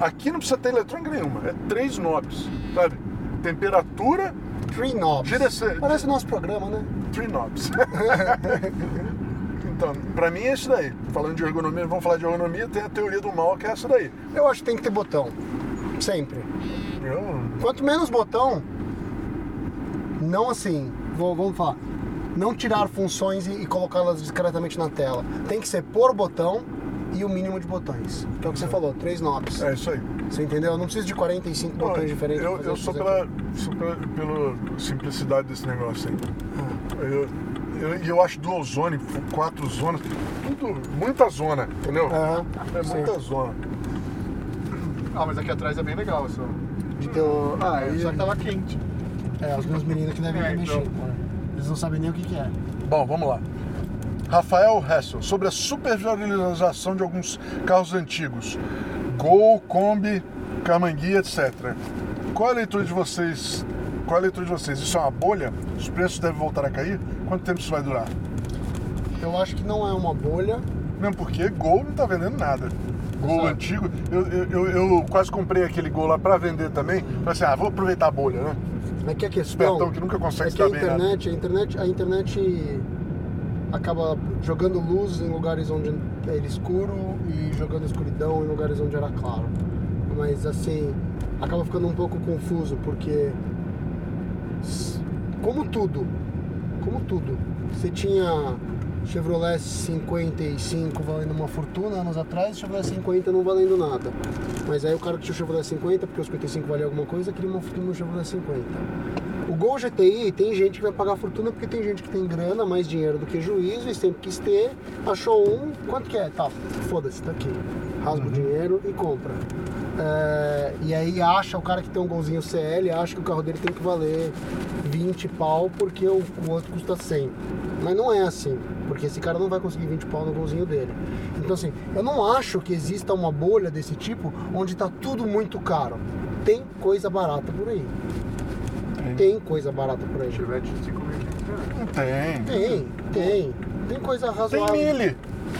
S1: aqui não precisa ter eletrônica nenhuma. É três knobs, sabe? Temperatura,
S2: Three knobs.
S1: Direção-
S2: Parece nosso programa, né?
S1: three knobs. <laughs> então, pra mim é isso daí. Falando de ergonomia, vamos falar de ergonomia, tem a teoria do mal que é essa daí.
S2: Eu acho que tem que ter botão. Sempre.
S1: Eu-
S2: Quanto menos botão, não assim, vou- vamos falar, não tirar funções e, e colocá-las discretamente na tela. Tem que ser por botão e o mínimo de botões. Que é o que você falou, três knobs.
S1: É isso aí.
S2: Você entendeu? Não precisa de 45
S1: Não,
S2: botões diferentes. pra
S1: Eu,
S2: fazer
S1: eu
S2: as
S1: sou,
S2: coisas.
S1: pela, sou pela, pela simplicidade desse negócio aí.
S2: Ah.
S1: Eu, eu, e eu acho dual zone, quatro zonas, tudo, muita zona, entendeu?
S2: Aham,
S1: é
S2: sim.
S1: muita zona.
S3: Ah, mas aqui atrás é bem legal isso.
S2: De ter o- Ah,
S3: É,
S2: e-
S3: Só que tava quente.
S2: é, os meus meninos que devem
S3: É,
S2: ter
S3: então.
S2: mexido. pô. Eles não sabem nem o que, que é.
S1: Bom, vamos lá. Rafael Hessel, sobre a supervalorização de alguns carros antigos, Gol, Kombi, Camangui, etc. Qual é a leitura de vocês? Qual é a leitura de vocês? Isso é uma bolha? Os preços devem voltar a cair? Quanto tempo isso vai durar?
S2: Eu acho que não é uma bolha.
S1: Mesmo porque Gol não tá vendendo nada. Gol
S2: Exato.
S1: antigo, eu, eu- eu- eu quase comprei aquele Gol lá pra vender também. Falei assim, ah, vou aproveitar a bolha, né?
S2: É que a questão.
S1: Espertão que nunca consegue
S2: É
S1: se
S2: que a
S1: dar bem nada.
S2: internet, a internet, a internet acaba jogando luz em lugares onde era escuro e jogando escuridão em lugares onde era claro. Mas assim, acaba ficando um pouco confuso porque s- como tudo, como tudo, você tinha Chevrolet 55 valendo uma fortuna anos atrás, Chevrolet 50 não valendo nada. Mas aí o cara que tinha o Chevrolet 50, porque os 55 valia alguma coisa, queria uma fortuna no Chevrolet 50. O Gol GTI tem gente que vai pagar fortuna porque tem gente que tem grana, mais dinheiro do que juízo, e sempre quis ter, achou um, quanto que é? Tá, foda-se, tá aqui. Rasga o dinheiro e compra. É, e aí acha o cara que tem um golzinho CL, acha que o carro dele tem que valer 20 pau porque o, o outro custa 100. Mas não é assim, porque esse cara não vai conseguir 20 pau no golzinho dele. Então assim, eu não acho que exista uma bolha desse tipo onde tá tudo muito caro. Tem coisa barata por aí. Tem coisa barata por aí.
S3: Chevette de 5.500 reais.
S1: Não tem.
S2: Tem, tem. Tem coisa
S1: Tem
S2: razoável.
S1: mili.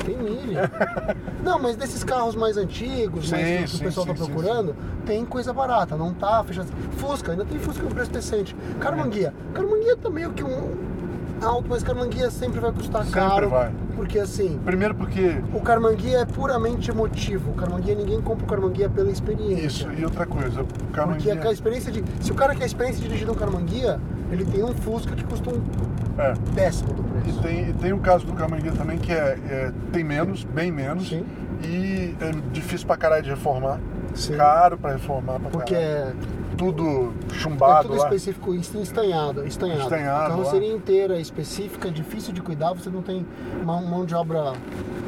S2: Tem milha. <laughs> não, mas desses carros mais antigos,
S1: Sim,
S2: mais que
S1: sim,
S2: o pessoal
S1: sim,
S2: tá
S1: sim,
S2: procurando, tem coisa barata, não tá fechado. Fusca, ainda tem Fusca com preço decente. Carmanguia. Carmanguia tá meio que um alto, mas Carmanguia sempre vai custar
S1: Sempre
S2: caro.
S1: vai.
S2: Porque assim,
S1: Primeiro porque
S2: o Carmanguia é puramente emotivo. O Carmanguia, ninguém compra o Carmanguia pela experiência.
S1: isso e outra coisa, o
S2: Porque
S1: Camanguinha.
S2: a experiência de. Se o cara quer a experiência de dirigir um Carmanguia, ele tem um Fusca que custa um
S1: É.
S2: décimo do preço.
S1: E tem, e tem o caso do Camanguinha também, que é, é- tem menos, bem menos,
S2: Sim.
S1: e é difícil pra caralho de reformar.
S2: Sim.
S1: Caro pra reformar, pra
S2: Porque
S1: caralho.
S2: é.
S1: Tudo
S2: É
S1: chumbado
S2: tudo
S1: lá.
S2: específico, isso estanhado, estanhado.
S1: Ah,
S2: Então,
S1: Estanhado,
S2: a carroceria inteira é específica, difícil de cuidar, você não tem uma mão de obra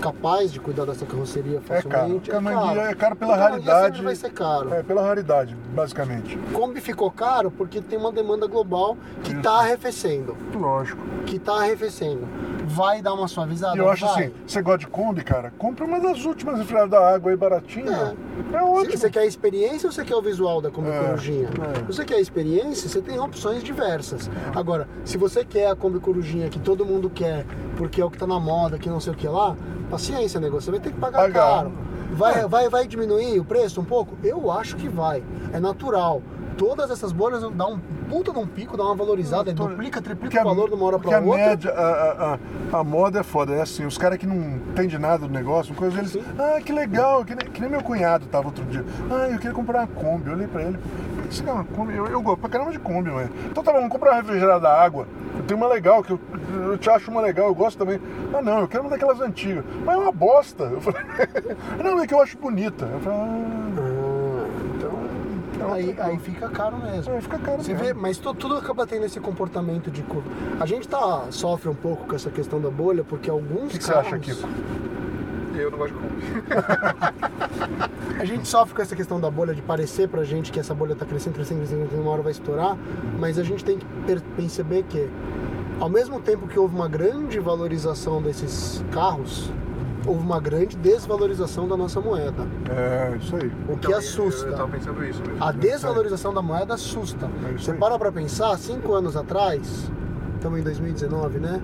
S2: capaz de cuidar dessa carroceria
S1: É caro.
S2: facilmente.
S1: Camanguia é caro pela
S2: O Camanguia
S1: raridade.
S2: Então, sempre vai ser caro.
S1: É, pela raridade, basicamente.
S2: Kombi ficou caro porque tem uma demanda global que está arrefecendo,
S1: Lógico.
S2: que está arrefecendo. Vai dar uma suavizada?
S1: E eu acho
S2: Vai.
S1: assim, você gosta de Kombi, cara? Compra uma das últimas enfiadas da água aí baratinha. É,
S2: Você-
S1: ótimo.
S2: Você quer a experiência ou você quer o visual da Kombi
S1: É,
S2: Corujinha?
S1: é.
S2: Você quer a experiência, você tem opções diversas. Agora, se você quer a Kombi Corujinha que todo mundo quer, porque é o que tá na moda, que não sei o que lá, paciência, negócio, você vai ter que pagar
S1: Pagar. É.
S2: caro. Vai, vai, vai diminuir o preço um pouco? Eu acho que vai. É natural. Todas essas bolhas vão dar um puta de um pico, dá uma valorizada,
S1: Tô-
S2: duplica, triplica
S1: porque a-
S2: o valor de uma hora
S1: porque é
S2: pra outra.
S1: A, média, a, a- a- a moda é foda, é assim, os caras que não entendem nada do negócio, uma coisa, eles.
S2: Sim.
S1: Ah, que legal, que nem, que nem meu cunhado tava outro dia. Ah, eu queria comprar uma Kombi, eu olhei pra ele. Isso que é uma Kombi. Eu, eu gosto pra caramba de Kombi, ué. Então tá bom, vamos comprar uma refrigerada água. Tem uma legal, que eu, eu te acho uma legal, eu gosto também. Ah não, eu quero uma daquelas antigas. Mas é uma bosta. Eu falei, <laughs> não, é que eu acho bonita. Eu falei, ah, então.
S2: Aí, aí fica caro mesmo.
S1: Aí fica caro
S2: Você
S1: mesmo.
S2: vê, mas tu- tudo acaba tendo esse comportamento de curva. A gente tá, sofre um pouco com essa questão da bolha, porque alguns.
S1: O que você acha, Kiko?
S3: Eu não gosto de Kombi.
S2: A gente sofre com essa questão da bolha, de parecer pra gente que essa bolha tá crescendo, crescendo, crescendo, crescendo, uma hora vai estourar, mas a gente tem que per- perceber que, ao mesmo tempo que houve uma grande valorização desses carros, houve uma grande desvalorização da nossa moeda,
S1: É, isso aí.
S2: o que
S3: Então, eu-
S2: assusta.
S3: Eu, tava pensando isso mesmo.
S2: A desvalorização da moeda assusta.
S1: É isso
S2: Você
S1: aí.
S2: para pra pensar, cinco anos atrás, estamos em 2019, né?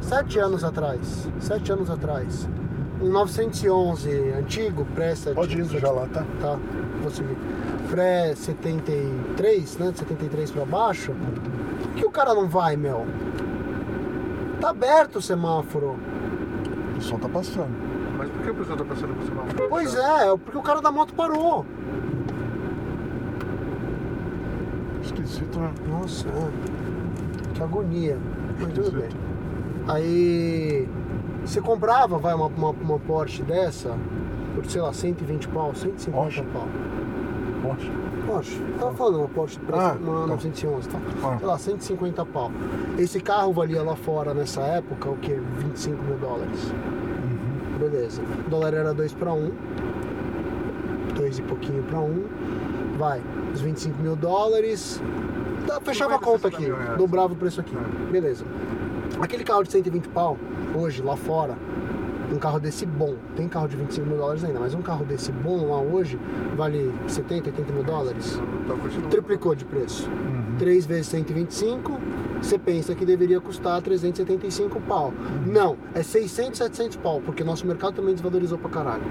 S2: Sete anos atrás, sete anos atrás, um 911 antigo, pré-7...
S1: Pode ir indo já lá, tá?
S2: Tá, vou seguir. Pré-73, né? De 73 pra baixo. Por que o cara não vai, meu? Tá aberto o semáforo.
S1: O som tá passando.
S3: Mas por que o pessoal tá passando por cima? do
S2: Pois
S3: carro?
S1: Tá.
S2: é, é porque o cara da moto parou.
S1: Esquisito, né?
S2: Nossa, é. que agonia. Mas tudo bem.
S1: Esquisito.
S2: Aí você comprava, vai, uma, uma, uma Porsche dessa, por sei lá, 120 pau, 150
S1: Porsche?
S2: pau.
S1: Poxa.
S2: Porsche, tava falando uma Porsche pra
S1: Ah,
S2: uma
S1: tá.
S2: 911, tá?
S1: Ah.
S2: Sei lá, 150 pau. Esse carro valia lá fora nessa época o que? 25 mil dólares.
S1: Uhum.
S2: Beleza. O dólar era um. 2 para 1. 2 e pouquinho para 1. Vai, os 25 mil dólares. Tá, fechava a
S3: 50,
S2: conta
S3: 60
S2: aqui,
S3: mil reais. É.
S2: dobrava o preço aqui. Beleza. Aquele carro de 120 pau, hoje lá fora, um carro desse bom, tem carro de 25 mil dólares ainda, mas um carro desse bom lá hoje vale 70, 80 mil dólares
S3: Então, continua.
S2: triplicou de preço. 3 vezes 125, você pensa que deveria custar 375 pau. Não, é 600, 700 pau, porque nosso mercado também desvalorizou pra caralho.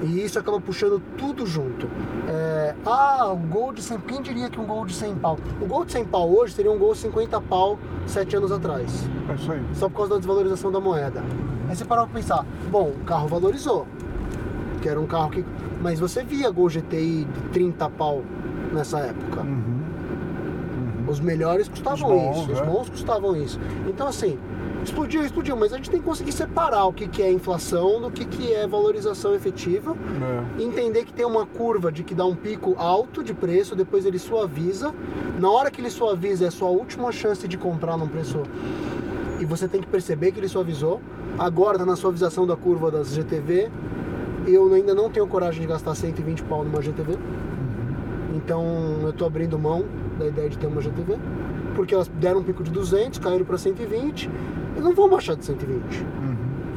S2: E isso acaba puxando tudo junto. É, ah, o gol de 100, quem diria que um gol de 100 pau? O gol de 100 pau hoje seria um gol de 50 pau 7 anos atrás
S1: É isso aí.
S2: só por causa da desvalorização da moeda. Aí você parava pra pensar, bom, o carro valorizou, que era um carro que... Mas você via Gol GTI de 30 pau nessa época. Os melhores custavam
S1: Uhum. Os bons,
S2: isso, os
S1: né?
S2: bons custavam isso. Então assim, explodiu, explodiu, mas a gente tem que conseguir separar o que, que é inflação do que, que é valorização efetiva
S1: É.
S2: entender que tem uma curva de que dá um pico alto de preço, depois ele suaviza. Na hora que ele suaviza, é a sua última chance de comprar num preço. E você tem que perceber que ele suavizou. Agora tá na suavização da curva das GTV. Eu ainda não tenho coragem de gastar 120 pau numa GTV. Então eu tô abrindo mão da ideia de ter uma GTV. Porque elas deram um pico de 200, caíram para 120. Eu não vou baixar de 120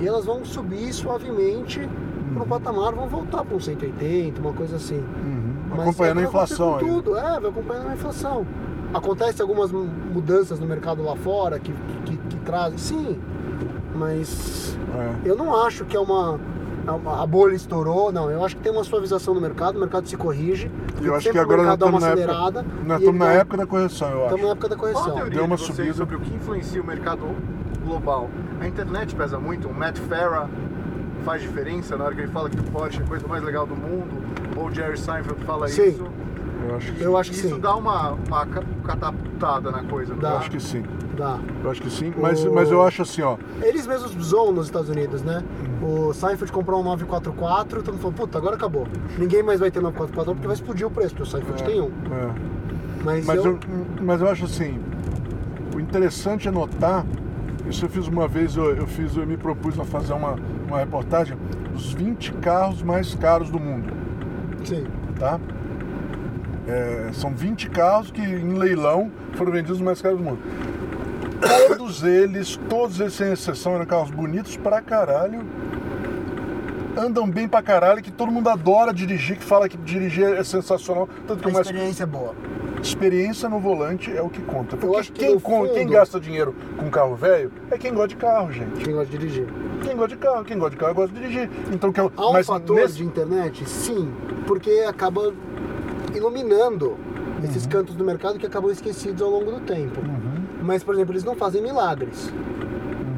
S2: e elas vão subir suavemente para um patamar, vão voltar para um 180, uma coisa assim.
S1: Uhum.
S2: Mas
S1: Acompanhando
S2: é
S1: a
S2: pra acontecer
S1: inflação aí.
S2: com
S1: né?
S2: Tudo, é, vai acompanhando a inflação. Acontece algumas mu- mudanças no mercado lá fora que, que, que trazem, sim, mas
S1: É.
S2: eu não acho que é uma, é uma- A bolha estourou, não. Eu acho que tem uma suavização no mercado, o mercado se corrige.
S1: Eu acho que
S2: sempre
S1: agora
S2: o
S1: nós
S2: mercado dá uma
S1: estamos na época.
S2: acelerada.
S1: Nós
S2: e ele
S1: estamos na
S2: dá-
S1: época da correção, eu
S2: Estamos na
S1: acho.
S2: época da
S3: Qual a
S2: correção.
S1: Deu
S3: teoria
S1: uma
S3: de vocês
S1: subida.
S3: sobre o que influencia o mercado global? A internet pesa muito, o Matt Farah faz diferença na hora que ele fala que o Porsche é a coisa mais legal do mundo, ou o Jerry Seinfeld fala
S2: Sim.
S3: isso.
S1: Eu acho que,
S2: Eu acho que
S3: isso
S2: sim.
S3: dá uma, uma ca- catapultada na coisa, né? não
S2: Dá.
S1: eu
S3: dá?
S1: acho que sim.
S2: Dá.
S1: Eu acho que sim. Mas,
S2: O-
S1: mas eu acho assim, ó.
S2: Eles mesmos zoam nos Estados Unidos, né?
S1: Uhum.
S2: O Seinfeld comprou um 944, todo mundo falou, puta, agora acabou. Ninguém mais vai ter 944 porque vai explodir o preço, porque o Seinfeld tem um.
S1: é.
S2: Mas,
S1: Mas
S2: eu...
S1: eu, mas eu acho assim, o interessante é notar, isso eu fiz uma vez, eu, eu fiz, eu me propus a fazer uma, uma reportagem, os 20 carros mais caros do mundo,
S2: Sim,
S1: tá? É, são 20 carros que em leilão foram vendidos os mais caros do mundo. Todos eles, todos eles sem exceção, eram carros bonitos pra caralho. Andam bem pra caralho, que todo mundo adora dirigir, que fala que dirigir é sensacional. Tanto que
S2: a
S1: o mais
S2: experiência é boa.
S1: experiência no volante é o que conta. Porque
S2: acho que
S1: quem,
S2: no
S1: con-
S2: fundo-
S1: quem gasta dinheiro com carro velho é quem gosta de carro, gente.
S2: Quem gosta de dirigir.
S1: Quem gosta de carro, quem gosta de carro gosta de dirigir. Então que eu,
S2: Há um
S1: mas
S2: fator
S1: nesse-
S2: de internet? Sim, porque acaba iluminando esses cantos Uhum. do mercado que acabam esquecidos ao longo do tempo. Mas, por exemplo, eles não fazem milagres.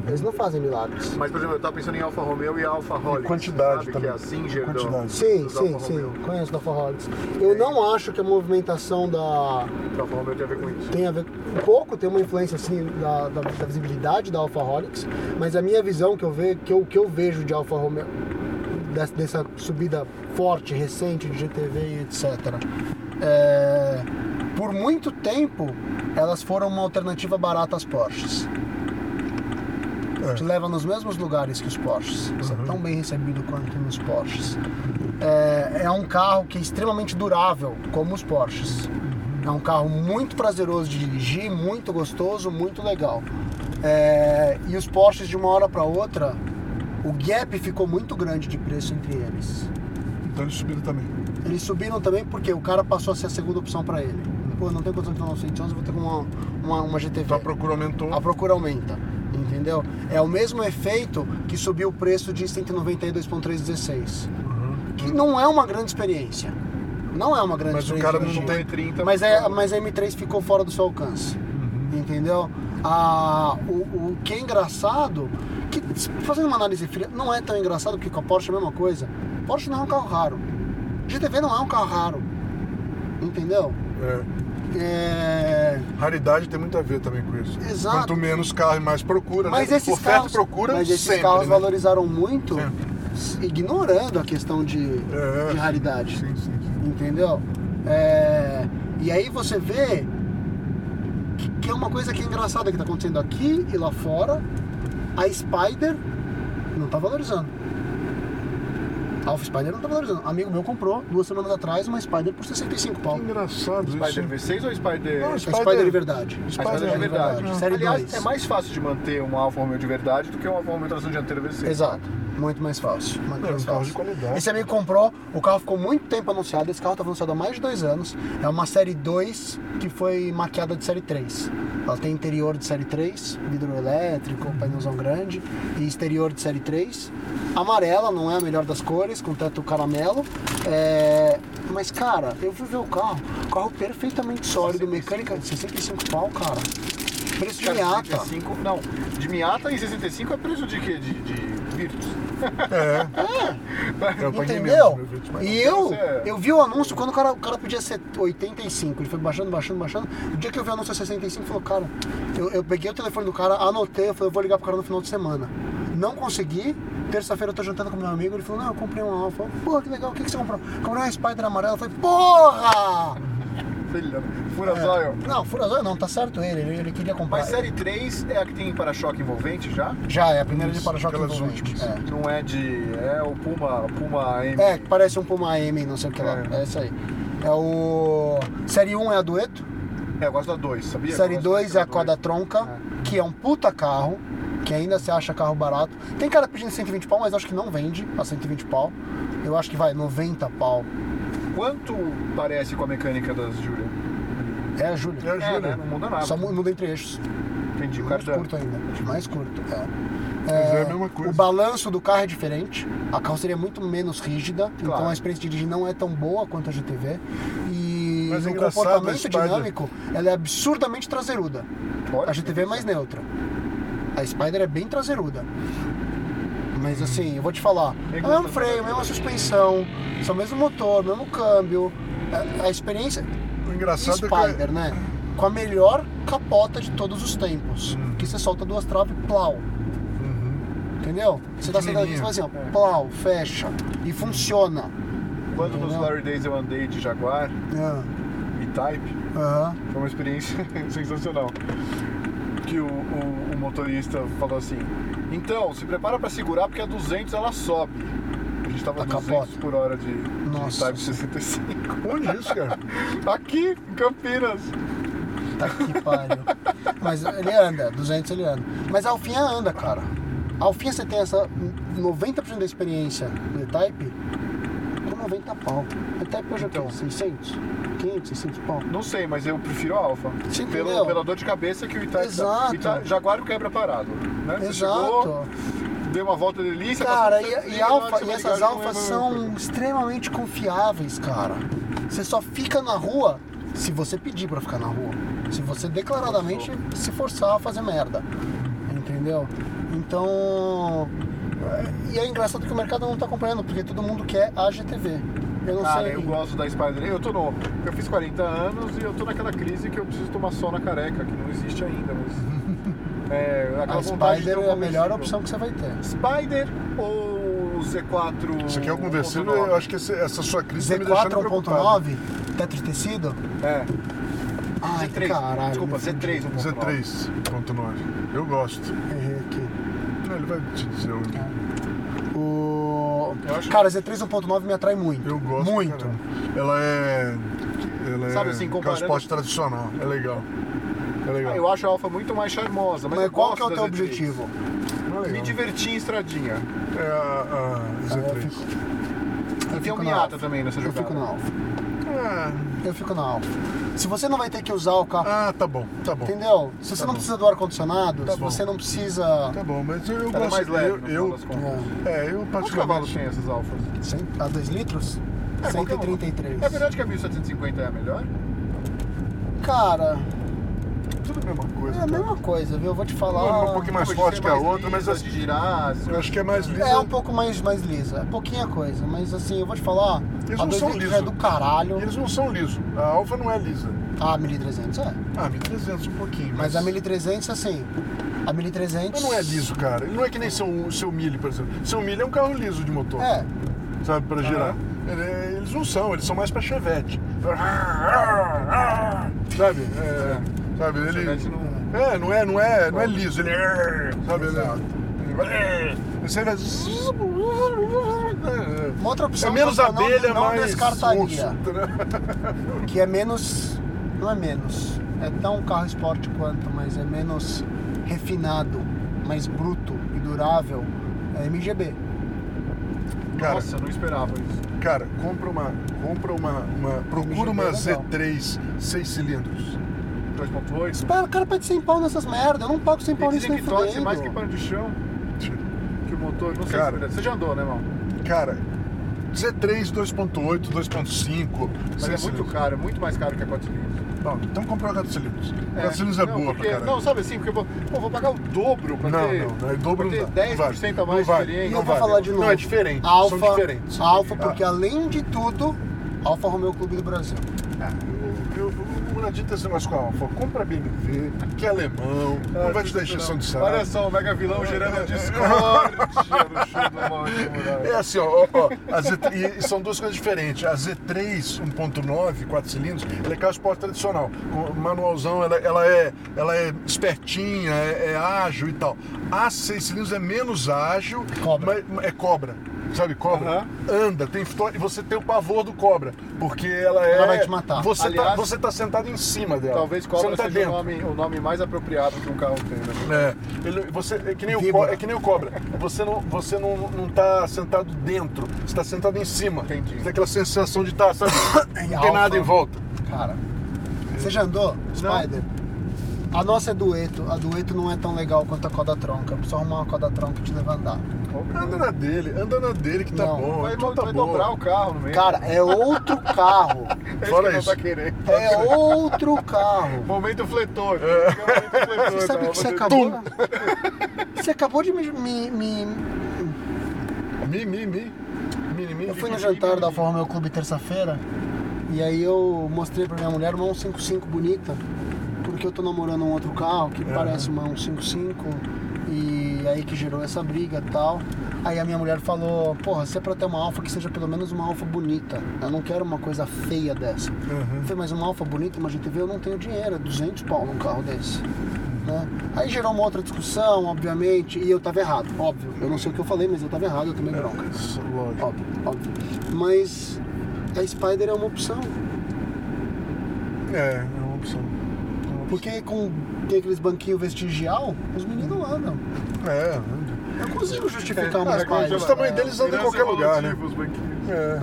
S2: Eles não fazem milagres.
S3: Mas, por exemplo, eu tava pensando em Alfa Romeo e Alfa Holly.
S1: quantidade
S3: sabe?
S1: também.
S3: Que é a Singer do-
S1: Quantidade.
S2: Sim,
S3: dos
S2: sim,
S3: Alfa
S2: sim.
S3: Romeo.
S2: Conheço da Forrolics. Eu não acho que a movimentação da.
S3: O Alfa Romeo tem a ver com isso.
S2: tem a ver. Um pouco tem uma influência assim da, da- da visibilidade da Alfa Rolex, mas a minha visão que eu, ve, que eu, que eu vejo de Alfa Romeo, des- dessa subida forte, recente de GTV e etc. é, por muito tempo elas foram uma alternativa barata às Porsches. Te leva nos mesmos lugares que os Porsches. Você é tão bem recebido quanto nos Porsches. É, é um carro que é extremamente durável, como os Porsches. É um carro muito prazeroso de dirigir, muito gostoso, muito legal. É, e os Porsches, de uma hora para outra, o gap ficou muito grande de preço entre eles.
S1: Então eles subiram também.
S2: Eles subiram também porque o cara passou a ser a segunda opção para ele. Pô, não tem condição de ter um 911, vou ter uma, uma, uma GTV.
S1: Então a procura aumentou.
S2: A procura aumenta, entendeu? É o mesmo efeito que subiu o preço de 192.316. Que não é uma grande experiência. Não é uma
S1: Uhum.
S2: grande
S1: Mas o
S2: experiência.
S1: cara não
S2: de
S1: tem então-
S2: dirigir.
S3: 30,
S2: Mas, é, mas a M3 ficou fora do seu alcance.
S1: Uhum.
S2: Entendeu? Ah, o, o que é engraçado, que fazendo uma análise fria, não é tão engraçado porque com a Porsche é a mesma coisa. Porsche não é um carro raro. GTV não é um carro raro. Entendeu?
S1: É.
S2: É...
S1: Raridade tem muito a ver também com isso.
S2: Exato.
S1: Quanto menos carro e mais procura,
S2: Mas
S1: né?
S2: esses
S1: Oferta
S2: carros,
S1: e procura
S2: mas esses
S1: sempre,
S2: carros
S1: né?
S2: valorizaram muito,
S1: Sempre.
S2: s- ignorando a questão de,
S1: É,
S2: de
S1: sim.
S2: raridade.
S1: Sim, sim, sim.
S2: Entendeu? É, e aí você vê que, que é uma coisa que é engraçada que está acontecendo aqui e lá fora. A Spider não está valorizando. A Alpha Spider não está valorizando. Amigo meu comprou duas semanas atrás uma Spider por 65 pau.
S1: Que É engraçado
S3: Spider
S1: isso.
S3: V6 ou Spider...
S1: Não,
S2: A Spider de verdade.
S3: Mas
S1: Spider
S3: é de verdade.
S2: verdade. Série
S3: Aliás,
S2: dois.
S3: é mais fácil de manter um Alfa Romeo de verdade do que um Alfa Romeo tração dianteira V6.
S2: Exato. Muito mais fácil. Muito
S1: É,
S2: mais
S1: um carro de
S2: fácil.
S1: qualidade.
S2: Esse amigo comprou, o carro ficou muito tempo anunciado, esse carro estava anunciado há mais de dois anos. É uma série 2 que foi maquiada de série 3. Ela tem interior de série 3, vidro elétrico, painelzão grande, e exterior de série 3. Amarela, não é a melhor das cores, com teto caramelo. É, Mas, cara, eu fui ver o carro. Carro perfeitamente sólido, mecânica de 65 pau, cara. Preço de
S3: Cara,
S2: Miata.
S3: 65, não, de Miata em 65 é preço de quê? De, de Virtus.
S1: Eu paguei menos,
S2: Entendeu?
S1: meu Virtus, mas-
S2: E eu,
S3: Isso é-
S2: eu vi o anúncio quando o cara, o cara podia ser 85, ele foi baixando, baixando, baixando. O dia que eu vi o anúncio a 65, falou, cara, eu, eu peguei o telefone do cara, anotei, eu falei, eu vou ligar pro cara no final de semana. Não consegui, terça-feira eu tô jantando com meu amigo, ele falou, não, eu comprei uma Alfa. Eu falei, Porra, que legal, o que, que você comprou? Comprei uma Spider amarela, eu falei, porra!
S3: Filha, Fura
S2: É.
S3: só, ó.
S2: Não, furazóio não, tá certo ele, ele, ele queria comprar.
S3: Mas série 3 é a que tem para-choque envolvente já?
S2: Já, é a primeira de para-choque
S1: aquelas
S2: envolvente.
S1: últimas.
S2: É.
S3: Não é de. É o Puma, Puma M.
S2: É, que parece um Puma M, não sei o que lá.
S3: É.
S2: É isso aí. É o. Série 1 é a dueto,
S3: É, eu gosto da 2, sabia?
S2: série
S3: Eu gosto
S2: 2
S3: da
S2: é a quadra tronca, que é um puta carro, que ainda se acha carro barato. Tem cara pedindo 120 pau, mas eu acho que não vende a 120 pau. Eu acho que vai 90 pau.
S3: Quanto parece com a mecânica das Júlia?
S2: É a Júlia.
S1: É a Júlia.
S3: né? Não muda nada.
S2: Só mu- muda entre eixos.
S3: Entendi. O tá-
S2: Mais
S3: cardan.
S2: curto ainda. Mais curto. é.
S1: Mas é a mesma coisa.
S2: O balanço do carro é diferente, a carroceria é muito menos rígida, então
S3: Claro.
S2: a experiência de dirigir não é tão boa quanto a GTV. E
S1: Mas é engraçado,
S2: no
S1: a
S2: comportamento
S1: Spider-
S2: dinâmico, ela é absurdamente traseiruda.
S3: Olha,
S2: A GTV é mais neutra. A Spider é bem traseiruda. Mas
S1: Hum.
S2: assim, eu vou te falar, é o mesmo freio,
S1: né?
S2: mesma suspensão, são o mesmo motor, mesmo câmbio. é, A, a experiência
S1: O engraçado é que
S2: Spider, né? Com a melhor capota de todos os tempos. Que você solta duas traves e plau. Entendeu? Você tá sentado aqui e faz assim, ó, plau, fecha. E funciona.
S3: Quando nos
S2: Entendeu?
S3: Larry Days eu andei de Jaguar
S2: É.
S3: e Type,
S2: Aham.
S3: Foi uma experiência <laughs> sensacional. Que o, o- o motorista falou assim: então, se prepara para segurar porque a 200 ela sobe. A gente tava
S2: A
S3: 200
S2: Tá capota.
S3: por hora de, de
S2: Nossa. é
S3: Type 65.
S1: Onde isso, cara?
S3: <laughs> Aqui, em Campinas.
S2: Tá que pariu. Mas ele anda, 200 ele anda. Mas a Alfinha anda, cara. A Alfinha você tem essa 90% da experiência do E-Type por 90 pau. O E-Type hoje é o quê? 600? 500, 600 pau?
S3: Não sei, mas eu prefiro a Alfa.
S2: Você entendeu?
S3: Pelo, pela dor de cabeça que o Ita,
S2: Exato.
S3: Ita, Jaguar quebra parado. Né? Você
S2: Exato.
S3: chegou, deu uma volta delícia.
S2: Cara,
S3: passou
S2: e,
S3: um
S2: e,
S3: tempinho, na hora
S2: alfa-
S3: que
S2: e
S3: você
S2: essas
S3: ligar, já não é
S2: alfas
S3: mais
S2: são
S3: coisa.
S2: extremamente confiáveis, cara. Você só fica na rua se você pedir pra ficar na rua. Se você declaradamente se forçar a fazer merda. Entendeu? Então. é, E é engraçado que o mercado não está acompanhando, porque todo mundo quer a GTV. Eu não
S3: Cara,
S2: sei.
S3: eu gosto da Spider. Eu tô no. Eu fiz 40 anos e eu tô naquela crise que eu preciso tomar sol na careca, que não existe
S2: <laughs>
S3: ainda, mas. É, aquela
S2: A
S3: vontade de ter
S2: Spider
S3: um
S2: é a melhor
S3: conversível.
S2: opção que você vai ter.
S3: tá Spider ou Z4?
S1: Isso aqui é o conversível,
S3: 1.9?
S1: eu acho que esse- essa sua crise tá me deixando preocupado.
S2: Z4.9, teto de tecido.
S3: É.
S2: Ai,
S3: Z3.
S2: caralho.
S3: Desculpa, Z3. 1.9.
S1: Z3.9. Eu gosto.
S3: né?
S2: Errei aqui.
S1: Não, Ele vai te dizer onde.
S2: O...
S3: Eu acho-
S2: Tipo, Cara, Z3 1.9 me atrai muito.
S1: Eu gosto.
S2: Muito.
S1: pra caramba. Ela é. Ela
S3: Sabe
S1: é
S3: assim,
S1: que é um
S3: comparando-
S1: esporte tradicional. É legal. É
S3: Ah,
S1: legal.
S3: Eu acho a Alfa muito mais charmosa. Mas,
S2: Mas
S3: eu
S2: qual
S3: gosto
S2: que é o
S3: da
S2: teu
S3: Z3.
S2: objetivo?
S1: Não é
S3: Me
S1: legal.
S3: divertir em estradinha.
S1: É a, a Z3.
S3: E tem
S2: fico
S3: um
S2: na Alfa.
S3: Miata também nessa
S2: Eu
S3: jogada.
S2: fico na Alfa.
S1: É.
S2: Eu fico na Alfa. Se você não vai ter que usar o carro,
S1: Ah, tá bom, tá bom.
S2: entendeu? Se você não
S1: bom.
S2: precisa do ar-condicionado,
S1: Tá
S2: se
S1: bom.
S2: você não precisa.
S1: Tá bom, mas eu, eu
S3: Ela é
S1: gosto.
S3: mais leve, no
S1: eu,
S3: final das contas.
S2: É,
S1: É, eu
S3: Quantos cavalos
S1: particularmente.
S3: tem essas Alfas?
S2: cem- a 2 litros?
S3: É, qualquer uma.
S2: 133.
S3: É verdade que a 1750 é a melhor?
S2: Cara,
S1: Tudo a mesma
S2: é
S1: coisa.
S2: a
S1: tá?
S2: mesma coisa, viu? Eu vou te falar.
S1: Uma- um pouquinho mais
S3: Pô, de
S1: forte
S3: ser
S1: que a outra,
S3: lisa,
S1: mas as-
S3: de girar. assim,
S1: Eu acho que é mais lisa.
S2: É um pouco mais, mais lisa, é pouquinha coisa, mas assim, eu vou te falar,
S1: Eles
S2: a
S1: não
S2: 2
S1: são
S2: litros
S1: liso.
S2: é do caralho.
S1: E Eles não são lisos. A Alfa não é lisa.
S2: A 1300 é.
S1: Ah, 1300 um pouquinho.
S2: Mas a 1300, assim, a 1300...
S1: Mas não é liso, cara. Não é que nem seu, seu milho, por exemplo. Seu milho é um carro liso de motor.
S2: É,
S1: sabe, para girar. Ele- é, Eles não são, eles são mais para chevette. Sabe? É, sabe,
S3: Chevette
S1: ele.
S3: não-
S1: É, não é, não é, não é liso, ele é, sabe, ele é. Você vai.
S2: uma outra opção
S1: É menos
S2: que eu não,
S1: abelha, né?
S2: não
S1: mais
S2: descartaria,
S1: urso, entendeu?
S2: que é menos... Não é menos, é tão carro esporte quanto, mas é menos refinado, mais bruto e durável, é MGB.
S1: Cara,
S3: Nossa, eu não esperava isso.
S1: cara, compra uma, compra uma, uma procura uma
S2: MGB é legal.
S1: Z3 seis cilindros.
S3: 2.8.
S2: Pá, O cara pede 100 pau nessas merda, eu não pago 100
S3: E
S2: pau nisso
S3: dizem
S2: nem
S3: que
S1: é
S3: torce mais que
S2: fudendo.
S3: pano de chão, que o motor. Não sei
S1: Cara.
S3: se é verdade. Você já andou, né, irmão?
S1: Cara, Z3 2.8, 2.5,
S3: Mas é
S1: seis
S3: muito
S1: cilindros.
S3: caro, é muito mais caro que a 4 cilindros.
S1: Não, então compra uma 4 cilindros.
S3: É.
S1: 4 cilindros é
S3: não,
S1: boa
S3: porque,
S1: pra caralho.
S3: Não, sabe assim, porque eu vou, pô, vou pagar o dobro pra
S1: Não,
S3: ter,
S1: não, não, é dobro
S3: pra
S1: não
S3: ter
S1: dá.
S3: 10% a mais
S1: Não vale.
S2: E
S3: diferente.
S2: eu
S1: Não
S2: vou
S1: vale.
S2: falar de
S1: Não,
S2: novo.
S1: é diferente.
S2: Alfa, Ah.
S1: São diferentes.
S2: Alfa, porque além de tudo, Alfa Romeo Clube do Brasil.
S1: Ah, Eu, eu, eu não adianta esse negócio com a Alfa. Compra BMW, que é alemão,
S3: Ah,
S1: não vai te dar encheção de saco.
S3: um- Olha só, o
S1: <laughs>
S3: mega vilão gerando a discórdia no show do Maurício Moraes.
S1: É assim, ó, ó, ó, a Z3 e- e são duas coisas diferentes. A um Z3 1.9, 4 cilindros, ela é carro esporte tradicional. Com manualzão, ela, ela é, ela é espertinha, é, é ágil e tal. A 6 cilindros é menos ágil,
S2: Cobra.
S1: mas- mas é cobra. Sabe, cobra? Anda, tem fito- e você tem o pavor do cobra, porque ela é.
S2: Ela vai te matar.
S1: Você, tá,
S3: Aliás,
S1: você tá sentado em cima dela.
S3: Talvez
S1: você
S3: Cobra
S1: não tá
S3: seja o
S1: dentro.
S3: nome, o nome mais apropriado que um carro tem, né?
S1: É, ele- você, é, que nem o co,
S2: Víbora.
S1: é que nem o cobra. Você não, você não, não tá sentado dentro, você tá sentado em cima.
S3: Entendi.
S1: Você tem aquela sensação de estar,
S3: <coughs>
S1: sabe?
S2: Em
S1: não tem
S2: alfa.
S1: nada em volta.
S2: Cara, você já andou, Spider? A nossa é dueto. A dueto não é tão legal quanto a coda tronca. Precisa arrumar uma coda tronca e te levar a andar.
S1: Anda na dele, anda na dele que tá
S2: Não,
S1: bom.
S3: Vai,
S1: então
S3: vai
S1: tá bom.
S3: dobrar o carro no meio.
S2: Cara, é outro carro.
S3: É
S1: fora
S3: que
S1: isso.
S3: Não tá querendo.
S2: É outro carro.
S3: Momento fletor. É. Momento fletor.
S2: Você sabe
S3: tá?
S2: que você
S3: Momento-
S2: acabou. Você acabou de me. me- me-
S1: Mi, mi, mi. Mi, mi, mi,
S2: Eu fui no
S1: mi,
S2: jantar
S1: mi,
S2: da
S1: mi.
S2: Forma Meu Clube terça-feira e aí eu mostrei pra minha mulher uma 155 bonita, porque eu tô namorando um outro carro que parece uma 155 e aí que gerou essa briga e tal. Aí a minha mulher falou, porra, se é pra ter uma alfa que seja pelo menos uma alfa bonita. Eu não quero uma coisa feia dessa. Eu falei, mas uma alfa bonita, uma GTV, eu não tenho dinheiro, é 200 pau num carro desse. né? Aí gerou uma outra discussão, obviamente, e eu tava errado, óbvio. Eu não sei o que eu falei, mas eu tava errado, eu tomei bronca.
S1: Isso, lógico.
S2: Óbvio, óbvio. Mas a Spider é uma opção.
S1: É, é uma opção.
S2: Porque com tem aqueles banquinhos vestigial, os meninos andam.
S3: Tá
S1: É, anda.
S2: Eu consigo justificar
S3: Ah,
S2: uma
S3: é como
S2: Spider.
S1: Os
S3: chama-
S1: tamanhos
S3: é,
S1: deles andam em
S3: herança
S1: qualquer lugar, né?
S3: evolutiva, os banquinhos.
S1: É.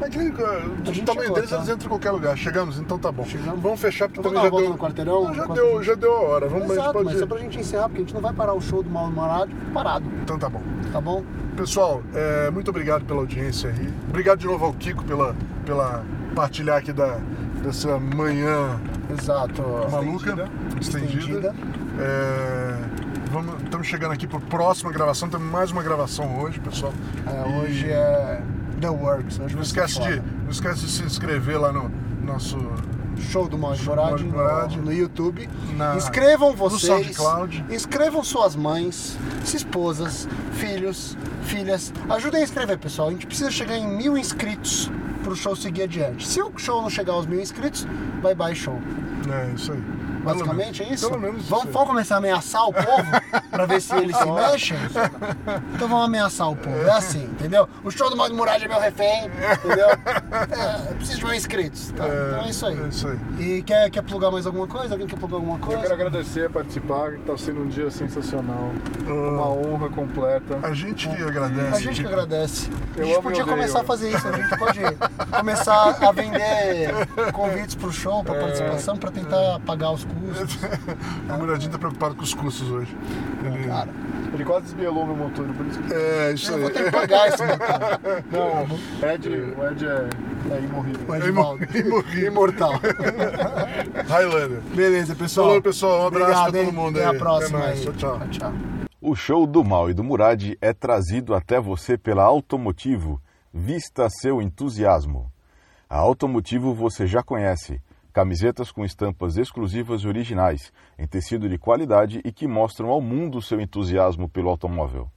S1: Mas que,
S2: A gente
S1: o tamanho
S2: chegou,
S1: deles,
S2: tá?
S1: eles entram em qualquer lugar. Chegamos, então tá bom.
S2: Chegamos.
S1: Vamos fechar, porque
S2: Eu vou
S1: também
S2: dar uma
S1: já
S2: volta
S1: deu...
S2: no quarteirão.
S1: Não, já,
S2: enquanto-
S1: deu, já deu a hora. Vamos, a gente
S2: Exato,
S1: pode
S2: mas
S1: ir.
S2: só pra gente encerrar, porque a gente não vai parar o show do Mal Humorado parado,
S1: Então tá bom.
S2: tá bom?
S1: Pessoal, é, muito obrigado pela audiência aí. Obrigado de novo ao Kiko pela, pela partilhar aqui da, dessa manhã
S2: Exato.
S1: maluca, estendida.
S2: Estendida.
S1: É, vamos, estamos chegando aqui para a próxima gravação. Temos mais uma gravação hoje, pessoal.
S2: É,
S1: E
S2: hoje é The Works. Hoje
S1: Não
S2: vai ser
S1: esquece, de,
S2: foda.
S1: não esquece de se inscrever lá no nosso.
S2: Show do Mauro
S1: Show do
S2: Moradi
S1: Mauro Moradi.
S2: no, no YouTube.
S1: Na-
S2: Inscrevam
S1: no
S2: vocês.
S1: SoundCloud.
S2: Inscrevam suas mães, esposas, filhos, filhas. Ajudem a inscrever, pessoal. A gente precisa chegar em mil inscritos pro show seguir adiante. Se o show não chegar aos mil inscritos, bye bye show.
S1: É, isso aí.
S2: Basicamente é isso?
S1: Pelo menos
S2: vamos,
S1: isso aí.
S2: vamos começar a ameaçar o povo pra ver se eles se mexem? Então vamos ameaçar o povo. É assim, entendeu? O show do Mauro Murad é meu refém, entendeu? É, eu preciso de mil inscritos. tá? então é isso aí.
S1: É isso aí.
S2: E quer, quer plugar mais alguma coisa? Alguém quer plugar alguma
S3: Eu quero
S2: coisa?
S3: agradecer a participar, está sendo um dia sensacional. Uma honra completa.
S1: A gente que agradece.
S2: A gente que agradece.
S3: Eu
S2: a gente
S3: amo e
S2: podia
S3: odeio.
S2: começar a fazer isso, a gente pode começar a vender convites pro show,
S3: É.
S2: pra participação, pra tentar pagar os custos.
S1: O Muradinho tá preocupado com os custos hoje. Ele-
S2: Ah, Cara,
S3: Ele quase desbielou meu motor, por isso que...
S1: É, isso
S2: eu
S1: aí.
S2: vou ter que pagar esse botão.
S3: Não, o Ed, o Ed é, é imorrível. Um
S1: É imor- imorrível.
S2: Imortal.
S1: Highlander.
S2: Beleza, pessoal.
S1: Falou, pessoal. Um abraço
S2: Obrigado,
S1: pra todo
S2: hein?
S1: mundo
S2: Até
S1: aí.
S2: a próxima.
S1: Até mais.
S2: aí.
S1: Tchau, tchau.
S2: tchau.
S4: O show do Mal e do Murad é trazido até você pela Automotivo. Vista seu entusiasmo. A Automotivo você já conhece. Camisetas com estampas exclusivas e originais, em tecido de qualidade e que mostram ao mundo seu entusiasmo pelo automóvel.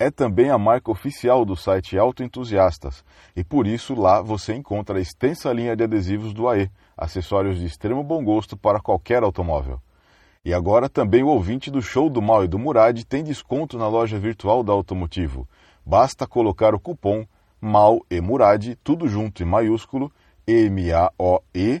S4: É também a marca oficial do site Autoentusiastas e por isso lá você encontra a extensa linha de adesivos do AE, acessórios de extremo bom gosto para qualquer automóvel. E agora também o ouvinte do show do Mal e do Murad tem desconto na loja virtual da Automotivo. Basta colocar o cupom MAL e Murad, tudo junto em maiúsculo, M-A-O-E